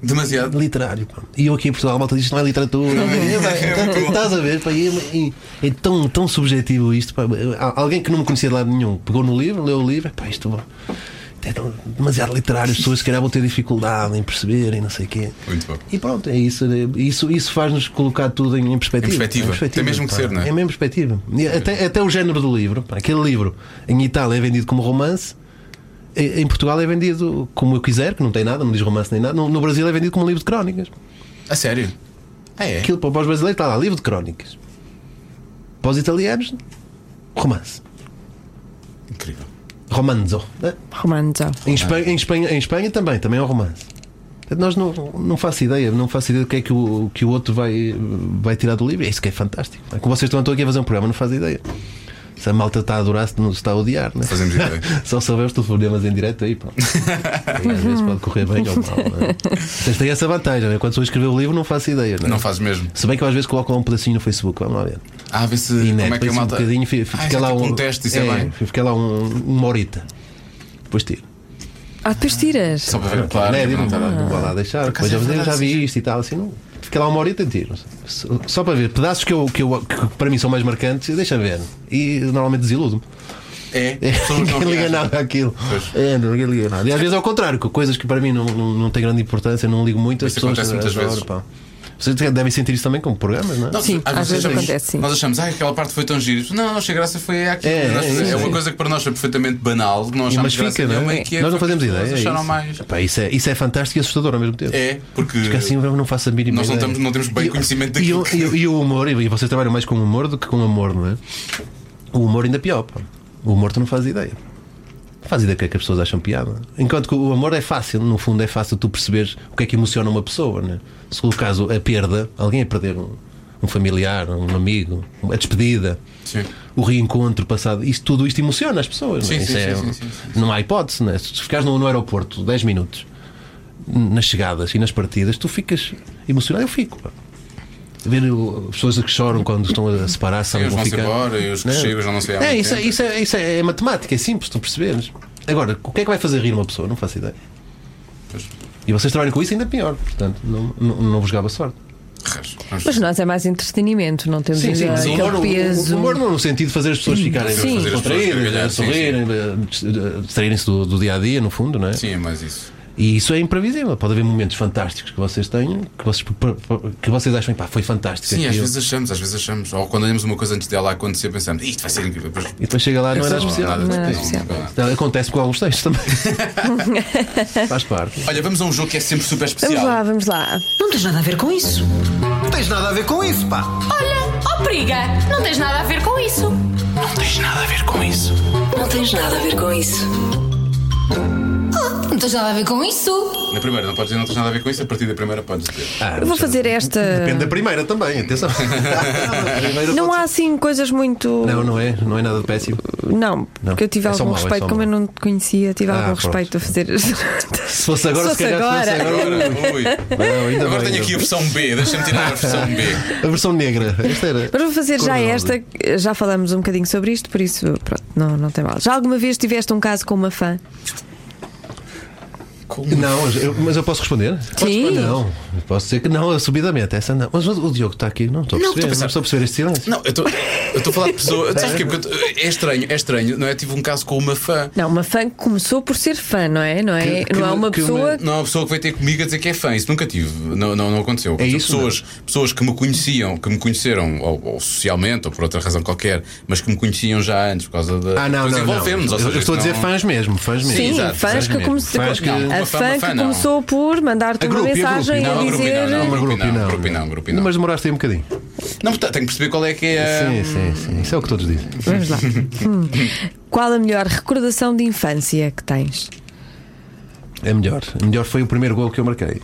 B: Demasiado.
D: literário. pá. E eu aqui em Portugal, a malta diz isto não é literatura. É, pá, então, Estás a ver? pá, e- e- é tão, tão subjetivo isto. pá. Al- Alguém que não me conhecia de lado nenhum pegou no livro, leu o livro, pá, isto é tão- demasiado literário. As pessoas se calhar vão ter dificuldade em perceber e não sei o quê.
B: Muito bom.
D: E pronto, é isso. é- Isso, isso faz-nos colocar tudo em, em perspectiva.
B: Em perspectiva. Tem mesmo que
D: pá.
B: ser, não é?
D: É mesmo perspectiva. E Até, até o género do livro. pá. Aquele livro em Itália é vendido como romance. Em em Portugal é vendido como eu quiser, que não tem nada, não diz romance nem nada. No, no Brasil é vendido como um livro de crónicas.
B: A sério? Ah, é?
D: Aquilo para os brasileiros está lá, livro de crónicas. Para os italianos, romance.
B: Incrível.
D: Romanzo. né?
C: Romanzo.
D: Em Espanha, em, Espanha, em Espanha também, também é um romance. Portanto, Nós não, não faço ideia, não faço ideia do que é que o, que o outro vai, vai tirar do livro. É isso que é fantástico. É que vocês estão estão aqui a fazer um programa, não faz ideia. Se a malta está a adorar, se não se está a odiar, né?
B: Fazemos ideia.
D: <laughs> Só sabemos telefonemas em
B: <laughs>
D: direto aí, pá. E Às vezes pode correr bem ou mal. Né? Vocês têm essa vantagem, né? quando sou a escrever o livro, não faço ideia. Né?
B: Não fazes mesmo.
D: Se bem que eu às vezes coloco lá um pedacinho no Facebook, vamos lá ver.
B: Ah, a ver se.
D: E, né,
B: como é que a
D: depois um
B: malta.
D: bocadinho, fi-
B: ah,
D: fica
B: isso é
D: lá
B: tipo
D: um,
B: um teste, isso é,
D: é,
B: bem.
D: Fica lá um, uma horita. Depois tiro.
C: Ah, depois tiras.
B: Só para ver, claro.
D: Né, digo,
B: não, tá lá.
D: não vou lá deixar.
B: acaso
D: Depois
B: é
D: eu digo, já
B: verdade,
D: vi isto e tal, assim, não. Fica lá uma hora e tiro. Só, só para ver, pedaços que, eu, que, eu, que para mim são mais marcantes, deixa ver. E normalmente desiludo-me. <laughs>
B: É, são os
D: Ninguém
B: novos
D: liga
B: gajos.
D: nada àquilo.
B: Pois.
D: É, ninguém liga nada. E às vezes ao contrário, co- coisas que para mim não, não, não têm grande importância, não ligo muito, as
B: Isso
D: pessoas
B: acontece muitas
D: adoram,
B: vezes.
D: pá. Vocês devem sentir isso também com programas, não é?
B: Não,
C: Sim, às vezes
B: achamos-
C: acontece, sim.
B: Nós achamos, ah, aquela parte foi tão gira. Não, a nossa graça foi aquilo.
D: É,
B: Nós-
D: é isso,
B: é uma
D: é.
B: coisa que para nós é perfeitamente banal. Não
D: E, mas
B: achamos graça
D: fica, não
B: nenhuma
D: é?
B: e que é
D: Nós não
B: porque
D: fazemos
B: as
D: ideia.
B: pessoas
D: É
B: acharam
D: isso.
B: mais.
D: Epá, isso, é, isso é fantástico e assustador ao mesmo tempo.
B: É, porque.
D: Porque assim eu não faço a mínima
B: Nós não
D: ideia.
B: temos- não temos bem
D: E-
B: conhecimento
D: e,
B: daquilo
D: o- e, o- e o humor, e vocês trabalham mais com humor do que com amor, não é? O humor ainda é pior, pá. O humor tu não fazes ideia. Não Fazes ideia do que é que as pessoas acham piada. Enquanto que o amor é fácil, no fundo é fácil tu perceberes o que é que emociona uma pessoa, não é? Se no caso a perda, alguém a perder um, um familiar, um amigo, a despedida.
B: Sim.
D: O reencontro passado, isto, tudo isto emociona as pessoas. não é?
B: Sim,
D: Isso
B: sim,
D: é-
B: sim, sim, sim, sim.
D: Não há hipótese, não é? Se ficares no, no aeroporto 10 minutos nas chegadas e nas partidas, tu ficas emocionado. Eu fico. pá. Ver o- as pessoas que choram quando estão a separar, sabem
B: os
D: que vão
B: vão-se
D: ficar.
B: embora e os que chegam já não se vê há
D: é,
B: muito
D: isso, é-
B: tempo.
D: isso, é, isso é, é matemática, é simples, tu perceberes. Agora, o que é que vai fazer rir uma pessoa? Não faço ideia. E vocês trabalham com isso ainda pior, portanto, não, não, não vos gaba sorte.
B: Raios.
C: Mas nós é mais entretenimento, não temos
D: Sim, sim,
C: ainda
D: mas o humor,
C: aquele
D: o-
C: peso.
D: o humor não no sentido de fazer as pessoas ficarem
C: Sim. Fazer
B: as pessoas gargalhar,
D: contraídas,
B: sim,
D: sorrirem, eh, distraírem-se do, do dia a dia, no fundo, não é?
B: Sim, é mais isso.
D: E isso é imprevisível. Pode haver momentos fantásticos que vocês tenham, que vocês, que vocês acham, pá, foi fantástico.
B: Sim, às
D: aquilo."
B: vezes achamos, às vezes achamos. Ou quando olhamos uma coisa antes dela acontecer, pensamos, isto vai ser incrível. Depois,
D: E depois chega lá, não é nada
B: Não,
D: especial.
B: nada de
C: Não é
B: especial.
D: Não, Acontece com alguns textos também.
B: <laughs>
D: Faz parte.
B: Olha, vamos a um jogo que é sempre super especial.
C: Vamos lá, vamos lá.
A: Não tens nada a ver com isso.
F: Não tens nada a ver com isso, pá.
G: Olha, oh periga, não tens nada a ver com isso.
A: Não tens nada a ver com isso. Não tens nada a ver com isso.
G: Ah, Não tens nada a ver com isso.
B: Na primeira, não podes dizer não tens nada a ver com isso, a partir da primeira podes dizer.
D: Ah,
C: Eu vou
D: já-
C: fazer esta.
D: Depende da primeira também, atenção.
B: <laughs>
D: A primeira
C: Não
D: pode
C: há assim coisas muito.
D: ser- Não, não é, não é nada de péssimo.
C: Não,
D: Não.
C: porque eu tive
D: É só
C: algum
D: mau, é
C: respeito,
D: só
C: como eu
D: mau.
C: não te conhecia, tive
D: Ah,
C: algum
D: pronto.
C: respeito a fazer.
D: Se fosse agora,
C: Se
D: se,
C: fosse
D: calhar se fosse
C: agora.
D: agora.
B: Ui.
D: Não, ainda
B: Agora
D: bem,
B: tenho
D: ainda
B: aqui a
D: bem.
B: versão B, deixa-me tirar a versão B.
D: a versão negra. Esta era.
C: Mas vou fazer já
D: cor-de-rosa.
C: esta, já falamos um bocadinho sobre isto, por isso, pronto, não, não tem mal. Já alguma vez tiveste um caso com uma fã?
D: Não, mas eu- mas eu posso responder?
C: Sim.
D: Podes- Não, posso dizer que não, subidamente. Essa não. Mas o o Diogo está aqui, não estou a
B: Não, estou a
D: perceber.
B: pensar.
D: Não estou a perceber este silêncio.
B: Não, eu estou- eu estou a falar de pessoa. Sabes porquê? Porque eu tô- é estranho, é estranho, não é? Tive um caso com uma fã.
C: Não, uma fã que começou por ser fã, não é? Não é,
D: Que-
C: não é
D: que-
C: uma
D: que
C: pessoa.
B: Não, a pessoa que veio ter comigo a dizer que é fã, isso nunca tive, não, não, não aconteceu.
D: É isso,
B: pessoas, pessoas que me conheciam, que me conheceram, ou, ou socialmente, ou por outra razão qualquer, mas que me conheciam já antes por causa da.
D: Ah, não, não. não.
B: Desenvolvemos,
D: Eu,
B: ou seja,
D: eu estou a
B: isso
D: dizer
B: não-
D: fãs mesmo, fãs mesmo.
C: Sim,
B: exato,
C: fãs
D: fãs
C: que,
D: mesmo.
C: começou-
D: Fãs que-
B: Não, uma fã-
C: a
B: uma
C: fã
B: fã
C: que
B: não.
C: começou por mandar-te
D: A
C: uma
D: grupo, a
C: mensagem
D: grupo.
C: a
B: Não, a grupo,
C: dizer.
B: não, não.
D: Uma grupo
B: Grupinão,
D: não.
B: grupinão, grupinão.
D: Mas demoraste aí um bocadinho.
B: Não, portanto, tenho que perceber qual é que é. a-
D: Sim, sim, sim. Isso é o que todos dizem.
C: Vamos lá. Hum. Qual a melhor recordação de infância que tens?
D: É melhor. Melhor foi o primeiro gol que eu marquei.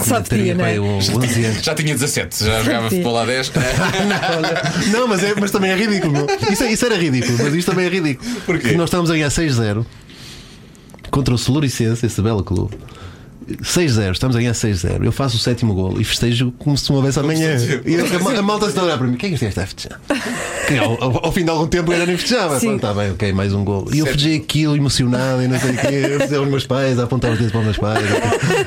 C: Só podia,
D: Teria,
C: não
D: pá,
C: é?
D: eu 11 anos.
B: Já tinha 17, já jogava
C: Sim.
B: futebol há
D: <laughs>
B: 10.
D: Olha, não, mas, é- mas também é ridículo. meu. Isso, é- isso era ridículo, mas isto também é ridículo.
B: Porquê?
D: Que Nós estamos a ganhar 6-0 contra o Soluricense, esse belo clube. 6-0, estamos a ganhar 6-0. Eu faço o sétimo golo e festejo como se não houvesse amanhã.
B: se-
D: E a, ma- a malta se olhar para mim: quem é que este gajo está a festejar? Que ao, ao- ao fim de algum tempo eu já nem festejava.
C: Sim.
D: Pronto, Está bem, ok, mais um golo. E
B: Sétimo
D: eu festejei aquilo emocionado e não sei o quê. Eu aos meus pais, a apontar os dedos para os meus pais,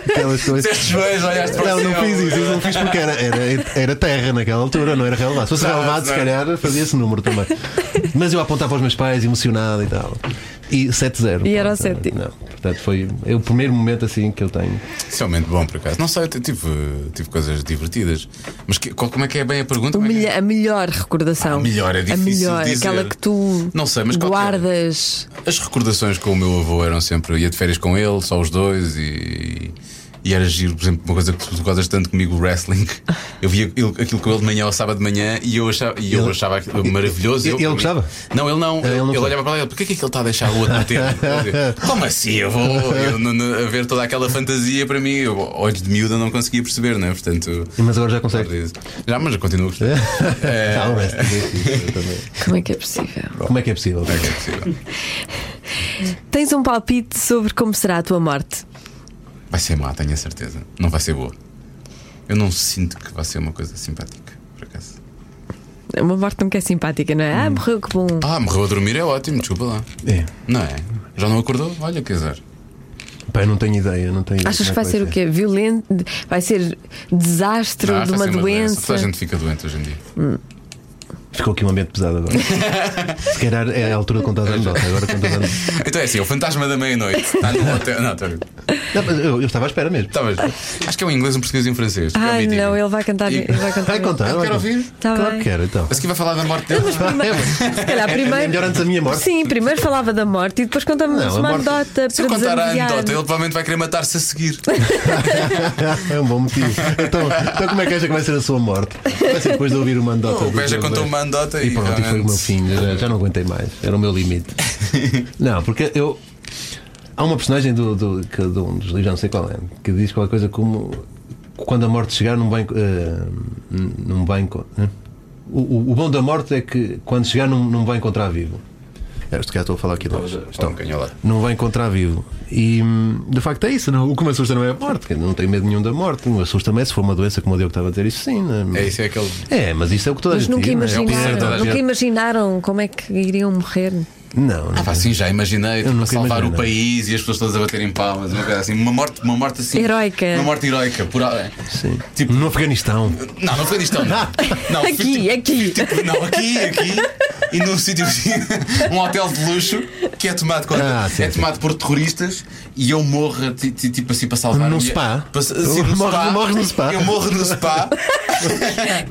D: aquelas coisas.
B: Deste beijo, olhaste para
D: Não,
B: o
D: não
B: céu.
D: fiz isso, isso não fiz porque era, era, era terra naquela altura, não era relevado. Se fosse
B: Exato,
D: relevado, se
B: exato.
D: calhar fazia esse número também. Mas eu apontava aos meus pais, emocionado e tal. E 7-0.
C: E era o
D: Pronto,
C: sétimo.
D: Não, portanto foi é o primeiro momento assim que eu tenho.
B: Isso é um momento bom, por acaso. Não sei, eu t- tive, tive coisas divertidas. Mas que- qual- como é que é bem a pergunta?
C: O
B: Como é que é?
C: melho- a melhor recordação.
B: Ah, melhor, é
C: A
B: difícil
C: melhor,
B: dizer.
C: aquela que tu
B: Não sei, mas qualquer-
C: guardas.
B: As recordações com o meu avô eram sempre. Ia de férias com ele, só os dois, e. E era giro, por exemplo, uma coisa que tu gostas tanto comigo, o wrestling. Eu via aquilo aquilo com ele de manhã ao sábado de manhã e eu achava, e eu
D: Ele-
B: achava aquilo maravilhoso.
D: ele-
B: eu, para
D: ele
B: mim-
D: gostava?
B: Não, ele não.
D: Ah,
B: Ele,
D: ele não foi.
B: olhava para ele, porquê é que ele está a deixar o outro bater? Eu dizia, Como assim? Eu vou eu, no- no- a ver toda aquela fantasia para mim, eu, olhos de miúda, não conseguia perceber, não é? Portanto,
D: Mas agora já consegue.
B: já, mas eu continuo a gostar.
D: Ah, o resto é difícil também.
C: Como é que é possível?
D: Como é que é possível?
B: Não é que é possível.
C: Tens um palpite sobre como será a tua morte?
B: Vai ser má, tenho a certeza. Não vai ser boa. Eu não sinto que vai ser uma coisa simpática, por acaso.
C: Uma morte nunca é simpática, não é? Ah, morreu, que bom.
B: Ah, morreu a dormir é ótimo, desculpa lá.
D: É.
B: Não é? Já não acordou? Olha, que azar.
D: Pá, eu não tenho ideia, não tenho ideia
C: Achas que vai
D: como é
C: ser o quê? Violento? Vai ser desastre
B: Ah,
C: de uma
B: vai ser
C: doença?
B: Toda a gente fica doente hoje em dia.
D: Ficou aqui um ambiente pesado <laughs> agora. Se calhar é a altura de contar as anedotas. Agora contas anedotas.
B: Então é assim, o fantasma da meia-noite. Está no hotel. Não, está bem.
D: Não, mas eu, eu estava à espera mesmo.
B: Tá bem. Acho que é um inglês, um português e um francês.
C: Ai,
B: Fica
C: não,
B: omitido.
C: ele vai cantar.
B: E-
C: Ele vai cantar.
D: Vai contar.
B: Eu
D: vai
B: quero
D: contar.
B: ouvir.
C: Tá
D: claro
C: bem.
D: que quero, então.
B: A seguir vai falar da morte dele.
C: Se calhar
D: É
C: primeiro.
D: melhor antes da minha morte.
C: Sim, primeiro falava da morte e depois contava
D: Não, a
C: uma
D: morte-
C: anedota
B: Se
C: para
B: eu contar a
C: desanuviar.
B: anedota, ele provavelmente vai querer matar-se a
D: <laughs>
B: seguir.
D: É um bom motivo. Então, então como é que acha que vai ser a sua morte? Vai ser depois de ouvir uma andota.
B: O
D: do
B: Beja
D: Diogo
B: contou
D: Beja.
B: uma anedota
D: é? E pronto, e foi o meu
B: realmente-
D: fim. Já, já não aguentei mais. Era o meu
B: <laughs>
D: limite. Não, porque eu. Há uma personagem do, do, que, de um dos livros, já não sei qual é, que diz qualquer coisa como. Quando a morte chegar num banco. eh, num banco. né? O, o- o bom da morte é que quando chegar não, não vai encontrar vivo. É, Este cá estou a falar aqui de nós.
B: Estão canhola.
D: não vai encontrar vivo. E hum, de facto é isso, não? o que me assusta não é a morte, que eu não tenho medo nenhum da morte, o que me assusta me é se for uma doença como o Diogo estava a dizer, isso sim, não
B: É isso, é aquele.
D: É, mas isso é o que toda a
C: Mas
D: gente
C: nunca
D: diz, não é? É o que toda a
C: imaginaram,
D: gente-
C: nunca imaginaram como é que iriam morrer.
D: Não, não.
B: Ah, pá, sim, já imaginei, tipo, a
D: nunca
B: salvar
D: imaginei.
B: o país e as pessoas todas a baterem palmas, uma coisa assim, uma morte, uma morte assim.
C: Heroica.
B: Uma morte heroica, por alguém.
D: Sim.
B: Tipo-
D: no Afeganistão.
B: Não, não foi nisto, não. não
C: Aqui,
B: tipo,
C: aqui.
B: tipo, não, aqui, aqui. E num sítio assim, <laughs> um hotel de luxo que é tomado, conta,
D: Ah, sim,
B: é
D: sim.
B: tomado por terroristas e eu morro ti- ti- tipo assim para salvar.
D: Num
B: a minha-
D: spa?
B: Para, assim, no
D: Morres-
B: spa.
D: morres no spa?
B: Eu morro no spa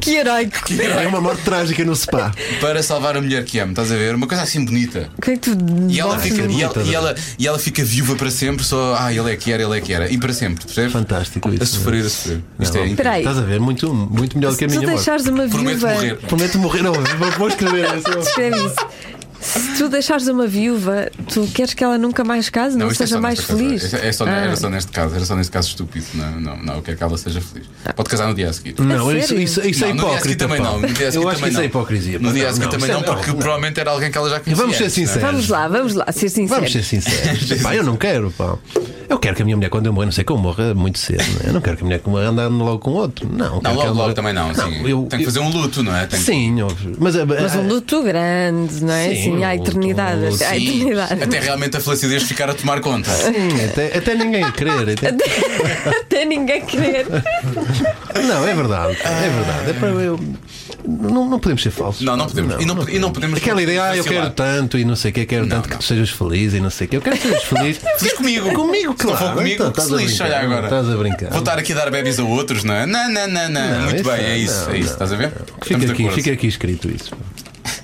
C: Que heróico! O
D: É uma morte trágica no spa.
B: para salvar a mulher que amo, estás a ver? Uma coisa assim bonita.
C: que é que tu
B: E ela,
C: botas
B: fica,
C: no-
B: e, ela,
D: bonita,
B: e ela- e ela fica viúva para sempre, só ah, ele é que era, ele é que era. E para sempre, percebes?
D: Fantástico isso.
B: A sofrer, a sofrer. Isto é incrível.
C: Espera aí.
D: Estás a ver? Muito, muito melhor do que a
C: Se tu
D: minha morte.
C: deixares uma
B: Prometo
C: viúva. <laughs>
B: morrer.
D: Prometo morrer. Não, vou vou escrever.
C: Escreve isso. Se tu deixares uma viúva, tu queres que ela nunca mais case, não,
B: isto é
C: seja
B: só
C: mais
B: nesta casa.
C: feliz.
B: É só-
C: Ah.
B: Era só neste caso, era só neste caso estúpido. Não, não, não, eu quero que ela seja feliz. Pode casar no dia a seguir.
D: Não, isso,
C: sério?
D: isso, isso é
B: Não, no dia a seguir
D: hipócrita.
B: também
D: pá.
B: não. No dia a seguir
D: Eu acho que
B: também
D: isso
B: não.
D: é hipocrisia.
B: No dia a
D: Não,
B: seguir
D: não,
B: também
D: isso
B: não,
D: é-
B: porque provavelmente era alguém que ela já conhecia.
D: Vamos ser
B: antes, não é?
D: sinceros.
C: Vamos lá, vamos lá, ser sincero.
D: Vamos
B: <laughs>
D: ser sinceros. Pá, eu não quero, pá. Eu quero que a minha mulher, quando eu morrer, não sei que eu morra muito cedo. né? Eu não quero que a minha mulher morra andando logo com outro. Não, quero que
B: Não,
D: ela
B: logo,
D: morra-
B: logo também não. sim.
D: eu-
B: Tem que fazer um luto, não é? Tem que-
D: Sim, óbvio. mas, a-
C: Mas um
D: a-
C: luto grande, não é?
D: Sim,
C: Sim,
D: um
C: há
D: luto,
C: eternidade. assim,
D: um luto,
C: há
B: Sim,
C: eternidade.
B: até realmente a felicidade ficar a tomar conta.
D: Sim, até, até ninguém a querer.
B: <laughs>
D: até-
C: Até ninguém
D: <laughs>
C: querer.
D: Não, é verdade. É verdade. É para eu... não, não podemos ser falsos.
B: Não, não podemos. e, não, pode- e não podemos.
D: Aquela ideia, ah, eu
B: vacilar.
D: quero tanto e não sei o que, quero tanto que tu sejas feliz e não sei o que. Eu quero que sejas
B: <laughs>
D: feliz.
B: Feliz comigo.
D: Comigo,
B: Se não
D: claro.
B: for comigo,
D: Então,
B: que
D: estás
B: se
D: a
B: lixe, olha
D: brincar,
B: agora.
D: estás a brincar.
B: Vou estar aqui a dar bebês a outros, não é? Não, não, não, não.
D: Não,
B: Muito
D: isso
B: bem,
D: é-
B: é isso,
D: não,
B: é isso.
D: não.
B: Estás a ver? Estamos
D: Fica
B: de
D: aqui,
B: acordo.
D: fica aqui escrito isso.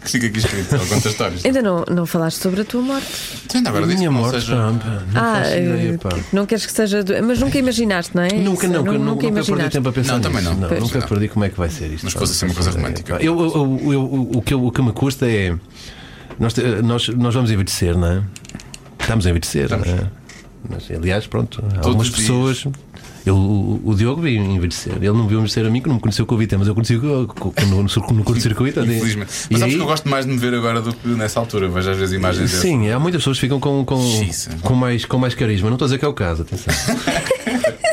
B: Fica aqui escrito, ele conta histórias.
C: Ainda não, não falaste sobre a tua morte.
B: Tu ainda agora disse
D: Minha
B: que não
D: morte,
B: seja-
D: pá, pá, não faço ideia,
C: eh,
D: pá.
C: não queres que seja. do- Mas nunca imaginaste, não é?
D: Nunca,
C: Isso,
D: nunca,
C: nu-
D: nunca, nunca perdi tempo a pensar.
B: Não, também
D: nisso.
B: não. Pois.
D: nunca
B: Não.
D: perdi como é que vai ser isto.
B: Mas
D: pá,
B: fosse assim
D: não
B: uma coisa
D: faço
B: romântica.
D: ideia, pá. Eu, eu- eu- eu- o, que eu- o que me custa é. Nós, te- nós, nós vamos envelhecer, não é? Estamos a envelhecer,
B: Estamos.
D: não é? Mas, aliás, pronto, algumas
B: os dias.
D: pessoas. Eu, o, o Diogo viu envelhecer. Ele não viu envelhecer a mim, que não me conheceu com o Vita, mas eu conheci com, com, com- no, no, no curto-circuito. ali.
B: Infelizmente. Mas
D: E
B: sabes
D: aí-
B: que eu gosto mais de me ver agora do que nessa altura. Vejo às vezes imagens dessas.
D: Sim, há muitas pessoas que ficam com, com,
B: Xisa.
D: com mais, com mais carisma. Não estou a dizer que é o caso, atenção.
B: <laughs>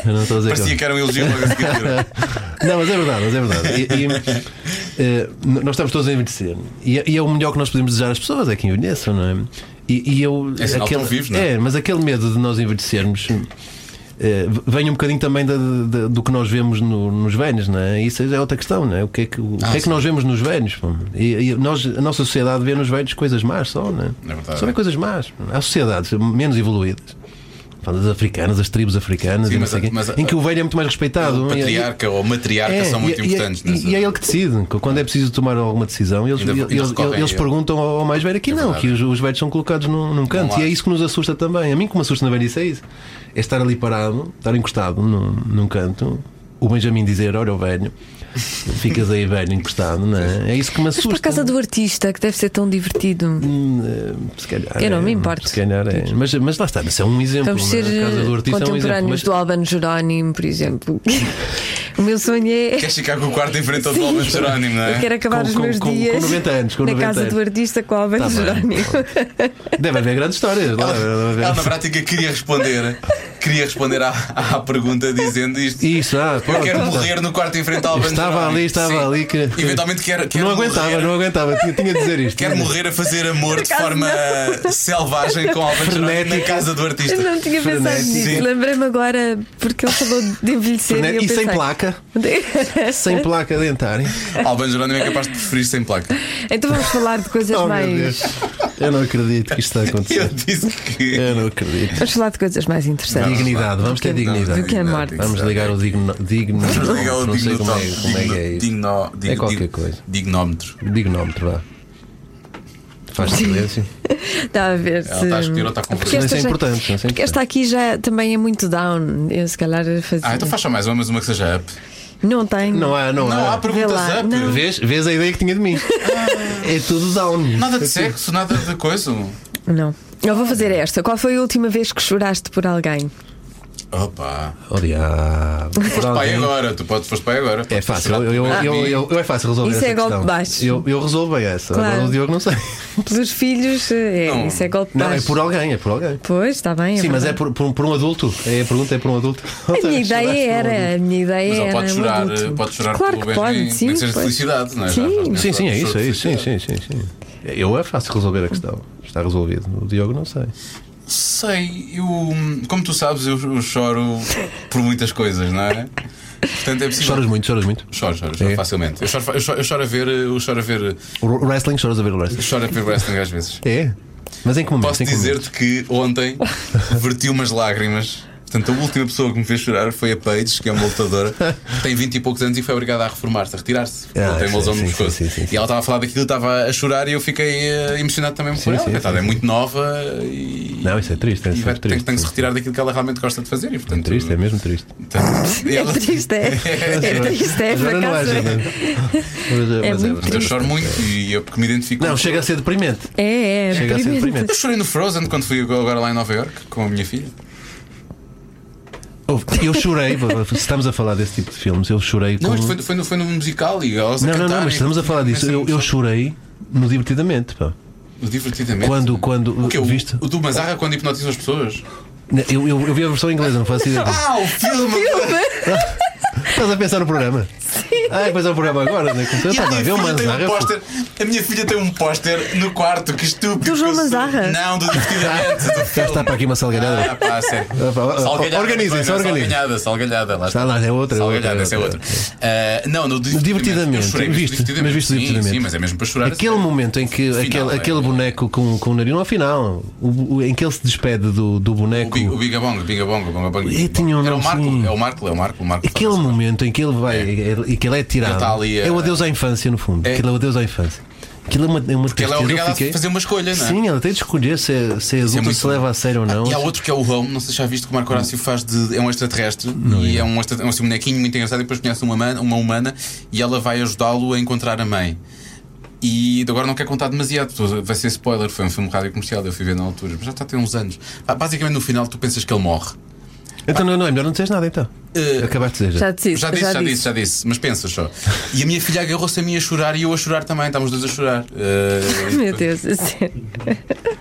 D: Eu não estou a dizer que é o
B: Parecia que era um elogio logo a
D: <laughs>
B: seguir.
D: Não, mas é verdade, mas é verdade. E- e, eh, n- nós estamos todos a envelhecer. E, é- e é o melhor que nós podemos desejar às pessoas, é que envelheçam, não é? E, e eu.
B: É sinal que estão vivos, não é?
D: é, mas aquele medo de nós envelhecermos. eh, vem um bocadinho também da- da- do que nós vemos no- nos velhos, não é? Isso é outra questão, não é? O que é que, o
B: Ah,
D: que, é que
B: sim.
D: nós vemos nos velhos? pô? E, e nós, a nossa sociedade vê nos velhos coisas más só, não é?
B: É verdade.
D: Só vê coisas más. Há sociedades menos evoluídas, Fala das africanas, das tribos africanas,
B: Sim,
D: e não
B: mas
D: sei
B: a-
D: quê,
B: mas a-
D: em que o velho é muito mais respeitado.
B: O
D: E- e-
B: patriarca ou matriarca são muito
D: É, e,
B: importantes.
D: e-
B: nessa-
D: e é ele que decide. que Quando é preciso tomar alguma decisão, eles,
B: Ainda- ainda
D: eles,
B: recorrem a
D: eles
B: ele. É
D: perguntam ao, ao mais velho aqui não,
B: verdade.
D: que os, os velhos são colocados num, num canto.
B: lado.
D: E é isso que nos assusta também. A mim, que me assusta na velhice, é isso. É estar ali parado, estar encostado num, num canto. O Benjamin dizer: Olha, o velho, ficas aí velho encostado, não é? É isso que me
C: Mas
D: assusta.
C: para a casa do artista, que deve ser tão divertido.
D: Hum, eh, se calhar
C: Eu não
D: é,
C: me importo.
D: Se calhar é. Mas, mas lá está, isso é um exemplo.
C: Vamos
D: não é?
C: ser
D: A casa
C: eh,
D: do artista é um exemplo.
C: contemporâneos
D: mas-
C: do Albano Jerónimo, por
D: <laughs>
C: exemplo. o meu sonho é.
B: Queres ficar com o quarto em frente ao Alvaro Jerónimo, não
C: Eu
B: é?
C: quero acabar
D: Com-
C: os
D: com-
C: meus
D: com- com
C: dias
D: 90 anos, com
C: na
D: 90
C: casa
D: anos.
C: do artista com o Albano
D: Tá bem.
C: Jerónimo.
D: Deve haver grandes histórias. lá, deve haver-
B: Ela na prática queria responder. Queria responder à, à pergunta dizendo isto.
D: Isso, ah,
B: Eu
D: pronto,
B: quero
D: tá.
B: morrer no quarto em frente ao Alvaro
D: Estava
B: Jerónimo.
D: ali, estava
B: Sim.
D: ali que.
B: Eventualmente quero, quero
D: não aguentava,
B: morrer.
D: não aguentava, tinha, tinha de dizer isto. né?
B: Quero morrer a fazer amor de
C: Uhum. acaso,
B: forma selvagem com Alvaro Jerónimo na
D: Frenética.
B: casa do artista.
C: Eu não tinha pensado
B: Frenético. Sim.
C: nisso. Lembrei-me agora porque ele falou de envelhecer.
D: Né?
C: eu
D: E sem
C: pensei-
D: placa, sem placa dentária.
B: Alban Jerónimo é capaz de preferir sem placa.
C: <laughs> Então vamos falar de coisas
D: Oh meu
C: mais.
D: Deus, eu não acredito que isto está a
B: Eu
D: acontecer.
B: disse que.
D: Eu não acredito.
C: Vamos falar de coisas mais interessantes.
D: Dignidade, vamos ter
C: do que
D: dignidade.
C: é morte.
D: Vamos ligar o digno. digno
B: Vamos ligar o
D: não sei como é, como é que é
B: digno-
D: isso.
B: digno- digno-
D: É qualquer
B: digno-
D: coisa.
B: Dignómetro.
D: Dignómetro, vá. Faz silêncio.
C: Está Tá a ver
B: Ela está a escolher ou está com
C: Porque
B: vergonha.
D: Mas
C: esta,
D: é
C: já-
D: importante, mas é
C: porque esta
D: importante.
C: aqui já também é muito down. Eu se calhar fazia.
B: Ah, então faz só mais uma, mas uma que seja up.
C: Não tenho.
D: Não há, não,
B: Não há
D: há.
B: perguntas
C: lá,
B: up.
C: não.
D: Vês, vês a ideia que tinha de mim.
B: Ah.
D: É tudo down.
B: Nada de sexo, nada de coisa.
C: Não. Eu vou fazer esta. Qual foi a última vez que choraste por alguém?
B: Opa.
D: Oh, diabo. Por
B: Pai é
D: alguém-
B: agora, tu podes foste pai agora.
D: É fácil, eu, eu, eu, eu- eu- é fácil resolver
C: Isso
D: essa
C: é golpe
D: questão.
C: baixo.
D: Eu, eu resolvo bem essa.
C: Claro.
D: Agora o Diogo não sei.
C: Pelos filhos, é,
B: Não.
C: isso é golpe
D: Não, é
C: baixo.
D: por alguém, é por alguém.
C: Pois, está bem.
D: Sim, mas é
C: verdade.
D: por, por, um- por um adulto. É, a pergunta é por um adulto. <laughs>
C: A minha ideia era. A minha ideia
B: Mas ele
C: era.
B: pode
C: um
B: chorar,
C: adulto.
B: pode chorar
C: claro
B: pelo
C: que
B: Benjamin,
C: pode,
B: nem
C: sim.
B: que seja de
C: pode.
B: felicidade, não é? Já-
C: Sim.
B: já- já-
D: Sim, sim, é
B: já-
D: isso, é isso. Sim,
B: felicidade.
D: sim, sim. sim. Eu é fácil resolver a questão. Está resolvido. O Diogo não sei.
B: Sei, eu. hum, Como tu sabes, eu, eu choro por muitas coisas, não é? Portanto, é possível.
D: Choras muito, choras muito.
B: Choro, choro, choro
D: É.
B: facilmente. Eu choro, fa- eu choro- eu choro a ver. Eu choro a ver.
D: O o wrestling, choras a ver o
B: Eu
D: wrestling.
B: choro a ver wrestling às vezes.
D: É? Mas em que momento?
B: Posso
D: Em que momento?
B: dizer-te que ontem verti umas lágrimas. Portanto, a última pessoa que me fez chorar foi a Paige, que é uma lutadora, que tem 20 e poucos anos e foi obrigada a reformar-se, a retirar-se. porque
D: Ah,
B: ela tem uma
D: sim,
B: lesão no
D: sim,
B: pescoço.
D: sim, sim, sim.
B: E ela estava a falar daquilo, estava a chorar e eu fiquei eh, emocionado também por
D: Sim,
B: ela.
D: sim,
B: coitada,
D: sim,
B: é muito nova e.
D: Não, isso é triste, é
B: e vai- tem,
D: triste.
B: tem que se retirar daquilo que ela realmente gosta de fazer. E, portanto,
D: É triste, é mesmo triste.
B: portanto,
D: <laughs>
C: É
B: ela-
C: triste, é. É triste, é por
D: Agora não
C: acaso.
D: haja,
C: é.
D: não Mas,
C: É
D: mas
C: muito
D: mas
B: Eu choro muito e eu porque me identifico.
D: Não,
B: muito.
D: chega a ser deprimente.
C: É, é,
D: Chega a ser
C: deprimente.
D: deprimente.
B: Eu chorei no Frozen quando fui agora lá em Nova York com a minha filha.
D: Ouve, Eu chorei, se estamos a falar desse tipo de filmes, eu chorei com.
B: Não, isto foi, foi, no, foi no musical e elas a
D: não, não, não,
B: cantarem.
D: mas estamos a falar disso. Eu, eu chorei no divertidamente. Pá.
B: Divertidamente.
D: Quando, quando
B: O que? O,
D: viste?
B: o do Mazarra quando hipnotiza as pessoas?
D: Eu, eu, eu vi a versão inglesa, não
B: <laughs>
D: faço ideia.
B: Ah, o filme!
D: Estás a pensar no programa? Sim. Ah, depois é o programa agora, né? Como
B: E a
D: estava a ver
B: minha
D: o
B: filha tem
D: Manzarra.
B: um póster. A minha filha tem um póster no quarto, que estúpido.
C: Do João
B: que eu sou.
C: Mazarra?
B: Não, do
D: <laughs>
B: Divertidamente. do
D: Já está
B: filme.
D: para aqui uma
B: Ah,
D: salgalhada.
B: pá,
D: <laughs>
B: a sério.
D: Ah, pá, ah,
B: Salgalhada,
D: organizem-se,
B: não é?
D: organizem.
B: Salgalhada, salgalhada. Lá
D: Está lá, é outra, é
B: Salgalhada,
D: outra,
B: essa é
D: outra.
B: outra. Ah, não, no
D: Divertidamente,
B: Eu chorei, mas
D: viste, mas viste
B: Sim,
D: divertidamente.
B: Sim, mas é mesmo para chorar.
D: Aquele momento em que
B: Final,
D: aquele,
B: é.
D: aquele boneco com, com o nariz, no final, o- o- em que ele se despede do, do
B: O,
D: boneco.
B: Bi- o Bigabong, o Bigabong, o Bongabong.
D: E tinha um
B: Era o
D: nome,
B: Marco,
D: sim.
B: é o Marco, é o Marco, o Marco.
D: Aquele momento em que ele vai e que ele é tirado
B: Ele está ali,
D: é
B: é-
D: o adeus à infância, no fundo.
B: É.
D: Aquilo é o adeus à infância. Aquilo é uma, é uma
B: Porque ela é
D: tristeza. Eu
B: obrigada
D: fiquei-
B: a fazer uma escolha, não é?
D: Sim, ela tem de escolher se é, se é
B: Isso é
D: adulto,
B: muito
D: se
B: bom.
D: leva a sério ou não.
B: E há outro que é o Home, não sei se já viste que o Marco Horácio faz de. é um extraterrestre e é um, extra- é um assim, bonequinho muito engraçado e depois conhece uma, man- uma humana e ela vai ajudá-lo a encontrar a mãe. E agora não quero contar demasiado, porque vai ser spoiler, foi um filme rádio comercial, eu fui ver na altura, mas já está a ter uns anos. Ba- Basicamente no final tu pensas que ele morre.
D: Então não, não, é melhor não dizeres nada então.
B: Eh,
D: Acabaste de dizer.
C: Já disse,
B: já disse, já, disse, já disse, mas pensa só. E a minha filha agarrou-se a mim a chorar e eu a chorar também, estávamos dois a chorar. Eh, e
C: <laughs> <laughs> Meu
B: depois-
C: Deus, a sério.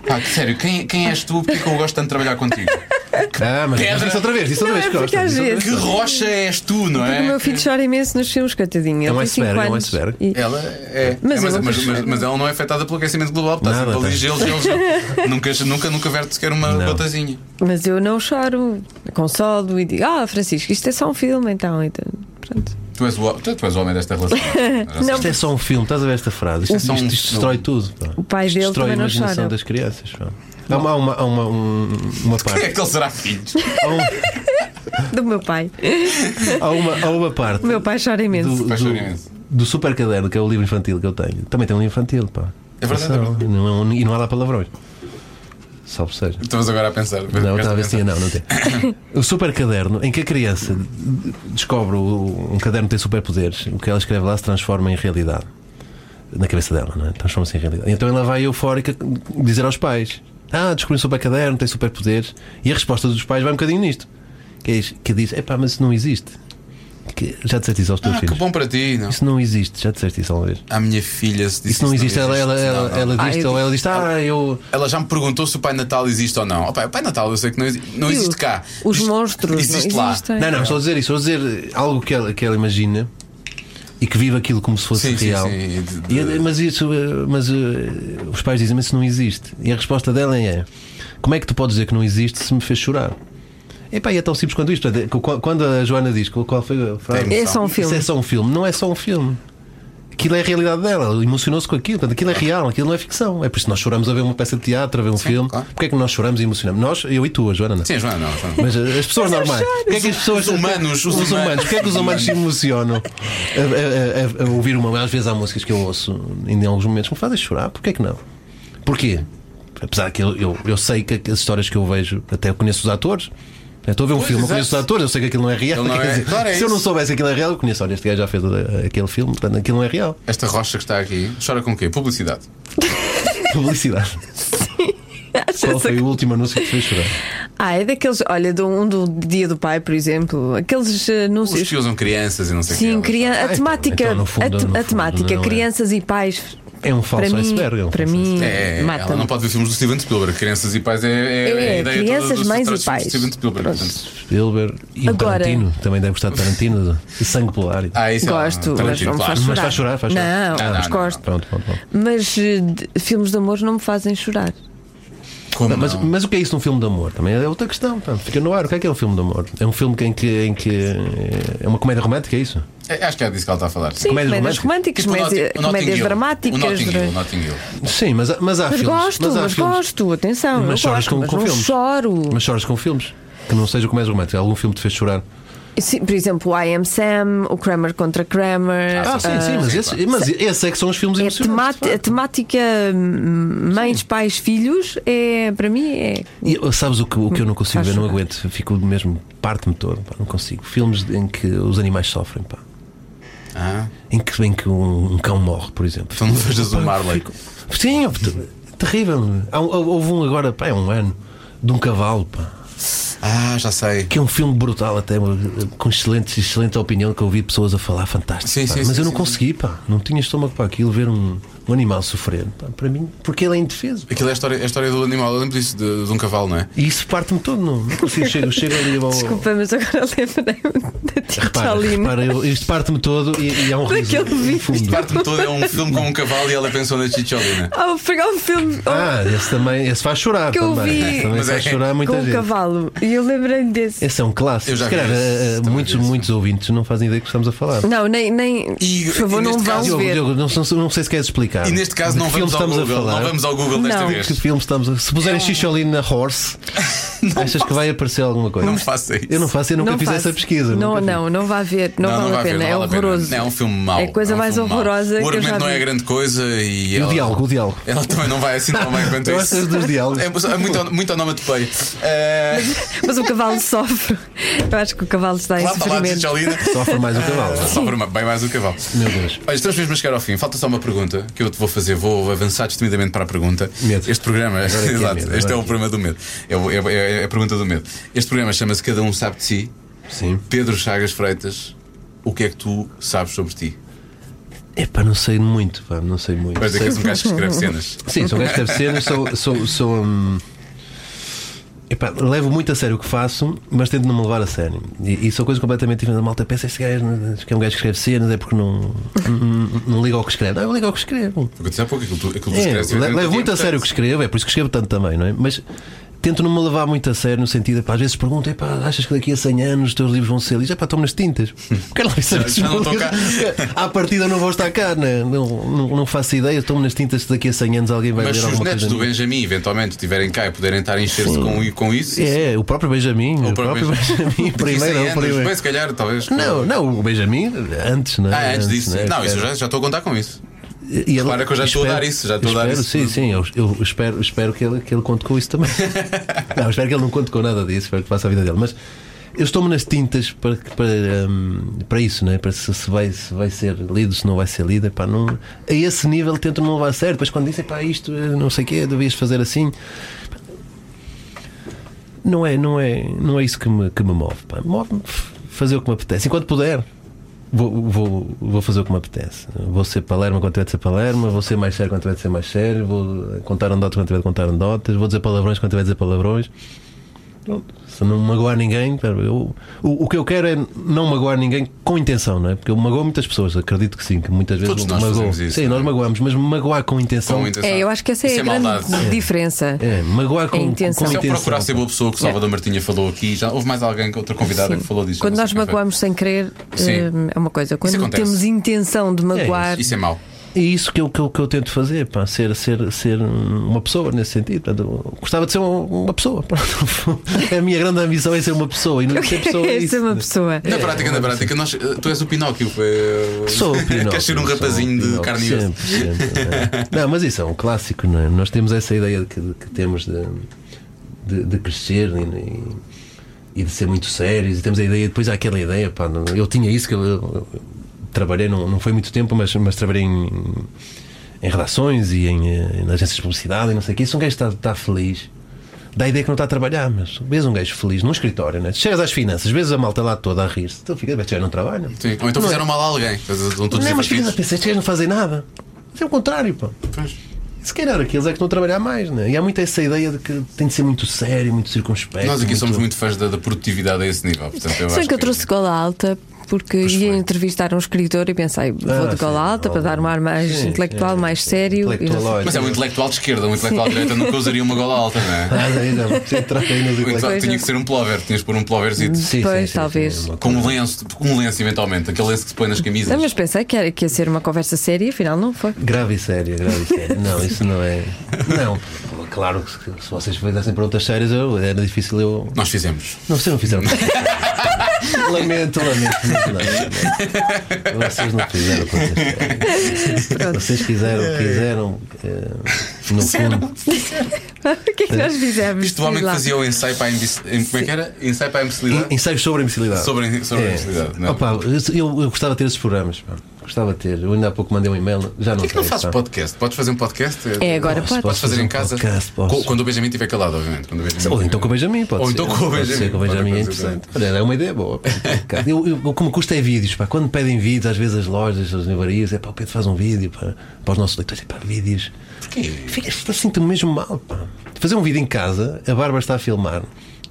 B: Pá, que sério, quem, quem és tu? Porquê que eu gosto tanto de trabalhar
C: <laughs>
B: contigo?
D: Ah, mas
B: Pedra.
D: disse outra vez, disse outra
C: Não,
D: vez
C: é
D: que
C: porque
D: gosta.
C: às
D: disse outra
C: vezes-
B: Que rocha és tu, não é?
C: O meu filho chora imenso nos filmes, coitadinho.
D: É um
C: Ele tem 5
D: iceberg, é um
C: anos.
D: iceberg.
C: E-
B: Ela é.
C: Mas
B: é, mas,
C: eu-
B: mas- mas- mas ela não é afetada pelo aquecimento global, está
D: Nada,
B: sempre ali
D: tá.
B: gelo, gelo, gelo. nunca, nunca, nunca verte sequer uma
D: Não.
B: gotazinha.
C: Mas eu não choro, consolo e digo: Ah, Francisco, isto é só um filme, então. então pronto.
B: Tu és, o, ho- tu, tu és o homem desta
C: <laughs>
B: relação.
C: Não.
D: Isto é só um filme, estás a ver esta frase? Isto,
B: é só
D: isto-
B: um
D: isto
B: filme.
D: destrói tudo. pá.
C: O pai
D: Isto
C: dele
D: destrói
C: também
D: a
C: não
D: imaginação
C: chora.
D: das crianças. pá. Há uma, há uma, há uma, um- uma
B: Quem é <laughs>
D: parte.
B: que ele será filho?
D: Há, um-
C: Do meu pai.
D: há uma, há uma parte
C: O meu pai chora imenso.
D: do,
B: Vai ser
D: do,
B: imenso.
D: do Super Caderno, que é o livro infantil que eu tenho. Também tem um livro infantil, pá.
B: É verdade, é
D: Atenção,
B: verdade.
D: não- não- e não há lá palavrões. Salve seja.
B: Estamos agora a pensar.
D: Não,
B: Estás a
D: talvez
B: pensar.
D: tinha, não, não tem. O super caderno em que a criança descobre o- um caderno que tem superpoderes, o que ela escreve lá se transforma em realidade. Na cabeça dela, não é? Transforma-se em realidade. Então ela vai eufórica dizer aos pais: Ah, descobri um super caderno, tem superpoderes. E a resposta dos pais vai um bocadinho nisto: que, é, isso- que diz, epá, mas isso não existe. Que- já disseste isso aos teus
B: Ah, que
D: filhos.
B: bom para ti. Não.
D: Isso não existe, já disseste isso uma vez.
B: A minha filha se disse
D: Isso não existe. Ela, ela,
B: Não,
D: ela,
B: não.
D: ela
C: Ah,
D: diz,
C: eu
D: ou ela diz: Ah, eu.
B: Ela já me perguntou se o Pai Natal existe ou não. Ó pá, o Pai Natal eu sei que não existe, não
C: E
B: existe
C: o-
B: cá.
C: Os
B: Existe-
C: monstros
B: Existe
C: não
B: lá.
C: existem.
D: Não, não, estou a dizer isso, estou a dizer algo que ela, que ela imagina e que vive aquilo como se fosse
B: Sim, sim,
D: real.
B: sim. De- de-
D: E ele- mas isso, eh, mas eh, os pais dizem, mas isso não existe. E a resposta dela é: como é que tu podes dizer que não existe se me fez chorar? Epá, e é tão simples quanto isto. Portanto, qu- Quando a Joana diz qual qual foi a frase?
B: Tem
C: É só um
D: Isso
C: filme.
D: é só um filme, não é só um filme. Aquilo é a realidade dela, ela emocionou-se com aquilo, portanto, aquilo é real, aquilo não é ficção. É por isso que nós choramos a ver uma peça de teatro, a ver um filme.
B: claro.
D: Porque é que nós choramos e emocionamos? Nós, eu e tu, a Joana, não. é?
B: Sim, Joana, não. Joana.
D: Mas eh, as pessoas normais. Porquê é que as pessoas.
B: Os humanos, os
D: Os humanos.
B: humanos.
D: Porquê é que os humanos se emocionam a, a- a- a- a ouvir uma. Às vezes há músicas que eu ouço em alguns momentos que me fazem chorar. Porquê é que não? Porquê? Apesar que eu, eu, eu sei que as histórias que eu vejo, até eu conheço os atores. Eu Estou a ver um
B: Pois,
D: filme, eu
B: exato.
D: conheço os atores, eu sei que aquilo não é real.
B: Ele não
D: Quer
B: é-
D: dizer,
B: claro, é
D: se eu não
B: isso.
D: soubesse que aquilo é real, eu conheço, olha, este gajo já fez eh, aquele filme, portanto aquilo não é
C: <laughs>
D: real.
B: Esta rocha que está aqui chora com o quê? Publicidade.
D: Publicidade. Qual foi o último anúncio que te fez chorar?
C: Ah, é daqueles. Olha, do, um do Dia do Pai, por exemplo. Aqueles eh,
B: Os
C: anúncios.
B: que usam crianças e não sei o quê.
C: Sim, crian... a
D: então,
C: temática,
D: então, no fundo,
C: a, te-
D: no
C: a
D: fundo,
C: temática
D: não é?
C: crianças e pais
D: É um falso
C: para mim,
D: iceberg. é um
C: para
D: falso
C: mim
B: É, ela
C: mata-me.
B: não pode ver filmes do Steven Spielberg. Crianças e pais é, é, a
C: É,
B: ideia toda
C: crianças,
B: dos
C: mães e
B: traços
C: pais.
B: Do Steven Spielberg.
C: Pronto.
B: portanto.
D: Spielberg e o
C: Agora-
D: Tarantino. Também deve gostar de Tarantino. de Sangue polar. e tal.
B: Ah, isso é-
C: Gosto,
B: Tarantino,
C: mas não me
B: claro.
C: faz
D: Mas
C: chorar.
D: faz chorar, faz chorar.
C: Não,
B: Ah, não,
C: mas
B: não,
C: gosto.
D: Pronto, pronto, pronto.
C: Mas eh, de- filmes de amor não me fazem chorar.
B: Como
D: Mas,
B: não?
D: mas o que é isso num filme de amor? Também é outra questão. pá. Fica no ar. O que é que é um filme de amor? É um filme que- em que, em que é uma comédia romântica, é isso?
B: É, Acho que é disso que ela está a falar.
C: Sim,
D: Comédias
C: comédias, românticas,
B: Tipo o Notting-
C: comédia-
B: o Notting
C: comédias
B: Hill.
C: dramáticas. né?
B: O Notting Hill,
C: dra-
B: o Notting Hill.
D: Sim, mas, mas há
C: Mas
D: filmes.
C: gosto,
D: mas há
C: mas
D: filmes.
C: gosto, atenção.
D: Mas
C: eu
D: choras
C: gosto,
D: com,
C: mas
D: com
C: não
D: filmes.
C: choro.
D: Mas choras com filmes. Que não seja comédia romântica. Algum filme te fez chorar.
C: Sim, por exemplo, o I Am Sam, o Kramer contra Kramer.
D: Ah, sim, sim, mas, esse, mas esse é que são os filmes
C: É
D: emocionantes.
C: temati- a temática hum, mães, pais, filhos é para mim é
D: E, eu- sabes o que, o que eu não consigo
C: Faz
D: ver? Não
C: chorar.
D: aguento. Fico mesmo. Parte-me todo. pá, não consigo. Filmes em que os animais sofrem. Pá.
B: Ah,
D: Em que, em que um, um cão morre, por exemplo.
B: então não vejas o Marley.
D: Sim, é terrível. Há um- Houve um agora, pá, é um ano, de um cavalo, pá,
B: Ah, já sei.
D: que é um filme brutal, até com excelente, excelente opinião que eu ouvi pessoas a falar, fantástico.
B: Sim,
D: pá.
B: sim,
D: Mas
B: sim,
D: eu não
B: sim,
D: consegui, pá, não tinha estômago para aquilo, ver um, um animal sofrer, pá, para mim, porque ele é indefeso.
B: Aquilo é a história, é a história do animal. Eu lembro disso, de, de um cavalo, não é?
D: E isso parte-me todo, não, não consigo. Chego, chego ali ao.
C: Desculpa, mas agora <laughs> lembrei-me da
D: Oh. Repara,
C: Tchalina.
D: repara, eu- isto parte-me todo e, e há um riso
C: Daquele
D: no
C: vídeo.
D: fundo.
B: Parte-me toda é um filme com um cavalo e ela pensou na Chicholina.
C: Ah, vou pegar um filme
D: Ah, esse também, esse faz chorar
C: Que eu
D: também.
C: vi.
D: Esse também
B: Mas
D: faz
B: é-
D: chorar
C: com
D: muita
C: um
D: gente.
C: cavalo e eu lembrei-me desse.
D: Esse é um clássico.
B: Eu já
D: Se calhar,
B: vi esse,
D: eh, eh,
B: também
D: muitos,
B: vi esse.
D: muitos ouvintes não fazem ideia do que estamos a falar.
C: Não, nem, nem
B: E-
C: por favor,
B: e
C: não
B: neste
C: vão
B: caso-
D: Diogo,
C: ver.
D: Diogo, não, sei- não sei se queres explicar.
B: E neste caso
D: De
B: não
D: que
B: vamos,
D: filme
B: ao
D: estamos
B: Google,
D: a falar.
B: não vamos ao Google desta
C: Não.
B: vez.
D: Que filme estamos a... Se puserem Xixolina na
C: <laughs>
D: Horse, achas que vai aparecer alguma coisa?
B: Não faça isso.
D: Eu não faço, eu nunca
C: Não
D: fiz
C: faz.
D: essa pesquisa.
C: Não,
D: nunca fiz.
C: não, não vá ver, não, vale a
B: vai
C: pena,
B: ver,
C: é
B: não vale a pena.
C: horroroso.
B: Não, É um filme mau.
C: É a coisa
B: um
C: mais
B: filme mau.
C: horrorosa
B: O
C: que eu
B: argumento
C: já
B: não é
C: vi.
B: grande coisa e.
D: E o
B: ela-
D: diálogo, o diálogo.
B: Ela também não vai assim tão bem quanto
D: Eu
B: isso.
D: gosto dos diálogos.
B: É, é muito, ao- muito ao nome de Eh, peio.
C: Mas é o cavalo sofre. Eu acho que o cavalo está em
B: lá está lá a
C: sofrimento.
B: Chicholina.
D: Sofre mais o cavalo.
B: <laughs> Sofre ma- bem mais o cavalo.
D: Meu Deus.
B: Olha, estamos mesmo a chegar ao fim. Falta só uma pergunta que eu te vou fazer. Vou avançar destemidamente para a pergunta.
D: Medo.
B: Este programa,
D: Agora é que é
B: exato,
D: medo,
B: este é
D: agora
B: o programa do medo. É, o- é- é- é a pergunta do medo. Este programa chama-se Cada Um Sabe de Si.
D: Sim.
B: Pedro Chagas Freitas, o que é que tu sabes sobre ti?
D: Epá, não sei muito, pá, não sei muito.
B: Mas é que
D: Sei-
B: és um gajo que escreve cenas.
D: Sim, sou um gajo de cabeceira, sou. sou, sou hum, epá, levo muito a sério o que faço, mas tento não me levar a sério. E, e são coisas completamente diferentes. A malta pensa, este gajo né, que é um gajo que escreve cenas, é porque não, não, não liga ao que escreve. Não, eu ligo ao que escrevo.
B: Porque disse há pouco aquilo que tu, aquilo que tu
D: É,
B: escreves.
D: le- levo muito a sério o que escrevo, é por isso que escrevo tanto também, não é? Mas tento não me levar muito a sério no sentido, epá, às vezes pergunto, epá, achas que daqui a 100 anos os teus livros vão ser lidos? Epá, estão
B: <laughs>
D: nas tintas. Quero lá saber se
B: Já não
D: os meus
B: estou cá.
D: livros- <laughs> À partida não vou estar cá, né? não, não, não faço ideia, estão nas tintas se daqui a 100 anos alguém vai
B: Mas
D: ler
B: se os
D: alguma coisa.
B: netos do
D: minha.
B: Benjamin eventualmente estiverem cá e puderem estar a encher-se com, com isso.
D: É, o próprio Benjamin, o próprio
B: <laughs>
D: Benjamin,
B: Daqui a 100
D: primeiro, é o
B: anos,
D: primeiro.
B: Bem, se calhar, talvez.
D: Não, não, o Benjamin antes, não é?
B: Ah, antes disso.
D: é?
B: Não, isso
D: Espero.
B: eu já, já estou a contar com isso.
D: E ele-
B: Repara que eu já estou a dar isso, já estou a dar
D: espero,
B: isso.
D: Sim, sim, eu, eu espero, espero que, ele, que ele conte com
B: <laughs>
D: isso também. não, espero que ele não conte com nada disso, espero que faça a vida dele. Mas eu estou-me nas tintas para, que- para, hum, para isso, não é? Para se, se vai, se vai ser lido, se não vai ser lido. Epá, não, a esse nível tento não levar a sério. Depois quando dizem, pá, isto eh, não sei o quê, devias fazer assim. Não é, não é, não é isso que me, que me move. pá. Move-me f- fazer o que me apetece, enquanto puder. Vou, vou, vou fazer o que me apetece. Vou ser palerma quando tiver de ser palerma, vou ser mais sério quando tiver de ser mais sério, vou contar andotas quando tiver de contar andotas, vou dizer palavrões quando tiver de dizer palavrões. Pronto. Se não magoar ninguém, pera, eu- o, o que eu quero é não magoar ninguém com intenção, não é? Porque eu magoo muitas pessoas, acredito que sim, que muitas vezes
B: Todos nós
D: magoo.
B: fazemos isso,
D: Sim,
B: não é?
D: nós magoamos, mas magoar com intenção.
B: Com intenção.
C: É, eu acho que essa é
B: Isso
C: a grande
B: maldade.
C: diferença.
D: É, magoar com,
C: É intenção.
B: Se eu
D: com intenção.
B: procurar ser boa pessoa que o Salvador Martinha falou aqui, já houve mais alguém, outra convidada
C: É. Sim.
B: que falou disso.
C: Quando
B: não
C: nós
B: sei quem foi.
C: magoamos sem querer,
B: Sim.
C: eh, é uma coisa. Quando
B: acontece.
C: temos intenção de magoar,
B: Isso é mau.
D: É isso que eu, que eu, que eu tento fazer, pá, ser, ser, ser uma pessoa nesse sentido. Portanto, eu gostava de ser um- uma pessoa. <laughs> pronto. A minha grande ambição é ser uma pessoa e <laughs> não ser pessoa. é
C: essa é
D: isso.
C: uma pessoa.
B: Na prática, na prática, nós, tu és o Pinóquio. eh,
D: Sou o Pinóquio,
B: <laughs> Queres ser um
D: sou o
B: rapazinho de
D: Pinóquio,
B: carne e osso.
D: sempre, sempre, é. Não, mas isso é um clássico, não é? Nós temos essa ideia de que, de que temos de, de, de crescer e, e de ser muito sérios. E temos a ideia, depois há aquela ideia, pá, não- eu tinha isso que eu, eu- eu trabalhei, não, não foi muito tempo, mas, mas trabalhei em, em redações e em, eh, nas agências de publicidade e não sei o que. Se um gajo está, está feliz. Dá a ideia que não está a trabalhar, mas vês um gajo feliz num escritório, né? chegas às finanças, vês a malta lá toda a rir-se, tu ficas, "Bem, já não trabalho.
B: Sim. Ou então fizeram mal a alguém. Estão todos
D: Não, é mas
B: divertidos.
D: ficas a pensar, estes gajos não fazem nada. Mas é o contrário, pá.
B: Pois.
D: Se calhar aqueles é que estão a trabalhar mais, né? E há muito essa ideia de que tem de ser muito sério, É muito circunspecto.
B: Nós aqui somos muito fãs da, da produtividade a esse nível. Portanto, eu
C: Sei
B: acho
C: que eu trouxe gola alta porque ia entrevistar um escritor e pensei, vou
D: Ah,
C: de gola
D: sim.
C: alta para dar um ar mais
D: Sim,
C: intelectual,
D: sim.
C: mais sério. e não sei-
D: Intelectual,
B: Mas é um intelectual de esquerda, um intelectual de direita nunca usaria uma gola alta, não é?
C: <laughs>
D: Ah, daí não, você entra aí nos
B: Um intelectual-
C: Pois
B: tinha
C: é.
B: que ser um plover, tinhas de pôr um ploverzito.
D: Sim,
C: Pois,
D: sim, sim,
C: talvez.
D: sim, é uma
B: Com um lenço, com um lenço eventualmente, aquele lenço que se põe nas camisas.
D: É
C: Ah, mas pensei que, era, que ia ser uma conversa séria, afinal não foi. <laughs>
D: Grave e séria, grave e séria. Não, isso não
B: <laughs>
D: é. Não, claro que se vocês fizessem perguntas sérias, eu, era difícil eu.
B: Nós fizemos.
D: Não, vocês não fizeram.
B: Hum.
D: <laughs> lamento, lamento. não, não. Vocês não fizeram perguntas sérias. Vocês
B: É.
D: fizeram, quiseram. eh, no fundo.
C: o que é que nós fizemos?
B: Isto o homem
C: Diz
B: que
C: lá.
B: fazia <laughs> o ensaio para a imbecilidade. Como é que era? Ensaio para a imbecilidade?
D: Ensaios sobre a imbecilidade.
B: Sobre, sobre a
D: É.
B: imbecilidade, não é?
D: Opa, eu, eu gostava de ter esses programas. pá. Gostava de ter. Eu ainda há pouco mandei um e-mail. Já não
B: Porquê que não
D: sei,
B: fazes
D: pá.
B: podcast? Podes fazer um podcast?
C: É, agora pode.
B: Podes fazer
D: tá. Posso
B: em
D: fazer
B: casa?
D: um podcast, posso.
B: Co- Quando o Benjamin estiver calado, obviamente. Quando o Benjamin
D: Ou então com o Benjamin, pode
B: Ou
D: ser.
B: então com o
D: Pode
B: Benjamin,
D: ser com o
B: pode
D: Benjamin é
B: acontecer.
D: interessante. Olha, é uma
B: <laughs>
D: ideia boa. eu, eu, o que me custa é vídeos. Pá. Quando pedem vídeos, às vezes as lojas, as livrarias, é pá, o Pedro faz um vídeo pá, para os nossos leitores. É pá, vídeos.
B: Porquê?
D: Fica- Sinto-me mesmo mal. Pá. Fazer um vídeo em casa, a Bárbara está a filmar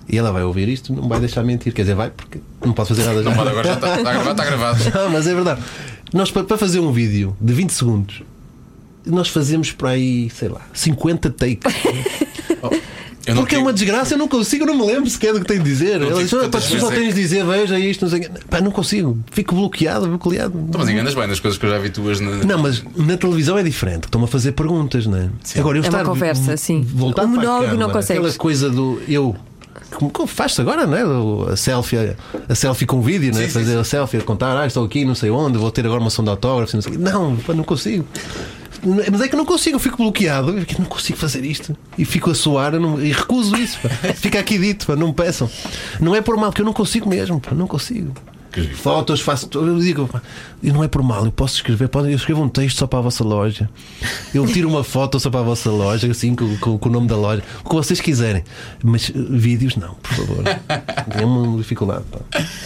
D: e ela vai ouvir isto, não vai deixar mentir. Quer dizer, vai, porque não pode fazer nada já.
B: Não pode, agora já está está gravado, está gravado.
D: <laughs> Não, mas é verdade. Nós, pa- para fazer um vídeo de 20 segundos, nós fazemos para aí, sei lá, 50 takes.
B: Eu não Então,
D: Porque é uma desgraça, eu não consigo, eu não me lembro sequer do que tenho de dizer. Ela
B: digo
D: diz: "Olha, pá,
B: quantas
D: tu só
B: vezes é
D: tens de dizer, veja isto, não sei o quê." Pá, não consigo, fico bloqueado, bloqueado.
B: Então, Mas enganas bem nas coisas que eu já vi tuas na.
D: Não, mas na televisão é diferente, que estão-me a fazer perguntas, não é? Agora, eu
C: É uma
D: estar
C: conversa,
D: v-
C: sim.
D: voltado
C: Um
D: para a
C: monólogo
D: câmara,
C: não consegues.
D: Aquela coisa do eu. Como, como faz-se agora, não é? Do- A selfie, a selfie com vídeo, não é?
B: Sim, sim,
D: Fazer
B: sim.
D: a selfie, a contar, ah, estou aqui, não sei onde, vou ter agora uma ação de autógrafos, não sei o quê. Não, pá, não consigo. Mas é que eu não consigo, eu fico bloqueado, eu não consigo fazer isto. E fico a soar eu não- e recuso isso.
C: <laughs>
D: pá. Fica aqui dito, pá, não me peçam. Não é por mal, porque eu não consigo mesmo, pá, não consigo
B: Que giro.
D: fotos, faço. Eu digo, pá, e não é por mal, eu posso escrever, pode- eu escrevo um texto só para a vossa loja. Eu tiro uma foto só para a vossa loja, assim, com, com- com o nome da loja, o que vocês quiserem. Mas eh, vídeos não,
C: <laughs>
D: por favor. É uma dificuldade, pá.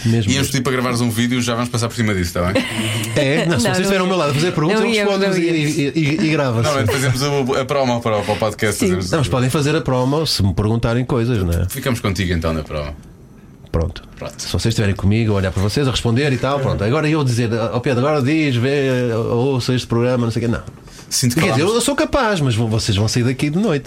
D: Mesmo.
B: Íamos pedir para gravares um vídeo, já vamos passar por cima disso,
D: <laughs>
B: está bem?
D: É, não, se
C: Não,
D: vocês
C: não
D: estiverem ao
C: ia.
D: meu lado a fazer perguntas,
C: Não
D: eu
C: ia,
D: respondo-vos
C: não
D: e,
C: ia.
D: e- e- e grava-se.
B: Normalmente é, fazemos a, a promo para, o- para o podcast. Fazemos
D: Não, mas podem fazer a promo se me perguntarem coisas, não é?
B: Ficamos contigo então na promo.
D: Pronto.
B: Pronto.
D: Se vocês estiverem comigo, a olhar para vocês, a responder e tal, pronto. Agora eu dizer, ó Pedro, agora diz, vê, ouça este programa, não sei o quê. Não.
B: Sinto que
D: Quer dizer,
B: falámos-
D: eu sou capaz, mas vo- vocês vão sair daqui de noite.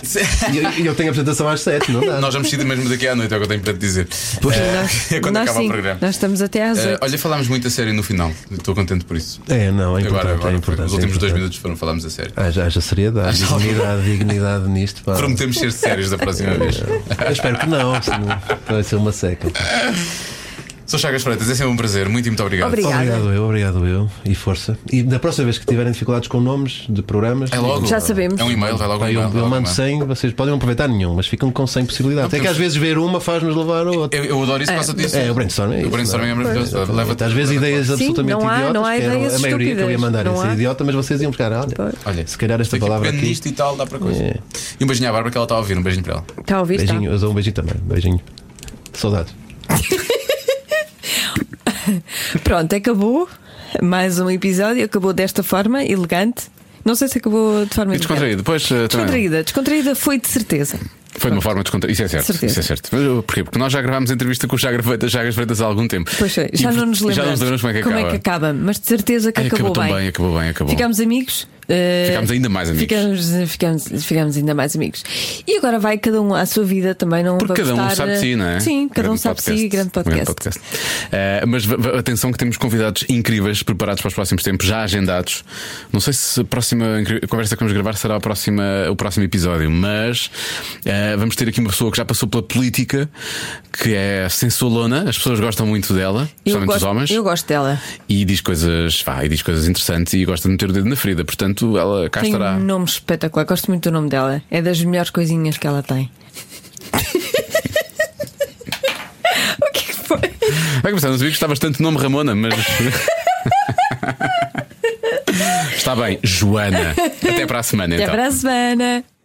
D: E eu, e eu tenho a apresentação às 7, não dá?
B: Nós vamos sair mesmo daqui à noite, é o que eu tenho para te dizer.
C: E
B: É,
C: nós-
B: é quando
C: nós
B: acaba
C: sim,
B: o programa.
C: Nós estamos até às
B: Eh,
C: 8.
B: olha, falámos muito a sério no final. Estou contente por isso.
D: É, não, é importante.
B: agora, agora,
D: é importante
B: os últimos
D: é
B: dois
D: importante.
B: minutos foram falámos a sério.
D: Haja, haja seriedade,
B: Haja alguma-
D: dignidade, dignidade nisto. Pá.
B: Prometemos ser sérios da
D: <laughs>
B: próxima
D: É.
B: vez.
D: Eu espero que não, senão vai ser uma seca.
B: Sou Chagas Freitas, é sempre um prazer. Muito e muito obrigado.
C: Obrigado. Obrigada.
D: Obrigado eu, obrigado eu. E força. E da próxima vez que tiverem dificuldades com nomes de programas.
B: É logo.
C: Já sabemos.
B: É um e-mail, vai logo um
D: Pá, eu,
B: e-mail. vai
D: eu
B: logo um
D: mando
B: e-mail.
D: 100, vocês podem não aproveitar nenhum, mas ficam com 100 possibilidades. É que às vezes ver uma faz-nos levar a outra.
B: Eu, eu adoro isso por causa disso.
D: É, o brainstorming é
B: O
D: isso,
B: brainstorming é
D: não é?
B: maravilhoso. Leva-te.
D: Exatamente. Às vezes ideias absolutamente
C: não há-
D: idiotas,
C: não há
D: que eram
C: ideias
D: a maioria que eu ia
C: estúpidas,
D: mandar
C: não
D: ia ser
C: há.
D: idiota, mas vocês iam buscar, olha,
B: Olha,
D: se calhar esta
B: sei que
D: palavra
B: pegando
D: aqui.
B: nisto e tal, dá para coisa.
D: É.
B: E um beijinho à Bárbara que ela está a ouvir. Um beijinho para ela.
C: Está a ouvir? Está.
D: Beijinho, eu dou um beijinho também. Beijinho. Saudades.
C: Pronto, acabou. Mais um episódio. Acabou desta forma, elegante. Não sei se acabou de forma
H: E
C: elegante.
H: descontraído, depois eh, também.
C: Descontraída. Descontraída foi de certeza.
H: Foi uma forma de descontraída. Isso é certo.
C: Certeza.
H: Isso é certo. Mas, uh, Porquê? Porque nós já gravámos entrevista com o Chagas Freitas, Chagas Freitas há algum tempo.
C: Pois é,
H: E
C: já não nos
H: já
C: lembramos.
H: como é que acaba.
C: acaba, mas de certeza que
H: Ai,
C: acabou,
H: acabou tão
C: bem.
H: bem, acabou bem, acabou.
C: Ficámos amigos. eh,
H: Ficámos Tá ainda mais amigos.
C: Ficámos, ficámos, ficámos ainda mais amigos. E agora vai cada um à sua vida também, não
H: Porque
C: vamos
H: cada um
C: estar,
H: sabe de si, não é?
C: Sim, cada um sabe de si, grande podcast.
H: Eh, mas v- v- atenção que temos convidados incríveis preparados para os próximos tempos, já agendados. Não sei se a próxima incri- conversa que vamos gravar será a próxima, o próximo episódio, mas eh, vamos ter aqui uma pessoa que já passou pela política, que é sensualona, as pessoas gostam muito dela,
C: Eu
H: especialmente os homens.
C: gosto, eu gosto dela.
H: E diz coisas, vá, e diz coisas interessantes e gosta de meter o dedo na ferida, portanto, ela cá
C: tem
H: estará.
C: um nome espetacular, gosto muito do nome dela. É das melhores coisinhas que ela tem. o que é que foi?
H: Vai começar, não sabia que está bastante nome Ramona, mas. está bem, Joana. Até para a semana,
C: Até
H: então.
C: para a semana.